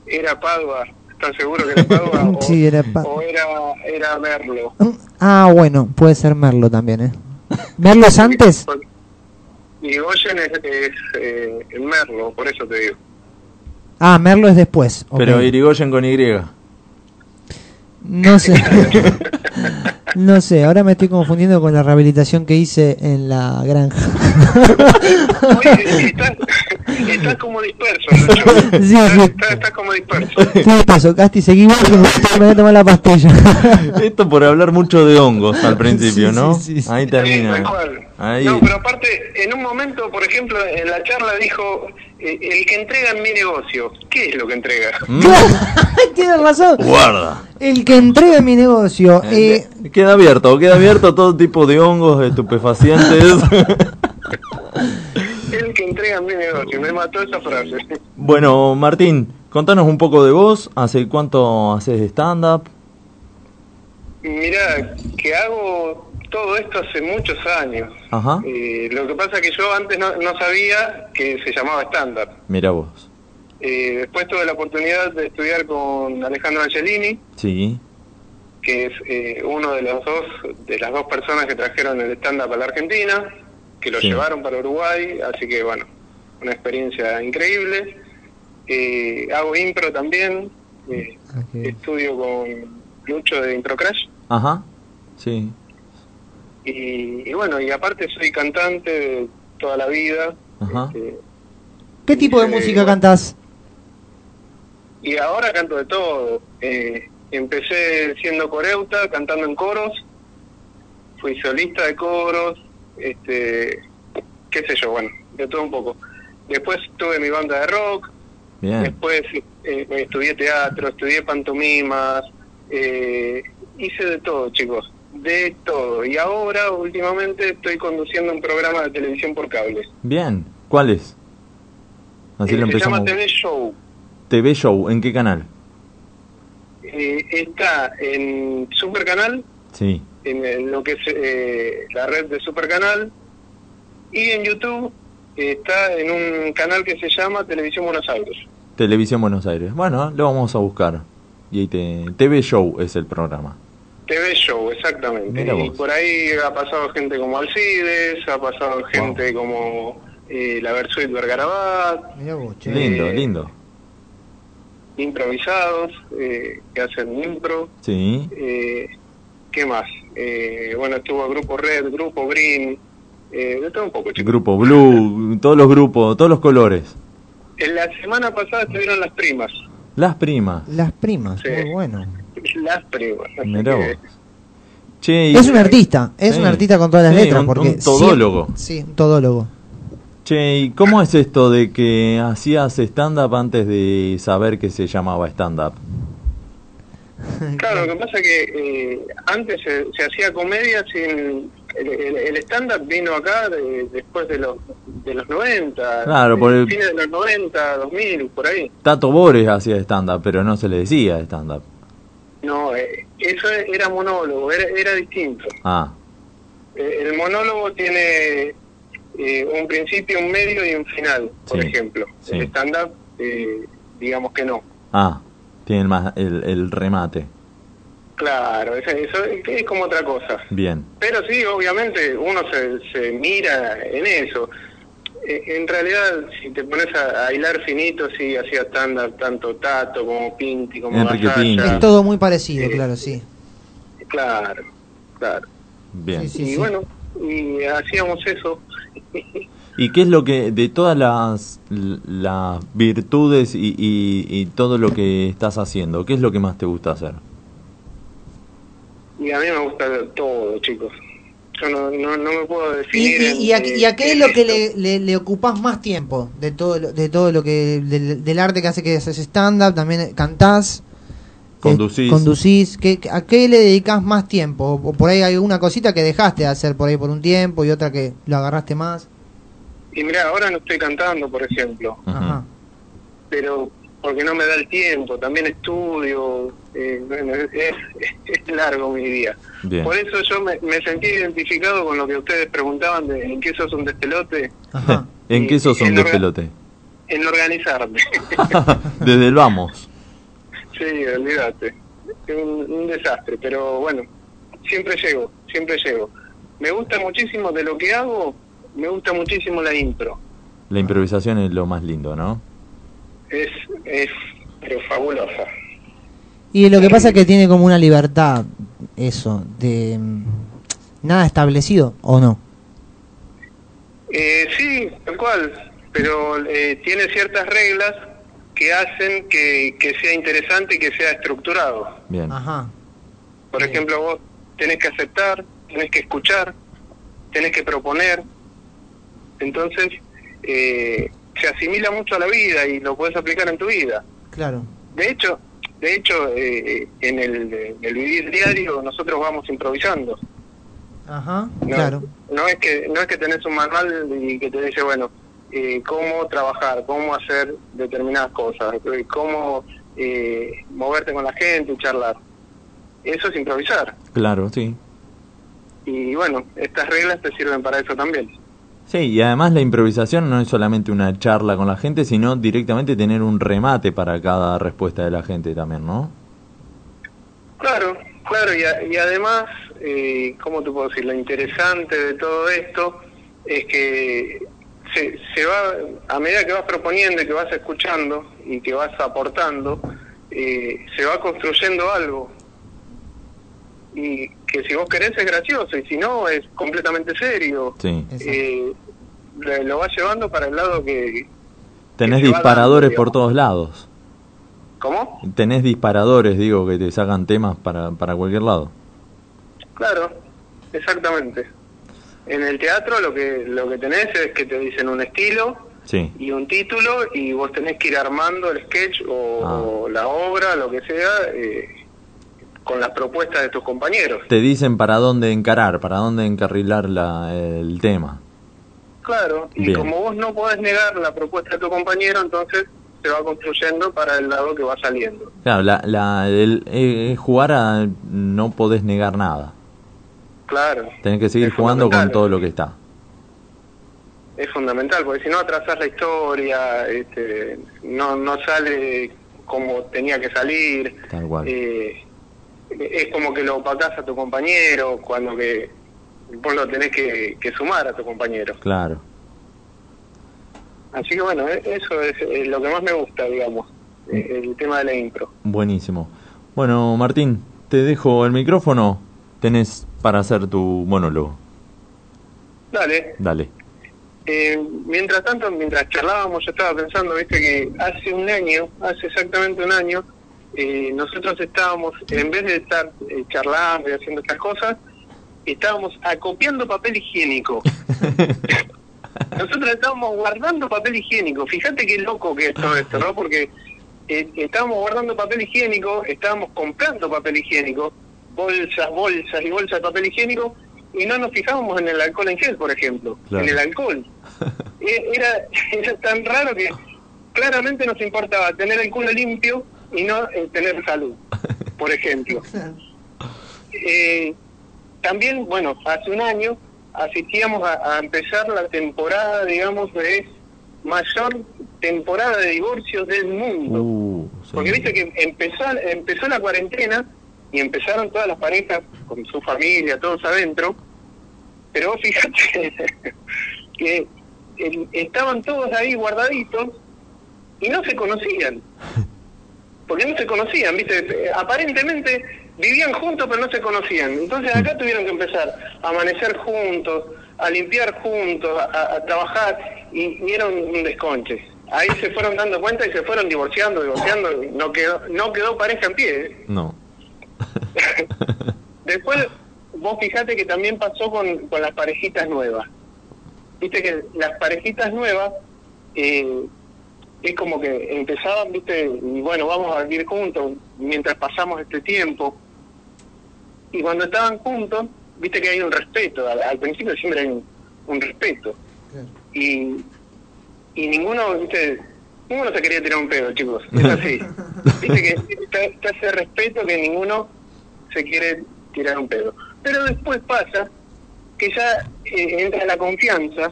Speaker 15: Era Padua. ¿Estás seguro que era Padua? o,
Speaker 2: Sí, era Pa-
Speaker 15: o era, era Merlo.
Speaker 2: Ah, bueno, puede ser Merlo también, ¿eh? ¿Merlo es antes?
Speaker 15: Irigoyen es, es eh, en Merlo, por eso te digo.
Speaker 2: Ah, Merlo es después. ok.
Speaker 1: Pero Irigoyen con Y.
Speaker 2: No sé. No sé, ahora me estoy confundiendo con la rehabilitación que hice en la granja.
Speaker 15: Oye, estás, estás como disperso, Nacho.
Speaker 2: Sí, sí.
Speaker 15: Estás, estás- estás como disperso.
Speaker 2: ¿Qué pasó? Casti, seguí vos que me voy a tomar la pastilla.
Speaker 1: Esto por hablar mucho de hongos al principio, ¿no? Ahí termina.
Speaker 15: Tal cual.
Speaker 1: Ahí.
Speaker 15: No, pero aparte, en un momento, por ejemplo, en la charla dijo, eh, el que entrega en mi negocio, ¿qué es lo que entrega?
Speaker 1: Mm.
Speaker 2: Tienes razón.
Speaker 1: Guarda.
Speaker 2: El que entregue mi negocio. eh,
Speaker 1: Queda abierto, queda abierto todo tipo de hongos, estupefacientes.
Speaker 15: El que entrega en mi negocio, me mató esa frase.
Speaker 1: bueno, Martín, contanos un poco de vos. ¿Hace cuánto haces stand-up?
Speaker 15: Mirá, que hago todo esto hace muchos años.
Speaker 1: Ajá.
Speaker 15: Eh, lo que pasa es que yo antes no, no sabía que se llamaba estándar.
Speaker 1: Mira vos.
Speaker 15: Eh, después tuve la oportunidad de estudiar con Alejandro Angelini,
Speaker 1: Sí.
Speaker 15: que es eh, uno de los dos de las dos personas que trajeron el stand up a la Argentina, que lo
Speaker 1: Sí.
Speaker 15: llevaron para Uruguay, así que bueno, una experiencia increíble. Eh, hago impro también, eh,
Speaker 1: Ah,
Speaker 15: estudio con Lucho de Impro Crash
Speaker 1: Ajá. Sí.
Speaker 15: y, y bueno, y aparte soy cantante de toda la vida.
Speaker 1: Ajá.
Speaker 15: este,
Speaker 2: ¿Qué tipo de música cantás?
Speaker 15: Y ahora canto de todo. Eh, empecé siendo coreuta, cantando en coros. Fui solista de coros. Este, qué sé yo, bueno, de todo un poco. Después tuve mi banda de rock.
Speaker 1: Bien.
Speaker 15: Después eh, estudié teatro, estudié pantomimas. eh, hice de todo, chicos. De todo. Y ahora, últimamente, estoy conduciendo un programa de televisión por cable.
Speaker 1: Bien. ¿Cuál es? Así
Speaker 15: Eh,
Speaker 1: lo
Speaker 15: se
Speaker 1: empezamos.
Speaker 15: llama TV Show.
Speaker 1: TV Show, ¿en qué canal?
Speaker 15: Eh, está en Super Canal,
Speaker 1: Sí.
Speaker 15: en, el- lo que es eh, la red de Super Canal, y en YouTube eh, está en un canal que se llama Televisión Buenos Aires.
Speaker 1: Televisión Buenos Aires. Bueno, lo vamos a buscar. Y ahí te- TV Show es el programa.
Speaker 15: TV Show, exactamente.
Speaker 1: Mira
Speaker 15: Y
Speaker 1: vos.
Speaker 15: por ahí ha pasado gente como Alcides, ha pasado gente como eh, la Versuit Vergarabat,
Speaker 1: Lindo, lindo.
Speaker 15: improvisados, eh, que hacen impro.
Speaker 1: Sí.
Speaker 15: Eh, ¿Qué más? Eh, bueno, estuvo Grupo Red, Grupo Green, eh, de todo un poco, chicos.
Speaker 1: Grupo Blue, todos los grupos, todos los colores.
Speaker 15: En la semana pasada estuvieron las primas.
Speaker 1: Las primas.
Speaker 2: Las primas,
Speaker 15: Sí.
Speaker 2: muy bueno.
Speaker 15: Las primas. así
Speaker 1: Mirá
Speaker 15: que-
Speaker 1: vos. Che, y-
Speaker 2: Es un artista, es
Speaker 1: Sí.
Speaker 2: un artista con todas las
Speaker 1: Sí,
Speaker 2: letras.
Speaker 1: un-
Speaker 2: porque
Speaker 1: un todólogo.
Speaker 2: siempre- sí, un todólogo.
Speaker 1: Che, ¿y cómo es esto de que hacías stand-up antes de saber que se llamaba stand-up?
Speaker 15: Claro, lo que pasa es que eh, antes se, se hacía comedia sin... El, el- el stand-up vino acá de- después de los, de los 90.
Speaker 1: Claro, por el-
Speaker 15: Fines de los 90, 2000, por ahí.
Speaker 1: Tato Bores hacía stand-up, pero no se le decía stand-up.
Speaker 15: No, eh, eso era monólogo, era, era distinto.
Speaker 1: Ah,
Speaker 15: Eh, el monólogo tiene eh, un principio, un medio y un final, por
Speaker 1: Sí,
Speaker 15: ejemplo.
Speaker 1: sí.
Speaker 15: El stand-up, eh, digamos que no.
Speaker 1: ah, tiene más el, el remate.
Speaker 15: Claro, eso, eso es- es como otra cosa.
Speaker 1: Bien,
Speaker 15: Pero sí, obviamente uno se, se mira en eso. Eh, En realidad, si te pones a, a hilar finito, sí, hacía stand-up tanto Tato como Pinti, como
Speaker 1: Enrique
Speaker 15: Gasalla.
Speaker 1: Pinti.
Speaker 2: Es todo muy parecido, claro, sí.
Speaker 15: Claro, claro.
Speaker 1: bien.
Speaker 15: y bueno, y hacíamos eso.
Speaker 1: ¿Y qué es lo que, de todas las, las virtudes y, y- y todo lo que estás haciendo, qué es lo que más te gusta hacer?
Speaker 15: Y a mí me gusta todo, chicos. Yo no, no, no me puedo
Speaker 2: ¿Y,
Speaker 15: definir.
Speaker 2: y,
Speaker 15: en-
Speaker 2: y a, y a qué es
Speaker 15: en
Speaker 2: lo que
Speaker 15: esto.
Speaker 2: le, le, le ocupás más tiempo de todo lo, de todo lo que del, del arte que hace que haces stand-up, también eh, cantás, eh,
Speaker 1: Conducís.
Speaker 2: conducís? ¿qué, ¿A qué le dedicás más tiempo? O, o por ahí hay una cosita que dejaste de hacer por ahí por un tiempo y otra que lo agarraste más.
Speaker 15: Y mira, ahora no estoy cantando, por ejemplo.
Speaker 2: Ajá.
Speaker 15: Pero porque no me da el tiempo, también estudio, eh, bueno, es, es- es largo mi día.
Speaker 1: Bien.
Speaker 15: Por eso yo me, me sentí identificado con lo que ustedes preguntaban de en qué sos un despelote,
Speaker 1: ¿En qué sos un
Speaker 15: en orga-
Speaker 1: despelote?
Speaker 15: en organizarme.
Speaker 1: Desde el vamos.
Speaker 15: sí, olvídate. Es un, un desastre, pero bueno, siempre llego, siempre llego. Me gusta muchísimo de lo que hago, me gusta muchísimo la impro.
Speaker 1: La improvisación es lo más lindo, ¿no?
Speaker 15: Es, es pero fabulosa.
Speaker 2: Y lo que pasa es que tiene como una libertad eso de mm, nada establecido o no.
Speaker 15: Eh, sí, tal cual, pero eh, tiene ciertas reglas que hacen que, que sea interesante y que sea estructurado.
Speaker 1: Bien.
Speaker 2: Ajá.
Speaker 15: Por ejemplo, vos tenés que aceptar, tenés que escuchar, tenés que proponer. Entonces, eh, se asimila mucho a la vida y lo puedes aplicar en tu vida.
Speaker 2: Claro.
Speaker 15: De hecho, de hecho eh, en, el, en el vivir diario nosotros vamos improvisando.
Speaker 2: Ajá.
Speaker 15: No,
Speaker 2: Claro.
Speaker 15: no es que no es que tenés un manual y que te dice bueno eh, cómo trabajar cómo hacer determinadas cosas eh, cómo eh, moverte con la gente y charlar eso es improvisar
Speaker 1: Claro, sí.
Speaker 15: y bueno estas reglas te sirven para eso también
Speaker 1: Sí, y además la improvisación no es solamente una charla con la gente, sino directamente tener un remate para cada respuesta de la gente también, ¿no?
Speaker 15: Claro, claro, y, a- y además, eh, ¿cómo te puedo decir? Lo interesante de todo esto es que se, se va, a medida que vas proponiendo y que vas escuchando y que vas aportando, eh, se va construyendo algo. Y que si vos querés es gracioso y si no es completamente serio.
Speaker 1: Sí.
Speaker 15: Eh, lo, lo vas llevando para el lado que...
Speaker 1: Tenés
Speaker 15: lleva la-
Speaker 1: disparadores por todos lados.
Speaker 15: ¿Cómo?
Speaker 1: Tenés disparadores, digo, que te sacan temas para, para cualquier lado.
Speaker 15: Claro, exactamente. En el teatro lo que lo que tenés es que te dicen un estilo
Speaker 1: Sí.
Speaker 15: y un título y vos tenés que ir armando el sketch o, o la obra, lo que sea, eh, con las propuestas de tus compañeros.
Speaker 1: Te dicen para dónde encarar, para dónde encarrilar la- el tema.
Speaker 15: Claro, y
Speaker 1: Bien.
Speaker 15: como vos no podés negar la propuesta de tu compañero, entonces se va construyendo para el lado que va saliendo.
Speaker 1: Claro, la, la- el, eh, jugar a no podés negar nada.
Speaker 15: Claro,
Speaker 1: Tenés que seguir jugando con todo lo que está.
Speaker 15: es fundamental, porque si no atrasás la historia, este, no, no sale como tenía que salir,
Speaker 1: Tal cual.
Speaker 15: eh, es como que lo opacás a tu compañero cuando que vos lo tenés que, que sumar a tu compañero.
Speaker 1: Claro.
Speaker 15: Así que bueno, e- eso es eh, lo que más me gusta, digamos, eh, el tema de la impro.
Speaker 1: Buenísimo. Bueno, Martín, te dejo el micrófono. Tenés para hacer tu monólogo.
Speaker 15: Dale,
Speaker 1: Dale.
Speaker 15: Eh, mientras tanto, mientras charlábamos, yo estaba pensando, viste, que hace un año, hace exactamente un año, eh, nosotros estábamos, en vez de estar eh, charlando y haciendo estas cosas, estábamos acopiando papel higiénico. nosotros estábamos guardando papel higiénico. Fíjate qué loco que es todo esto, ¿no? Porque eh, estábamos guardando papel higiénico, estábamos comprando papel higiénico, bolsas, bolsas y bolsas de papel higiénico, y no nos fijábamos en el alcohol en gel, por ejemplo,
Speaker 1: Claro.
Speaker 15: en el alcohol. E- Era, era tan raro que claramente nos importaba tener el culo limpio y no eh, tener salud, por ejemplo. Eh, también, bueno, hace un año asistíamos a, a empezar la temporada, digamos, de mayor temporada de divorcios del mundo.
Speaker 1: Uh.
Speaker 15: Porque viste que empezó, empezó la cuarentena y empezaron todas las parejas con su familia, todos adentro. Pero vos fíjate que eh, estaban todos ahí guardaditos y no se conocían. Porque no se conocían, viste. Eh, Aparentemente vivían juntos, pero no se conocían. Entonces acá tuvieron que empezar a amanecer juntos, a limpiar juntos, a, a trabajar y, y era un un desconche. Ahí se fueron dando cuenta y se fueron divorciando, divorciando. y No quedó, no quedó pareja en pie. ¿eh?
Speaker 1: No.
Speaker 15: Después, vos fijate que también pasó con, con las parejitas nuevas. Viste que las parejitas nuevas eh, es como que empezaban, viste, y bueno, vamos a vivir juntos mientras pasamos este tiempo. Y cuando estaban juntos, viste que hay un respeto. Al, al principio siempre hay un, un respeto. Y, y ninguno, viste, ninguno se quería tirar un pedo, chicos. Es así. viste que está, está ese respeto que ninguno se quiere tirar un pedo. Pero después pasa que ya eh, entra la confianza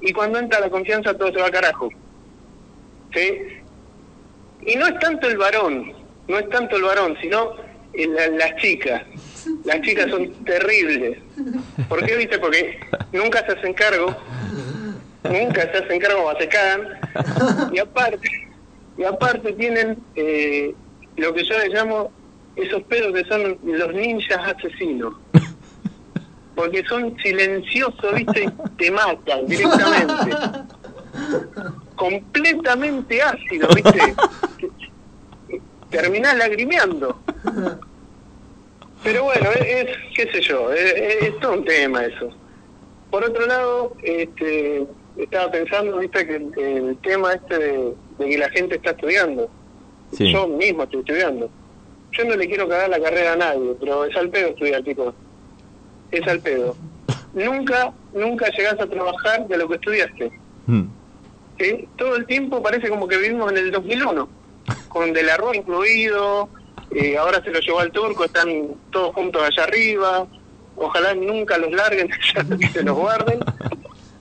Speaker 15: y cuando entra la confianza todo se va a carajo. ¿Sí? Y no es tanto el varón, no es tanto el varón, sino eh, la- las chicas. Las chicas son terribles. ¿Por qué, viste? Porque nunca se hacen cargo, nunca se hacen cargo o se cagan. Y aparte, y aparte tienen eh, lo que yo le llamo esos pedos que son los ninjas asesinos. Porque son silenciosos, ¿viste? Y te matan directamente. Completamente ácido, ¿viste? Terminás lagrimeando. Pero bueno, es, es- qué sé yo, es, es- es todo un tema eso. Por otro lado, este, estaba pensando, ¿viste? Que el, el tema este de- de que la gente está estudiando.
Speaker 1: Sí.
Speaker 15: Yo mismo estoy estudiando. Yo no le quiero cagar la carrera a nadie, pero es al pedo estudiar, chicos. Es al pedo. Nunca, nunca llegás a trabajar de lo que estudiaste.
Speaker 1: Mm.
Speaker 15: ¿sí? Todo el tiempo parece como que vivimos en el 2001, con Del Arroyo incluido, eh, ahora se lo llevó al turco, están todos juntos allá arriba. Ojalá nunca los larguen, que se los guarden.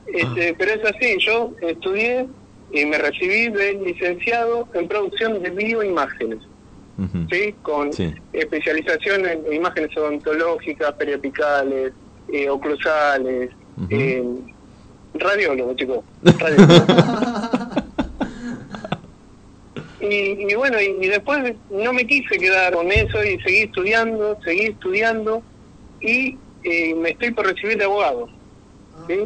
Speaker 15: Este, pero es así, yo estudié y me recibí de licenciado en producción de bioimágenes. ¿sí? con
Speaker 1: Sí.
Speaker 15: especialización en imágenes odontológicas, periapicales, eh, oclusales, eh, radiólogo, chicos. radiólogo. y, y bueno, y, y después no me quise quedar con eso y seguí estudiando, seguí estudiando y eh, me estoy por recibir de abogado. ¿sí?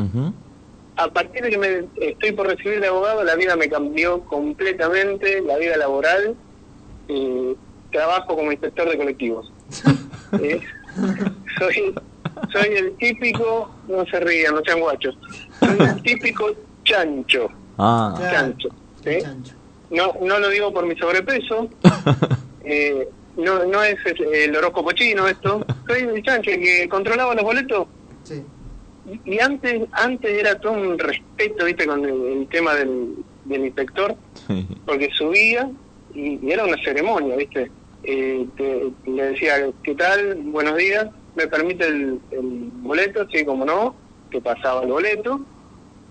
Speaker 15: a partir de que me estoy por recibir de abogado, la vida me cambió completamente, la vida laboral, eh, trabajo como inspector de colectivos. Eh, soy, soy el típico, no se rían, no sean guachos, soy el típico chancho.
Speaker 1: Ah.
Speaker 15: Chancho. ¿sí? No, no lo digo por mi sobrepeso, eh, no, no es el, el horóscopo chino esto, soy el chancho el que controlaba los boletos. Y- Y antes, antes era todo un respeto, viste, con el, el tema del, del inspector, porque subía y, y era una ceremonia, ¿viste? Eh, te- le decía, ¿qué tal? Buenos días, ¿me permite el, el boleto? Sí, como no, te pasaba el boleto.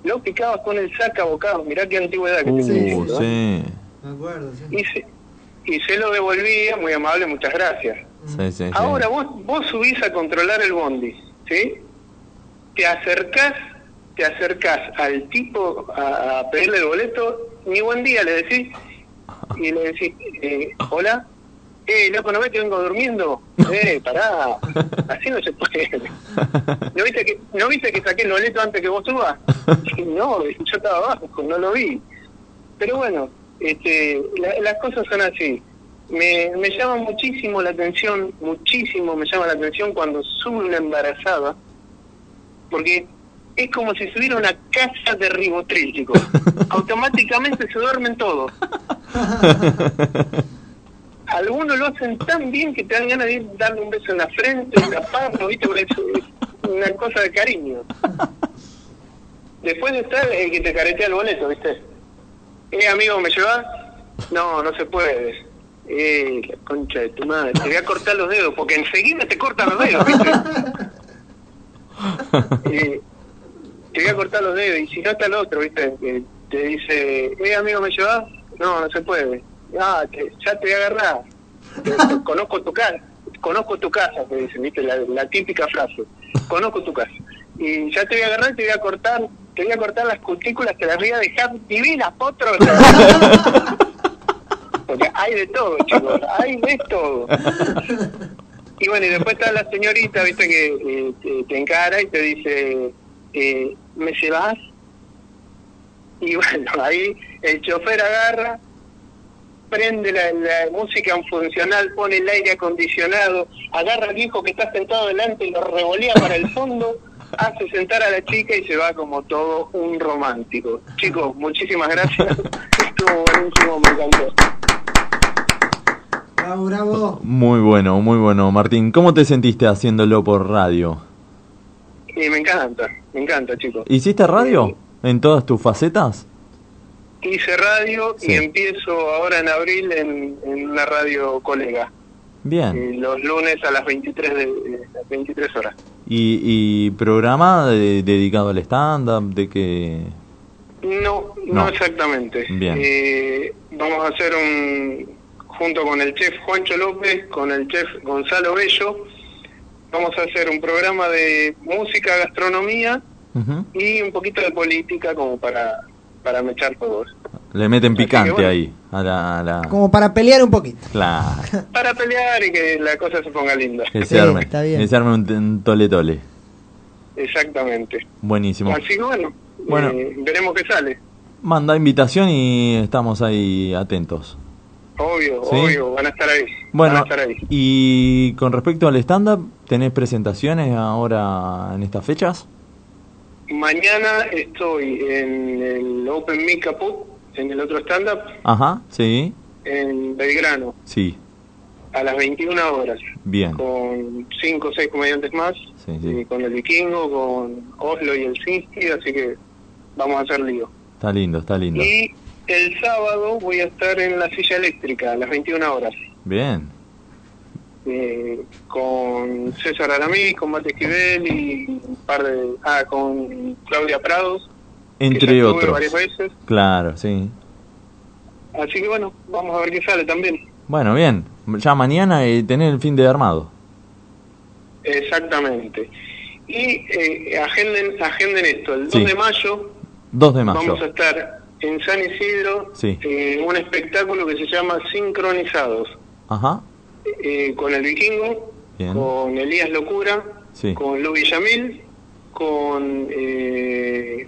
Speaker 15: Lo picabas con el sacabocado, mirá qué antigüedad que te estoy
Speaker 1: Uh,
Speaker 15: diciendo, ¿eh?
Speaker 1: sí,
Speaker 15: y, se, y se lo devolvía, muy amable, muchas gracias.
Speaker 1: sí, sí, sí.
Speaker 15: Ahora vos, vos subís a controlar el bondi, ¿sí? Te acercás, te acercás al tipo a, a pedirle el boleto, ni buen día le decís, y le decís, eh, hola, eh, loco, ¿no ves que vengo durmiendo? Eh, pará, así no se puede. ¿No viste que, ¿no viste que saqué el boleto antes que vos subas? Y No, yo estaba abajo, pues, no lo vi. Pero bueno, este, la- las cosas son así. Me, me llama muchísimo la atención, muchísimo me llama la atención cuando sube una embarazada, porque es como si subiera una casa de ribotril, chicos. Automáticamente se duermen todos. Algunos lo hacen tan bien que te dan ganas de ir, darle un beso en la frente, taparlo, ¿viste? Porque es una cosa de cariño. Después está el que te caretea el boleto, ¿viste? Eh, amigo, ¿me llevas? No, no se puede. Eh, la concha de tu madre. Te voy a cortar los dedos, porque enseguida te cortan los dedos, ¿viste? Eh, te voy a cortar los dedos. Y si no está el otro, ¿viste? Eh, te dice, eh, amigo, ¿me llevas? No, no se puede. Ah, te- ya te voy a agarrar. Te- te- conozco tu casa. Conozco tu casa, te dicen, ¿viste? La, la típica frase. Conozco tu casa. Y ya te voy a agarrar, te voy a cortar, te voy a cortar las cutículas, te las voy a dejar divinas, potro. Porque hay de todo, chicos, hay de todo. Y bueno, y después está la señorita, viste, que eh, te, te encara y te dice, eh, ¿me llevas? Y bueno, ahí el chofer agarra, prende la, la música en funcional, pone el aire acondicionado, agarra al viejo que está sentado delante y lo revolea para el fondo, hace sentar a la chica y se va como todo un romántico. Chicos, muchísimas gracias. Estuvo buenísimo, me encantó.
Speaker 2: Bravo, bravo.
Speaker 1: Muy bueno, muy bueno. Martín, ¿cómo te sentiste haciéndolo por radio?
Speaker 15: Y me encanta, me encanta, chicos.
Speaker 1: ¿Hiciste radio en todas tus facetas?
Speaker 15: Hice radio
Speaker 1: Sí.
Speaker 15: y empiezo ahora en abril en, en una radio colega.
Speaker 1: Bien.
Speaker 15: eh, Los lunes a las 23, de, eh, las 23 horas.
Speaker 1: ¿Y, y programa de- dedicado al stand-up? ¿De que
Speaker 15: No, no,
Speaker 1: No.
Speaker 15: exactamente.
Speaker 1: Bien.
Speaker 15: Eh, vamos a hacer un, junto con el chef Juancho López, con el chef Gonzalo Bello, vamos a hacer un programa de música, gastronomía y un poquito de política como para, para mechar todos.
Speaker 1: Le meten picante
Speaker 15: bueno.
Speaker 1: ahí. A la, a la-
Speaker 2: Como para pelear un poquito.
Speaker 1: Claro,
Speaker 15: Para pelear y que la cosa se ponga linda.
Speaker 1: que se arme.
Speaker 2: está bien.
Speaker 1: que se arme un, un tole tole.
Speaker 15: Exactamente.
Speaker 1: Buenísimo.
Speaker 15: Así que bueno,
Speaker 1: Bueno.
Speaker 15: eh, veremos qué sale.
Speaker 1: Manda invitación y estamos ahí atentos.
Speaker 15: Obvio,
Speaker 1: Sí.
Speaker 15: obvio, van a estar ahí.
Speaker 1: Bueno,
Speaker 15: van a estar ahí.
Speaker 1: y con respecto al stand-up, ¿tenés presentaciones ahora en estas fechas?
Speaker 15: Mañana estoy en el Open Mic Caput, en el otro stand-up,
Speaker 1: Ajá, sí,
Speaker 15: en Belgrano,
Speaker 1: sí,
Speaker 15: a las 21 horas,
Speaker 1: bien.
Speaker 15: con 5 o 6 comediantes más,
Speaker 1: Sí, sí,
Speaker 15: y con el Vikingo, con Oslo y el Sisti, así que vamos a hacer lío.
Speaker 1: está lindo, está lindo.
Speaker 15: Y el sábado voy a estar en la silla eléctrica, a las 21 horas,
Speaker 1: Bien,
Speaker 15: eh, con César Aramí, con Mate Esquivel y un par de... Ah, con Claudia Prados, que
Speaker 1: entre
Speaker 15: ya estuve
Speaker 1: otros.
Speaker 15: varias veces.
Speaker 1: Claro, sí.
Speaker 15: Así que bueno, vamos a ver qué sale también.
Speaker 1: Bueno, bien, ya mañana eh, tenés el fin de armado.
Speaker 15: Exactamente. Y eh, agenden, agenden esto, el 2
Speaker 1: Sí.
Speaker 15: de mayo
Speaker 1: 2 de mayo.
Speaker 15: vamos a estar en San Isidro,
Speaker 1: Sí.
Speaker 15: eh, un espectáculo que se llama Sincronizados,
Speaker 1: Ajá,
Speaker 15: eh, con el vikingo,
Speaker 1: bien,
Speaker 15: con Elías Locura,
Speaker 1: sí.
Speaker 15: con Lu Villamil, con eh,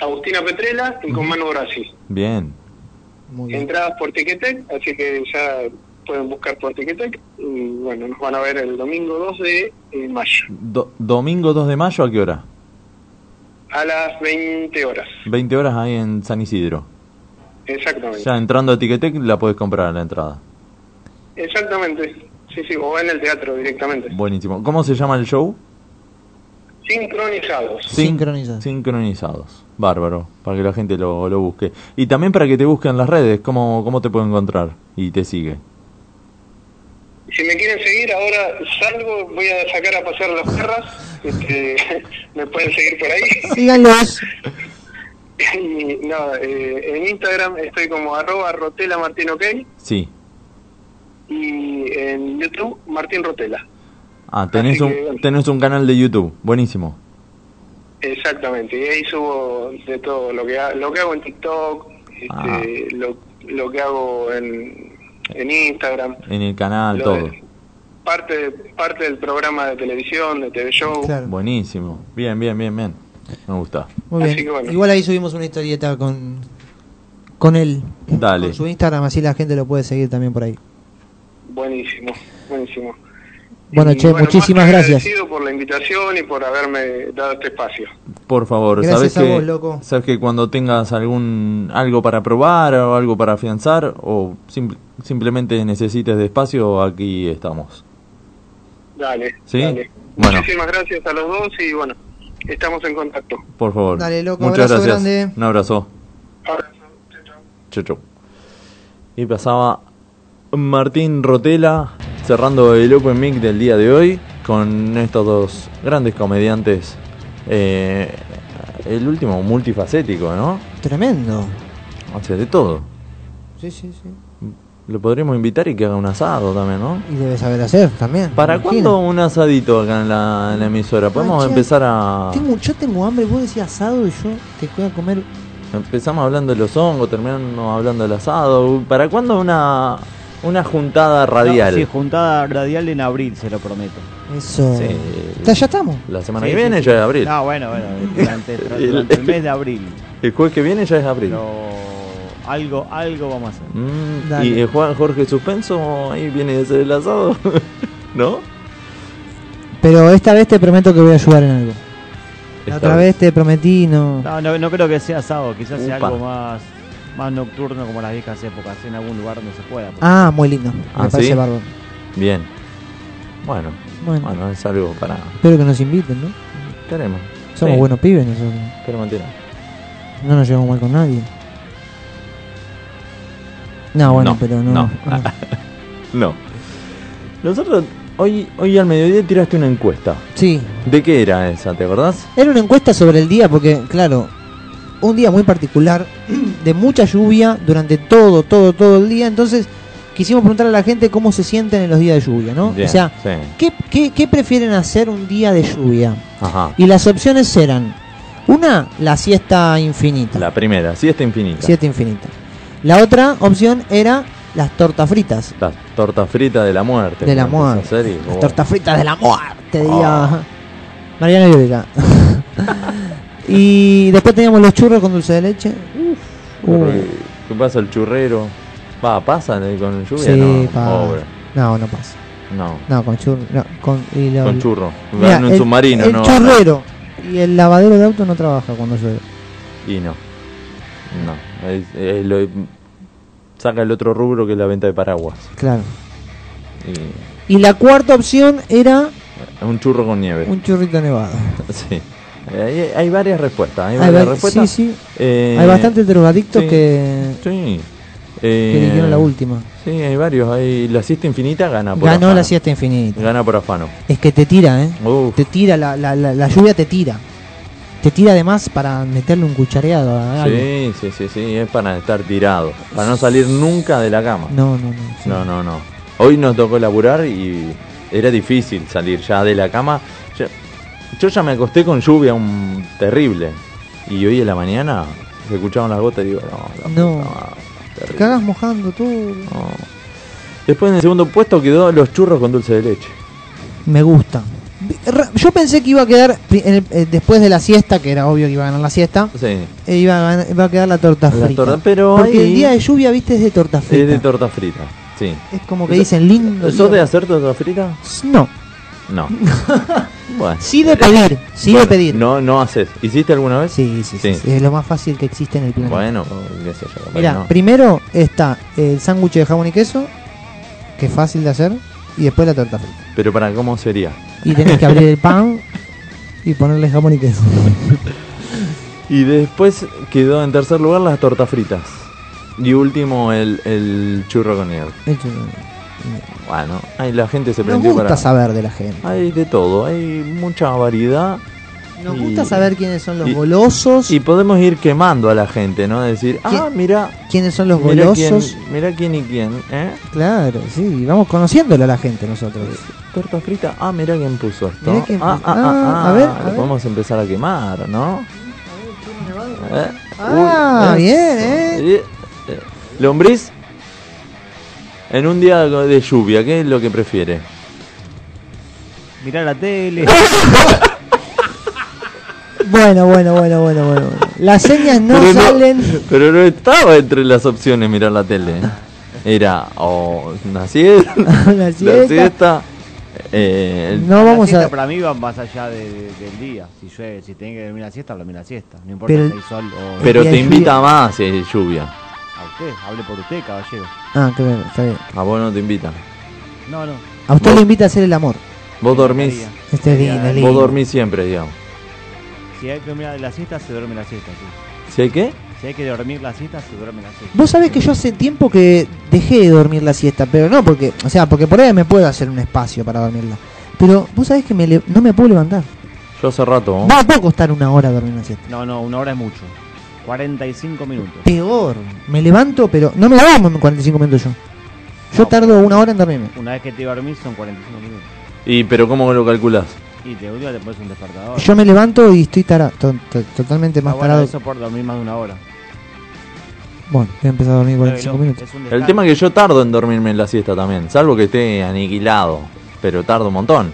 Speaker 15: Agustina Petrela y con Manu Brasi.
Speaker 1: Bien,
Speaker 15: Entradas por Tiquetec, así que ya pueden buscar por Tiquetec y bueno, nos van a ver el domingo 2 de eh, mayo
Speaker 1: Do- domingo 2 de mayo, ¿a qué hora?
Speaker 15: a las 20 horas,
Speaker 1: 20 horas ahí en San Isidro.
Speaker 15: exactamente.
Speaker 1: Ya entrando a Ticketek la puedes comprar a la entrada.
Speaker 15: Exactamente, sí, sí, o en el teatro directamente.
Speaker 1: Buenísimo. ¿Cómo se llama el show?
Speaker 15: Sincronizados.
Speaker 1: Sincronizados. Sincronizados. Bárbaro, para que la gente lo, lo busque. Y también para que te busquen las redes, ¿cómo, cómo te puede encontrar y te sigue?
Speaker 15: Si me quieren seguir, ahora salgo, voy a sacar a pasear las perras. Este, me pueden seguir por ahí.
Speaker 2: Síganlos.
Speaker 15: Y nada, eh, en Instagram estoy como arroba rotela martín ok
Speaker 1: Sí.
Speaker 15: y en YouTube Martín Rotela.
Speaker 1: Ah, tenés
Speaker 15: Así
Speaker 1: un,
Speaker 15: que, bueno.
Speaker 1: tenés un canal de YouTube. Buenísimo.
Speaker 15: Exactamente, y ahí subo de todo, lo que, ha- lo que hago en TikTok, este,
Speaker 1: Ah.
Speaker 15: lo, lo que hago en, en Instagram,
Speaker 1: En el canal,
Speaker 15: Lo
Speaker 1: todo.
Speaker 15: parte, parte del programa de televisión, de TV Show.
Speaker 1: Buenísimo. Bien, bien, bien, bien. Me gusta.
Speaker 2: Muy bien.
Speaker 15: Así que bueno.
Speaker 2: Igual ahí subimos una historieta con, con él.
Speaker 1: Dale.
Speaker 2: Con su Instagram, así la gente lo puede seguir también por ahí.
Speaker 15: Buenísimo, buenísimo.
Speaker 2: Bueno,
Speaker 15: Y
Speaker 2: che,
Speaker 15: más
Speaker 2: muchísimas
Speaker 15: que
Speaker 2: gracias.
Speaker 15: agradecido por la invitación y por haberme dado este espacio.
Speaker 1: Por favor,
Speaker 2: Gracias
Speaker 1: sabes
Speaker 2: a
Speaker 1: que,
Speaker 2: vos, loco.
Speaker 1: sabes que cuando tengas algún algo para probar o algo para afianzar o sim- simplemente necesites de espacio, aquí estamos.
Speaker 15: Dale,
Speaker 1: ¿Sí?
Speaker 15: dale.
Speaker 1: Bueno.
Speaker 15: Muchísimas gracias a los dos y bueno, estamos en contacto.
Speaker 1: Por favor.
Speaker 15: Dale, loco,
Speaker 1: Muchas
Speaker 15: abrazo
Speaker 1: gracias.
Speaker 15: grande.
Speaker 1: Un abrazo. Chau, chau. Y pasaba Martín Rotela cerrando el Open Mic del día de hoy con estos dos grandes comediantes. Eh, el último multifacético, ¿no?
Speaker 2: Tremendo.
Speaker 1: Hace de todo.
Speaker 2: Sí, sí, sí.
Speaker 1: Lo podríamos invitar y que haga un asado también, ¿no?
Speaker 2: Y debe saber hacer también.
Speaker 1: ¿Para
Speaker 2: me
Speaker 1: cuándo un asadito acá en la, en la emisora? Podemos
Speaker 2: che,
Speaker 1: empezar a...
Speaker 2: Tengo, yo tengo hambre, vos decís asado y yo te voy a comer.
Speaker 1: Empezamos hablando de los hongos, terminamos hablando del asado. ¿Para cuándo una, una juntada radial?
Speaker 4: No, sí, juntada radial en abril, se lo prometo.
Speaker 2: Eso.
Speaker 1: Sí.
Speaker 2: Ya, ya estamos.
Speaker 1: La semana
Speaker 4: Sí,
Speaker 1: que
Speaker 4: sí,
Speaker 1: viene
Speaker 4: sí.
Speaker 1: ya es abril.
Speaker 4: No, bueno, bueno, durante, durante el mes de abril.
Speaker 1: El jueves que viene ya es abril.
Speaker 4: Algo, algo vamos a hacer.
Speaker 1: Mm,
Speaker 4: Dale.
Speaker 1: y el Juan Jorge Suspenso ahí viene de ser el asado. ¿No?
Speaker 2: Pero esta vez te prometo que voy a ayudar en algo. La
Speaker 4: Esta
Speaker 2: otra vez te prometí, no.
Speaker 4: No, no, no creo que sea sábado, quizás sea
Speaker 2: Upa.
Speaker 4: algo más, más nocturno como las viejas épocas, en algún lugar donde se pueda. porque-
Speaker 2: Ah, muy lindo.
Speaker 1: Ah,
Speaker 2: Me parece
Speaker 1: ¿sí?
Speaker 2: bárbaro.
Speaker 1: Bien. Bueno,
Speaker 2: Bueno.
Speaker 1: bueno, es algo para.
Speaker 2: Espero que nos inviten, ¿no?
Speaker 1: Queremos.
Speaker 2: Somos
Speaker 1: Sí.
Speaker 2: buenos pibes nosotros.
Speaker 1: Queremos tirar.
Speaker 2: No nos llevamos mal con nadie. No, bueno, pero no.
Speaker 1: No.
Speaker 2: Ah.
Speaker 1: no. Nosotros, hoy, hoy al mediodía tiraste una encuesta.
Speaker 2: Sí.
Speaker 1: ¿De qué era esa? ¿Te acordás?
Speaker 2: Era una encuesta sobre el día porque, claro, un día muy particular, de mucha lluvia durante todo, todo, todo el día. Entonces, quisimos preguntar a la gente cómo se sienten en los días de lluvia, ¿no?
Speaker 1: Bien,
Speaker 2: o sea,
Speaker 1: sí.
Speaker 2: ¿qué, qué, qué prefieren hacer un día de lluvia?
Speaker 1: Ajá.
Speaker 2: Y las opciones eran, una, la siesta infinita,
Speaker 1: La primera, siesta infinita.
Speaker 2: siesta infinita. La otra opción era las tortas fritas,
Speaker 1: Las tortas fritas de la muerte.
Speaker 2: De la
Speaker 1: ¿no?
Speaker 2: muerte.
Speaker 1: Esa serie,
Speaker 2: las
Speaker 1: oh.
Speaker 2: tortas fritas de la muerte, diría Mariana Llorica. y después teníamos los churros con dulce de leche. Uh.
Speaker 1: Porque, ¿Qué pasa el churrero? Va, pasa eh, con el lluvia,
Speaker 2: Sí,
Speaker 1: no,
Speaker 2: pa-
Speaker 1: pobre.
Speaker 2: No, no pasa.
Speaker 1: No.
Speaker 2: No, con churro. No, con, y lo-
Speaker 1: Con churro.
Speaker 2: Mirá,
Speaker 1: Van en
Speaker 2: el-
Speaker 1: submarino,
Speaker 2: El
Speaker 1: no.
Speaker 2: chorrero y el lavadero de auto no trabaja cuando llueve.
Speaker 1: Y no. No. Es- es lo- saca el otro rubro que es la venta de paraguas.
Speaker 2: Claro.
Speaker 1: Y
Speaker 2: Y la cuarta opción era
Speaker 1: un churro con nieve.
Speaker 2: un churrito nevado.
Speaker 1: Sí. Eh, Hay, hay varias respuestas. Hay
Speaker 2: Hay
Speaker 1: varias
Speaker 2: va-
Speaker 1: respuestas.
Speaker 2: sí, sí.
Speaker 1: Eh,
Speaker 2: Hay bastantes drogadictos
Speaker 1: sí,
Speaker 2: que,
Speaker 1: Sí.
Speaker 2: que
Speaker 1: Eh,
Speaker 2: eligieron la última.
Speaker 1: Sí, hay varios. Hay, la siesta infinita gana por
Speaker 2: Ganó
Speaker 1: afano.
Speaker 2: la siesta infinita.
Speaker 1: Gana por afano.
Speaker 2: Es que te tira, ¿eh?
Speaker 1: Uf.
Speaker 2: Te tira, la, la, la, la lluvia te tira. Te tira además para meterle un cuchareado a Ah, algo.
Speaker 1: Sí, sí, sí, sí, es para estar tirado, para no salir nunca de la cama.
Speaker 2: No, no, no.
Speaker 1: No, no, no. Hoy nos tocó laburar y era difícil salir ya de la cama. Ya- yo ya me acosté con lluvia un terrible y hoy en la mañana se escuchaban las gotas y digo, no, la
Speaker 2: No.
Speaker 1: puta madre,
Speaker 2: Te
Speaker 1: terrible.
Speaker 2: cagas mojando todo.
Speaker 1: No. Después en el segundo puesto quedó los churros con dulce de leche.
Speaker 2: Me gusta. Ra- Yo pensé que iba a quedar pri- en el- eh, después de la siesta, que era obvio que iba a ganar la siesta,
Speaker 1: Sí.
Speaker 2: e iba a, gan- iba a quedar la torta
Speaker 1: La
Speaker 2: frita.
Speaker 1: torta- pero
Speaker 2: Porque
Speaker 1: ahí-
Speaker 2: el día de lluvia, viste, es de torta frita.
Speaker 1: Es de torta frita. Sí.
Speaker 2: Es como que dicen lindo.
Speaker 1: ¿Sos de
Speaker 2: día.
Speaker 1: hacer torta frita?
Speaker 2: No.
Speaker 1: No. bueno.
Speaker 2: Sí de pedir, sí de
Speaker 1: Bueno,
Speaker 2: pedir.
Speaker 1: No, no haces. ¿Hiciste alguna vez?
Speaker 2: Sí, sí, sí. Es lo más fácil que existe en el planeta.
Speaker 1: Bueno, o qué sé yo, capaz
Speaker 2: Mira,
Speaker 1: que no.
Speaker 2: primero está el sándwich de jamón y queso, que es fácil de hacer, y después la torta frita.
Speaker 1: Pero para cómo sería.
Speaker 2: Y tenés que abrir el pan y ponerle jamón y queso.
Speaker 1: Y después quedó en tercer lugar las tortas fritas. Y último el, el churro con hielo.
Speaker 2: El churro.
Speaker 1: Bueno, ahí la gente se
Speaker 2: Nos
Speaker 1: prendió
Speaker 2: gusta
Speaker 1: para.
Speaker 2: saber de la gente.
Speaker 1: Hay de todo, hay mucha variedad.
Speaker 2: Nos
Speaker 1: y-
Speaker 2: gusta saber quiénes son los
Speaker 1: y-
Speaker 2: golosos.
Speaker 1: Y podemos ir quemando a la gente, ¿no? Decir, ah, mira.
Speaker 2: ¿Quiénes son los
Speaker 1: mira
Speaker 2: golosos?
Speaker 1: quién- Mira quién y quién, ¿eh?
Speaker 2: Claro, sí, vamos conociéndola a la gente nosotros.
Speaker 1: Torta frita, ah, mira quién puso esto.
Speaker 2: Mirá quién
Speaker 1: ah,
Speaker 2: puso-
Speaker 1: ah, ah,
Speaker 2: ah,
Speaker 1: ah,
Speaker 2: a ver,
Speaker 1: lo
Speaker 2: a ver.
Speaker 1: podemos empezar a quemar, ¿no? Eh,
Speaker 2: Ah,
Speaker 1: uy,
Speaker 2: bien, ¿eh?
Speaker 1: eh, eh. Lombriz, en un día de lluvia, ¿qué es lo que prefiere?
Speaker 4: Mirá la tele.
Speaker 2: Bueno, bueno, bueno, bueno, bueno. bueno. Las señas no
Speaker 1: Pero no-
Speaker 2: salen.
Speaker 1: Pero no estaba entre las opciones mirar la tele. Era o una siesta,
Speaker 2: Una siesta.
Speaker 1: eh, el-
Speaker 2: No vamos
Speaker 4: la siesta
Speaker 2: a-
Speaker 4: para mí va más allá de- de- del día. Si llueve, si tenés que dormir la siesta, dormir la siesta. No importa
Speaker 1: Pero el-
Speaker 4: si hay sol o.
Speaker 1: Pero te invita
Speaker 4: a.
Speaker 1: más si es lluvia.
Speaker 4: usted, hable por usted, caballero.
Speaker 2: Ah, claro, está bien.
Speaker 1: A vos no te invita.
Speaker 4: No, no.
Speaker 2: A usted le invita a hacer el amor.
Speaker 1: Vos dormís.
Speaker 2: Este es lindo, es lindo.
Speaker 1: Vos dormís siempre, digamos.
Speaker 4: Si hay que dormir la siesta, se duerme la siesta. sí.
Speaker 1: ¿Sí hay qué?
Speaker 4: Si hay que dormir la siesta, se duerme la siesta.
Speaker 2: Vos sabés que yo hace tiempo que dejé de dormir la siesta, pero no porque, o sea, porque por ahí me puedo hacer un espacio para dormirla. Pero vos sabés que me le- no me puedo levantar.
Speaker 1: Yo hace
Speaker 4: Oh.
Speaker 1: rato.
Speaker 2: Va, va a costar una hora dormir la siesta.
Speaker 4: No, no, una hora es mucho. 45 minutos.
Speaker 2: Peor. Me levanto, pero no me duermo en 45 minutos yo. Yo tardo una hora en dormirme.
Speaker 4: Una vez que te dormís, son 45 minutos.
Speaker 1: ¿Y pero cómo lo calculás?
Speaker 4: Y te última te pones un despertador.
Speaker 2: Yo me levanto y estoy tarado, totalmente
Speaker 4: Ah,
Speaker 2: más
Speaker 4: bueno,
Speaker 2: tarado.
Speaker 4: eso por dormir más de una hora.
Speaker 2: Bueno, voy a empezar a dormir 45 minutos.
Speaker 1: El tema es que yo tardo en dormirme en la siesta también, salvo que esté aniquilado, pero tardo un montón.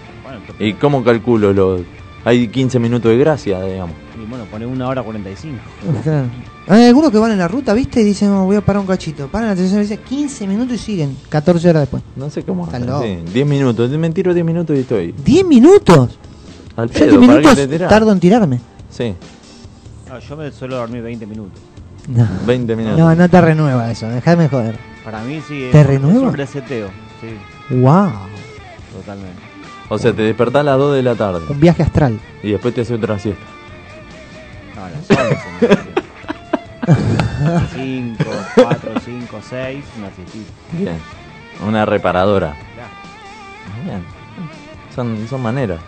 Speaker 1: ¿Y cómo calculo los... Hay 15 minutos de gracia, digamos.
Speaker 4: Y bueno, pone una hora 45.
Speaker 2: Claro. Hay algunos que van en la ruta, ¿viste? Y dicen, "Oh, voy a parar un cachito. Paran la tercera vez, 15 minutos y siguen. 14 horas después.
Speaker 1: No sé cómo.
Speaker 2: Están locos.
Speaker 1: Sí, 10 minutos, me tiro 10 minutos y estoy
Speaker 2: 10 minutos.
Speaker 1: al
Speaker 2: Yo
Speaker 1: pedo.
Speaker 2: 10
Speaker 1: ¿para qué
Speaker 2: minutos
Speaker 1: te tirás?
Speaker 2: tardo en tirarme.
Speaker 1: Sí,
Speaker 4: No, yo me suelo dormir 20 minutos.
Speaker 2: No.
Speaker 1: 20 minutos.
Speaker 2: No, no te renueva eso, déjame joder.
Speaker 4: Para mí sí. es-
Speaker 2: ¿Te
Speaker 4: Es
Speaker 2: renueva?
Speaker 4: un reseteo. Sí,
Speaker 2: Wow,
Speaker 4: totalmente.
Speaker 1: O sea, te despertás a las 2 de la tarde
Speaker 2: un viaje astral.
Speaker 1: y después te haces otra siesta.
Speaker 4: No, a las 11. 5, 4, 5, 6. Una siestita.
Speaker 1: Bien. Una reparadora.
Speaker 4: Claro.
Speaker 1: Bien. Son, son maneras.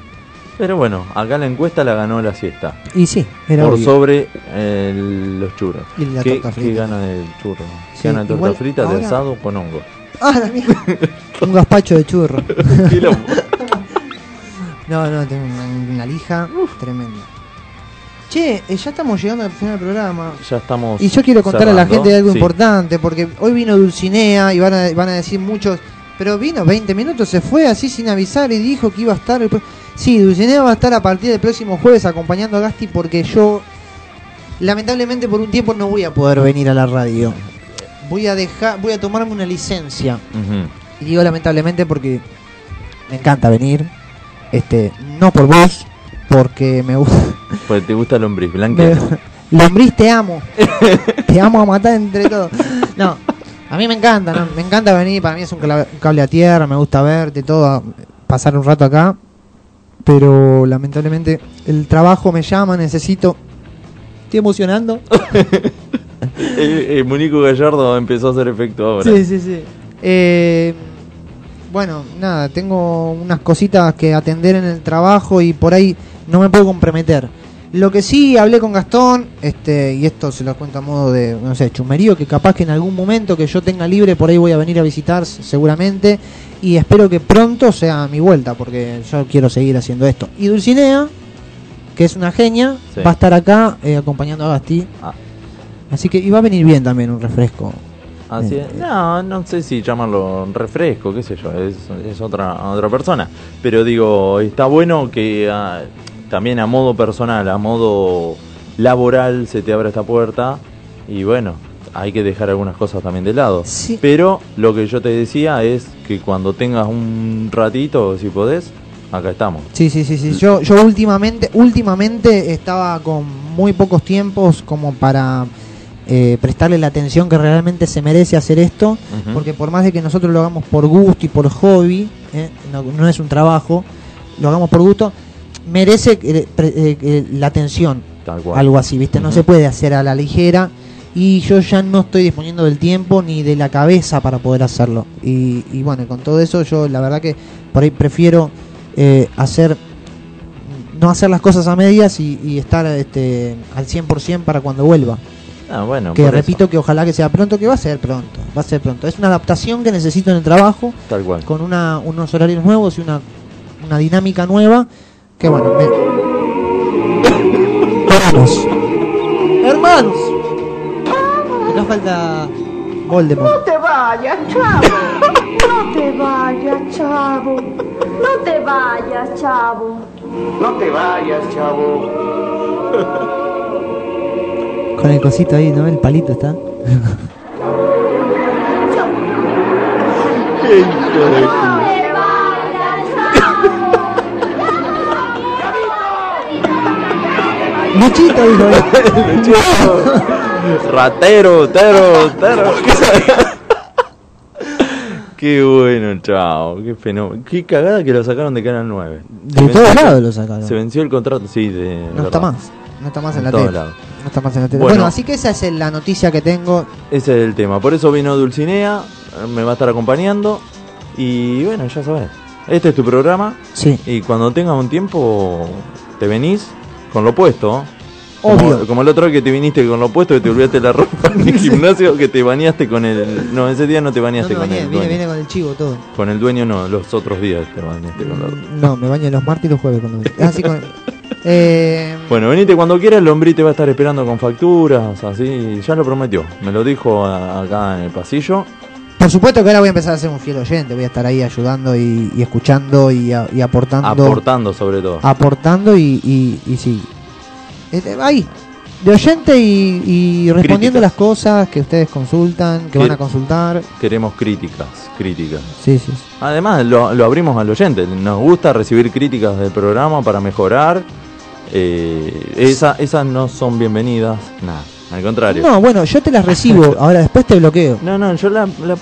Speaker 1: Pero bueno, acá la encuesta la ganó la siesta.
Speaker 2: Y sí, era
Speaker 1: Por
Speaker 2: obvio.
Speaker 1: sobre eh, los churros.
Speaker 2: Y la
Speaker 1: ¿Qué,
Speaker 2: torta
Speaker 1: qué
Speaker 2: frita.
Speaker 1: gana el churro?
Speaker 2: Sí,
Speaker 1: gana torta
Speaker 2: igual
Speaker 1: frita de
Speaker 2: ahora-
Speaker 1: asado con hongo.
Speaker 2: Ah, la mierda. un gazpacho de churro.
Speaker 1: Quilombo.
Speaker 2: no, no, tengo una, una lija tremenda. Che, eh, ya estamos llegando al final del programa.
Speaker 1: Ya estamos.
Speaker 2: Y yo quiero contar a la
Speaker 1: cerrando.
Speaker 2: gente de algo
Speaker 1: Sí.
Speaker 2: importante, porque hoy vino Dulcinea y van a, van a decir muchos, pero vino 20 minutos, se fue así sin avisar y dijo que iba a estar. el pro- Sí, Dulcinea va a estar a partir del próximo jueves acompañando a Gasti porque yo, lamentablemente por un tiempo no voy a poder venir a la radio. Voy a dejar, voy a tomarme una licencia.
Speaker 1: Ujú.
Speaker 2: Y digo lamentablemente porque me encanta venir. Este, no por vos, porque me gusta.
Speaker 1: Pues te gusta el lombriz blanco.
Speaker 2: Me- Lombriz, te amo. te amo a matar entre todos. No, a mí me encanta, ¿no? me encanta venir. Para mí es un cla- un cable a tierra, me gusta verte, todo. Pasar un rato acá. Pero lamentablemente el trabajo me llama, necesito. Estoy emocionando.
Speaker 1: El, el muñeco Eh, gallardo empezó a hacer efecto ahora.
Speaker 2: Sí, sí, sí. Eh, bueno, nada, tengo unas cositas que atender en el trabajo y por ahí no me puedo comprometer. Lo que sí hablé con Gastón, este, y esto se los cuento a modo de, no sé, chumerío, que capaz que en algún momento que yo tenga libre, por ahí voy a venir a visitar s- seguramente, y espero que pronto sea mi vuelta, porque yo quiero seguir haciendo esto. Y Dulcinea, que es una genia,
Speaker 1: Sí.
Speaker 2: va a estar acá eh, acompañando a Gasti. Así que y va a venir bien también un refresco.
Speaker 1: Así
Speaker 2: Eh,
Speaker 1: es. No, no sé si llamarlo refresco, qué sé yo, es, es otra, otra persona. Pero digo, está bueno que ah, también a modo personal, a modo laboral, se te abra esta puerta. Y bueno, hay que dejar algunas cosas también de lado. Pero lo que yo te decía es que cuando tengas un ratito, si podés, acá estamos.
Speaker 2: Sí, sí, sí, sí. Yo, yo últimamente, últimamente estaba con muy pocos tiempos como para eh, prestarle la atención que realmente se merece hacer esto,
Speaker 1: Ujú.
Speaker 2: porque por más de que nosotros lo hagamos por gusto y por hobby, eh, no, no es un trabajo, lo hagamos por gusto, merece eh, pre- eh, eh, la atención,
Speaker 1: Tal cual.
Speaker 2: algo así, ¿viste? No
Speaker 1: Ujú.
Speaker 2: se puede hacer a la ligera y yo ya no estoy disponiendo del tiempo ni de la cabeza para poder hacerlo. Y, y bueno, con todo eso yo la verdad que por ahí prefiero eh, hacer no hacer las cosas a medias y, y estar este, al 100% para cuando vuelva.
Speaker 1: Ah, bueno,
Speaker 2: que
Speaker 1: por eso.
Speaker 2: repito que ojalá que sea pronto, que va a ser pronto, va a ser pronto. Es una adaptación que necesito en el trabajo,
Speaker 1: Tal cual.
Speaker 2: con una, unos horarios nuevos y una, una dinámica nueva, que bueno, me- hermanos, hermanos, no falta Voldemort.
Speaker 5: te vayas, chavo. No te vayas, chavo. No te vayas, chavo.
Speaker 16: No te vayas, chavo.
Speaker 2: Con el cosito ahí, ¿no? El palito está. Luchito, dijo.
Speaker 1: Ratero, tero, tero. qué bueno, chao. Qué fenómeno. Qué cagada que lo sacaron de Canal 9.
Speaker 2: De todos lados lo sacaron.
Speaker 1: Se venció el contrato, sí. De,
Speaker 2: No está más. No está más en la
Speaker 1: todos
Speaker 2: tele.
Speaker 1: lados.
Speaker 2: No está más en la tele.
Speaker 1: Bueno.
Speaker 2: Bueno, así que esa es el- la noticia que tengo.
Speaker 1: Ese es el tema. Por eso vino Dulcinea, eh, me va a estar acompañando. Y bueno, ya sabes. Este es tu programa.
Speaker 2: Sí.
Speaker 1: Y cuando tengas un tiempo, te venís con lo puesto.
Speaker 2: Obvio.
Speaker 1: Como, como el otro que te viniste con lo puesto, que te olvidaste la ropa en el gimnasio, que te bañaste con el. No, ese día no te bañaste con
Speaker 2: viene,
Speaker 1: el dueño.
Speaker 2: viene, viene con el chivo todo.
Speaker 1: Con el dueño no, los otros días te bañaste con la ropa.
Speaker 2: No, me baño los martes y los jueves cuando vengo. Así con. Eh,
Speaker 1: Bueno, venite cuando quieras, el hombre te va a estar esperando con facturas, así. Ya lo prometió. Me lo dijo a- acá en el pasillo.
Speaker 2: por supuesto que ahora voy a empezar a ser un fiel oyente. Voy a estar ahí ayudando y, y escuchando y, a- y aportando.
Speaker 1: Aportando sobre todo.
Speaker 2: aportando y, y, y sí. Este, Ahí, de oyente y, y respondiendo
Speaker 1: Críticas.
Speaker 2: las cosas que ustedes consultan, que van a
Speaker 1: Bien.
Speaker 2: consultar.
Speaker 1: Queremos críticas, críticas.
Speaker 2: Sí, sí.
Speaker 1: Además, lo, lo abrimos al oyente. Nos gusta recibir críticas del programa para mejorar. Eh, esa- esas no son bienvenidas. Nada, al contrario.
Speaker 2: No, bueno, yo te las recibo, ahora después te bloqueo.
Speaker 1: No, no, yo la, la-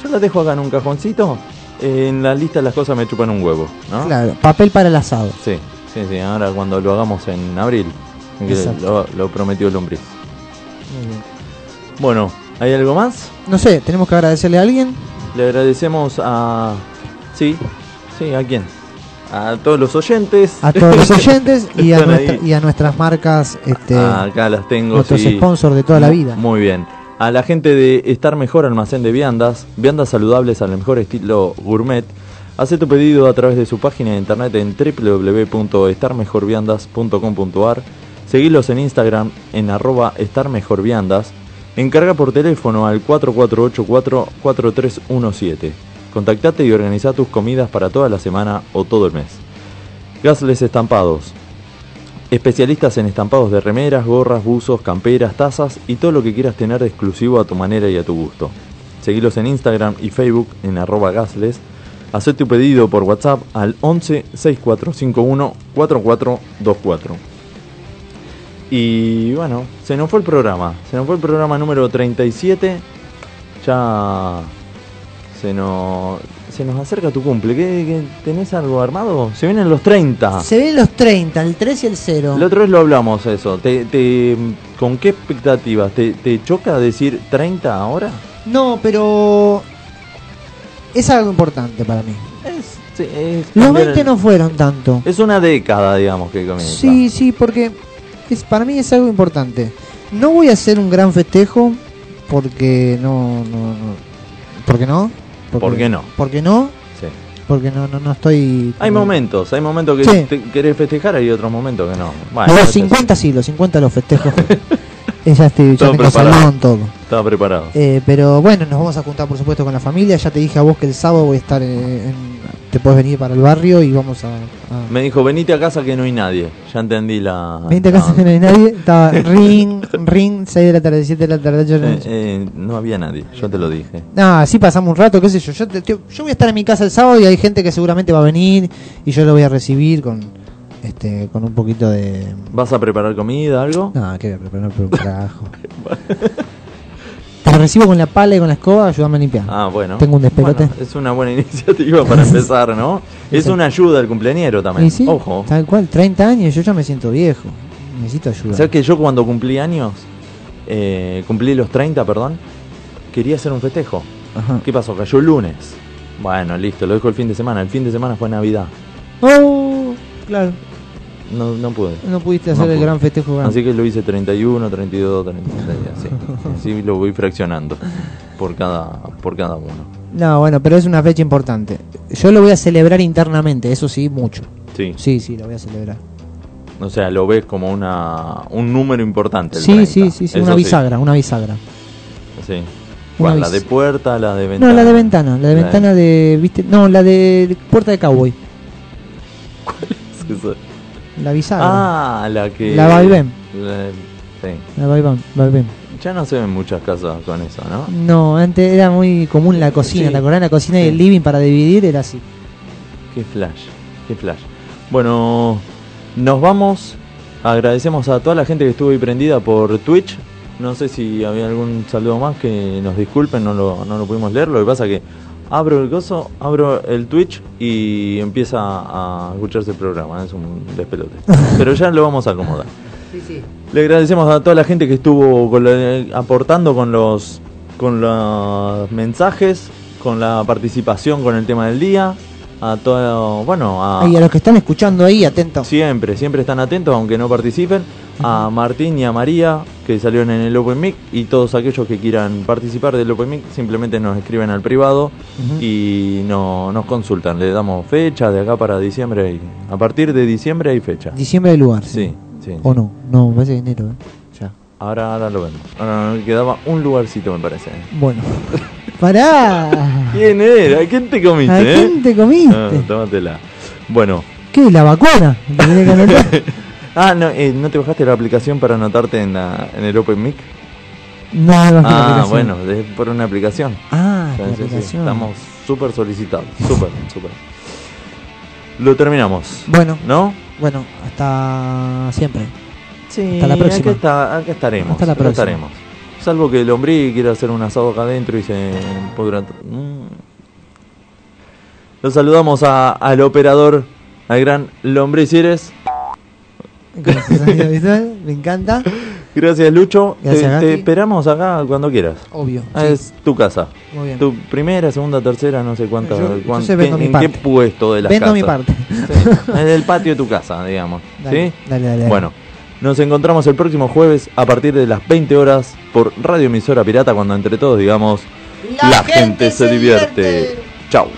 Speaker 1: yo la dejo acá en un cajoncito. Eh, en la lista las cosas me chupan un huevo, ¿no?
Speaker 2: Claro, papel para el asado.
Speaker 1: Sí, sí, sí. Ahora cuando lo hagamos en abril. que Lo,
Speaker 2: Exacto.
Speaker 1: lo prometió el hombre.
Speaker 2: Muy bien.
Speaker 1: Bueno, ¿hay algo más?
Speaker 2: No sé, tenemos que agradecerle a alguien.
Speaker 1: Le agradecemos a... Sí, sí, ¿a quién? A todos los oyentes.
Speaker 2: A todos los oyentes y, a
Speaker 1: Están
Speaker 2: nuestra-
Speaker 1: ahí.
Speaker 2: y a nuestras marcas. Este,
Speaker 1: Ah, acá las tengo.
Speaker 2: nuestros sponsors de toda la
Speaker 1: Mu-
Speaker 2: vida.
Speaker 1: Muy bien. A la gente de Estar Mejor Almacén de Viandas, viandas saludables al mejor estilo gourmet. Haz tu pedido a través de su página de internet en www.estarmejorviandas.com.ar. Seguilos en Instagram en arroba estarmejorviandas. Encarga por teléfono al 4484-4317. Contactate y organiza tus comidas para toda la semana o todo el mes. Gasles Estampados. Especialistas en estampados de remeras, gorras, buzos, camperas, tazas y todo lo que quieras tener exclusivo a tu manera y a tu gusto. Seguilos en Instagram y Facebook en arroba gasles. Hacé tu pedido por WhatsApp al 11 6451 4424. Y bueno, se nos fue el programa. Se nos fue el programa número 37. Ya se nos, se nos acerca tu cumple. ¿Qué, qué- tenés algo armado? Se vienen los 30.
Speaker 2: Se ven los 30, el 3 y el 0.
Speaker 1: La otra vez lo hablamos eso. ¿Te, te- con qué expectativas? ¿Te, te choca decir 30 ahora?
Speaker 2: No, pero. Es algo importante para mí.
Speaker 1: Es, sí, es
Speaker 2: Los
Speaker 1: cambiar
Speaker 2: 20
Speaker 1: el-
Speaker 2: no fueron tanto.
Speaker 1: Es una década, digamos, que comienza.
Speaker 2: Sí, sí, porque es, para mí es algo importante. No voy a hacer un gran festejo porque no, no, no. ¿Por qué no?
Speaker 1: ¿Por qué no?
Speaker 2: Porque no,
Speaker 1: Sí.
Speaker 2: porque no, no, no estoy.
Speaker 1: Hay momentos, hay momentos que
Speaker 2: Sí.
Speaker 1: te- querés festejar, hay otros momentos que no. Bueno,
Speaker 2: los
Speaker 1: este-
Speaker 2: 50 sí, los 50 los festejos. ya estoy, ya
Speaker 1: Todo
Speaker 2: tengo
Speaker 1: preparado.
Speaker 2: salado en todo.
Speaker 1: Estaba preparado.
Speaker 2: Eh, pero bueno, nos vamos a juntar por supuesto con la familia. Ya te dije a vos que el sábado voy a estar eh, en, te puedes venir para el barrio y vamos a. a-
Speaker 1: Me dijo, venite a casa que no hay nadie. Ya entendí la...
Speaker 2: Venite a casa que no hay nadie. Estaba ring, ring, 6 de la tarde, 7 de la tarde. ocho de la
Speaker 1: Eh,
Speaker 2: noche.
Speaker 1: eh, no había nadie, yo te lo dije.
Speaker 2: Ah, sí pasamos un rato, qué sé yo. Yo, te- te- yo voy a estar en mi casa el sábado y hay gente que seguramente va a venir y yo lo voy a recibir con este con un poquito de...
Speaker 1: ¿Vas a preparar comida, algo?
Speaker 2: No, que voy a preparar por un carajo. Te lo recibo con la pala y con la escoba, ayúdame a limpiar.
Speaker 1: Ah, bueno.
Speaker 2: Tengo un despelote.
Speaker 1: Bueno, es una buena iniciativa para empezar, ¿no? Es una ayuda al cumpleañero también.
Speaker 2: Y sí,
Speaker 1: Ojo.
Speaker 2: Tal cual, 30 años, yo ya me siento viejo. Necesito ayuda.
Speaker 1: ¿Sabes que yo cuando cumplí años, eh, cumplí los 30, perdón, quería hacer un festejo?
Speaker 2: Ajá.
Speaker 1: ¿Qué pasó? Cayó el lunes. Bueno, listo, lo dejo el fin de semana. El fin de semana fue Navidad.
Speaker 2: Oh, claro,
Speaker 1: No, no pude.
Speaker 2: no pudiste hacer
Speaker 1: No
Speaker 2: el
Speaker 1: pude.
Speaker 2: gran festejo. grande.
Speaker 1: Así que lo hice 31, 32, 33, así. Así lo voy fraccionando por cada, por cada uno.
Speaker 2: No, bueno, pero es una fecha importante. Yo lo voy a celebrar internamente, eso sí, mucho.
Speaker 1: Sí.
Speaker 2: Sí, sí, lo voy a celebrar.
Speaker 1: O sea, lo ves como una, un número importante. el
Speaker 2: Sí,
Speaker 1: 30.
Speaker 2: sí, sí, sí,
Speaker 1: Eso
Speaker 2: una bisagra, una bisagra.
Speaker 1: Sí. ¿Cuál?
Speaker 2: Una
Speaker 1: ¿La de
Speaker 2: bis-
Speaker 1: puerta, la de ventana?
Speaker 2: No, la de ventana, la de ventana de, ¿viste? No, la de puerta de cowboy,
Speaker 1: ¿Qué es eso?
Speaker 2: la bisagra.
Speaker 1: Ah, la que...
Speaker 2: La vaivén.
Speaker 1: la- sí.
Speaker 2: La vaivén, vaivén.
Speaker 1: Ya no se ven muchas casas con eso, ¿no?
Speaker 2: No, antes era muy común la cocina,
Speaker 1: Sí.
Speaker 2: la corona, la cocina y
Speaker 1: Sí.
Speaker 2: el living para dividir era así.
Speaker 1: Qué flash, qué flash. Bueno, nos vamos. Agradecemos a toda la gente que estuvo ahí prendida por Twitch. No sé si había algún saludo más que nos disculpen, no lo, no lo pudimos leer. Lo que pasa que abro el gozo, abro el Twitch y empieza a escucharse el programa. Es un despelote. Pero ya lo vamos a acomodar. Le agradecemos a toda la gente que estuvo con la- aportando con los, con los mensajes, con la participación con el tema del día. A todo, bueno, a,
Speaker 2: Y a los que están escuchando ahí, atentos.
Speaker 1: Siempre, siempre están atentos, aunque no participen. A Martín y a María, que salieron en el Open Mic, y todos aquellos que quieran participar del Open Mic, simplemente nos escriben al privado y no, nos consultan. Le damos fecha de acá para diciembre. y- a partir de diciembre hay fecha.
Speaker 2: Diciembre del lugar.
Speaker 1: Sí, sí.
Speaker 2: O no, no, me parece que enero. ¿eh?
Speaker 1: Ahora, ahora lo vemos. Ahora nos quedaba un lugarcito, me parece.
Speaker 2: Bueno. Pará.
Speaker 1: ¿Quién era? ¿A quién te comiste?
Speaker 2: ¿A
Speaker 1: eh?
Speaker 2: quién te comiste?
Speaker 1: Ah, tómatela. Bueno.
Speaker 2: ¿Qué? ¿La vacuna? ¿Lo tenés que anotar?
Speaker 1: ah, no, eh, ¿no te bajaste la aplicación para anotarte en, la- en el Open Mic?
Speaker 2: No, me bajé la
Speaker 1: Ah,
Speaker 2: aplicación.
Speaker 1: bueno, de- por una aplicación.
Speaker 2: Ah,
Speaker 1: Sí,
Speaker 2: la
Speaker 1: sí, sí,
Speaker 2: aplicación.
Speaker 1: Estamos súper solicitados, súper, súper. Lo terminamos.
Speaker 2: Bueno.
Speaker 1: ¿No?
Speaker 2: Bueno, hasta siempre.
Speaker 1: Sí,
Speaker 2: Hasta la
Speaker 1: Y
Speaker 2: próxima.
Speaker 1: Acá, está- acá estaremos.
Speaker 2: Hasta la
Speaker 1: acá
Speaker 2: próxima.
Speaker 1: estaremos. Salvo que el hombre quiera hacer un asado acá adentro y se podrá... Mm. Los saludamos a- al operador, al gran Lombriz Cires.
Speaker 2: Con su sonido visual, me encanta.
Speaker 1: Gracias, Lucho.
Speaker 2: Gracias,
Speaker 1: te, te
Speaker 2: Gati.
Speaker 1: esperamos acá cuando quieras.
Speaker 2: Obvio,
Speaker 1: Ah,
Speaker 2: sí.
Speaker 1: Es tu casa.
Speaker 2: Muy bien.
Speaker 1: Tu primera, segunda, tercera, no sé cuánta.
Speaker 2: Yo- yo
Speaker 1: cuán-
Speaker 2: sé, vendo
Speaker 1: qué-
Speaker 2: mi
Speaker 1: ¿En
Speaker 2: parte.
Speaker 1: qué puesto de la
Speaker 2: Vendo
Speaker 1: casa?
Speaker 2: mi parte.
Speaker 1: en el patio de tu casa, digamos.
Speaker 2: Dale,
Speaker 1: ¿Sí?
Speaker 2: dale, dale, dale.
Speaker 1: Bueno, nos encontramos el próximo jueves a partir de las 20 horas por Radio Emisora Pirata, cuando entre todos digamos, la, gente, se divierte. Chau.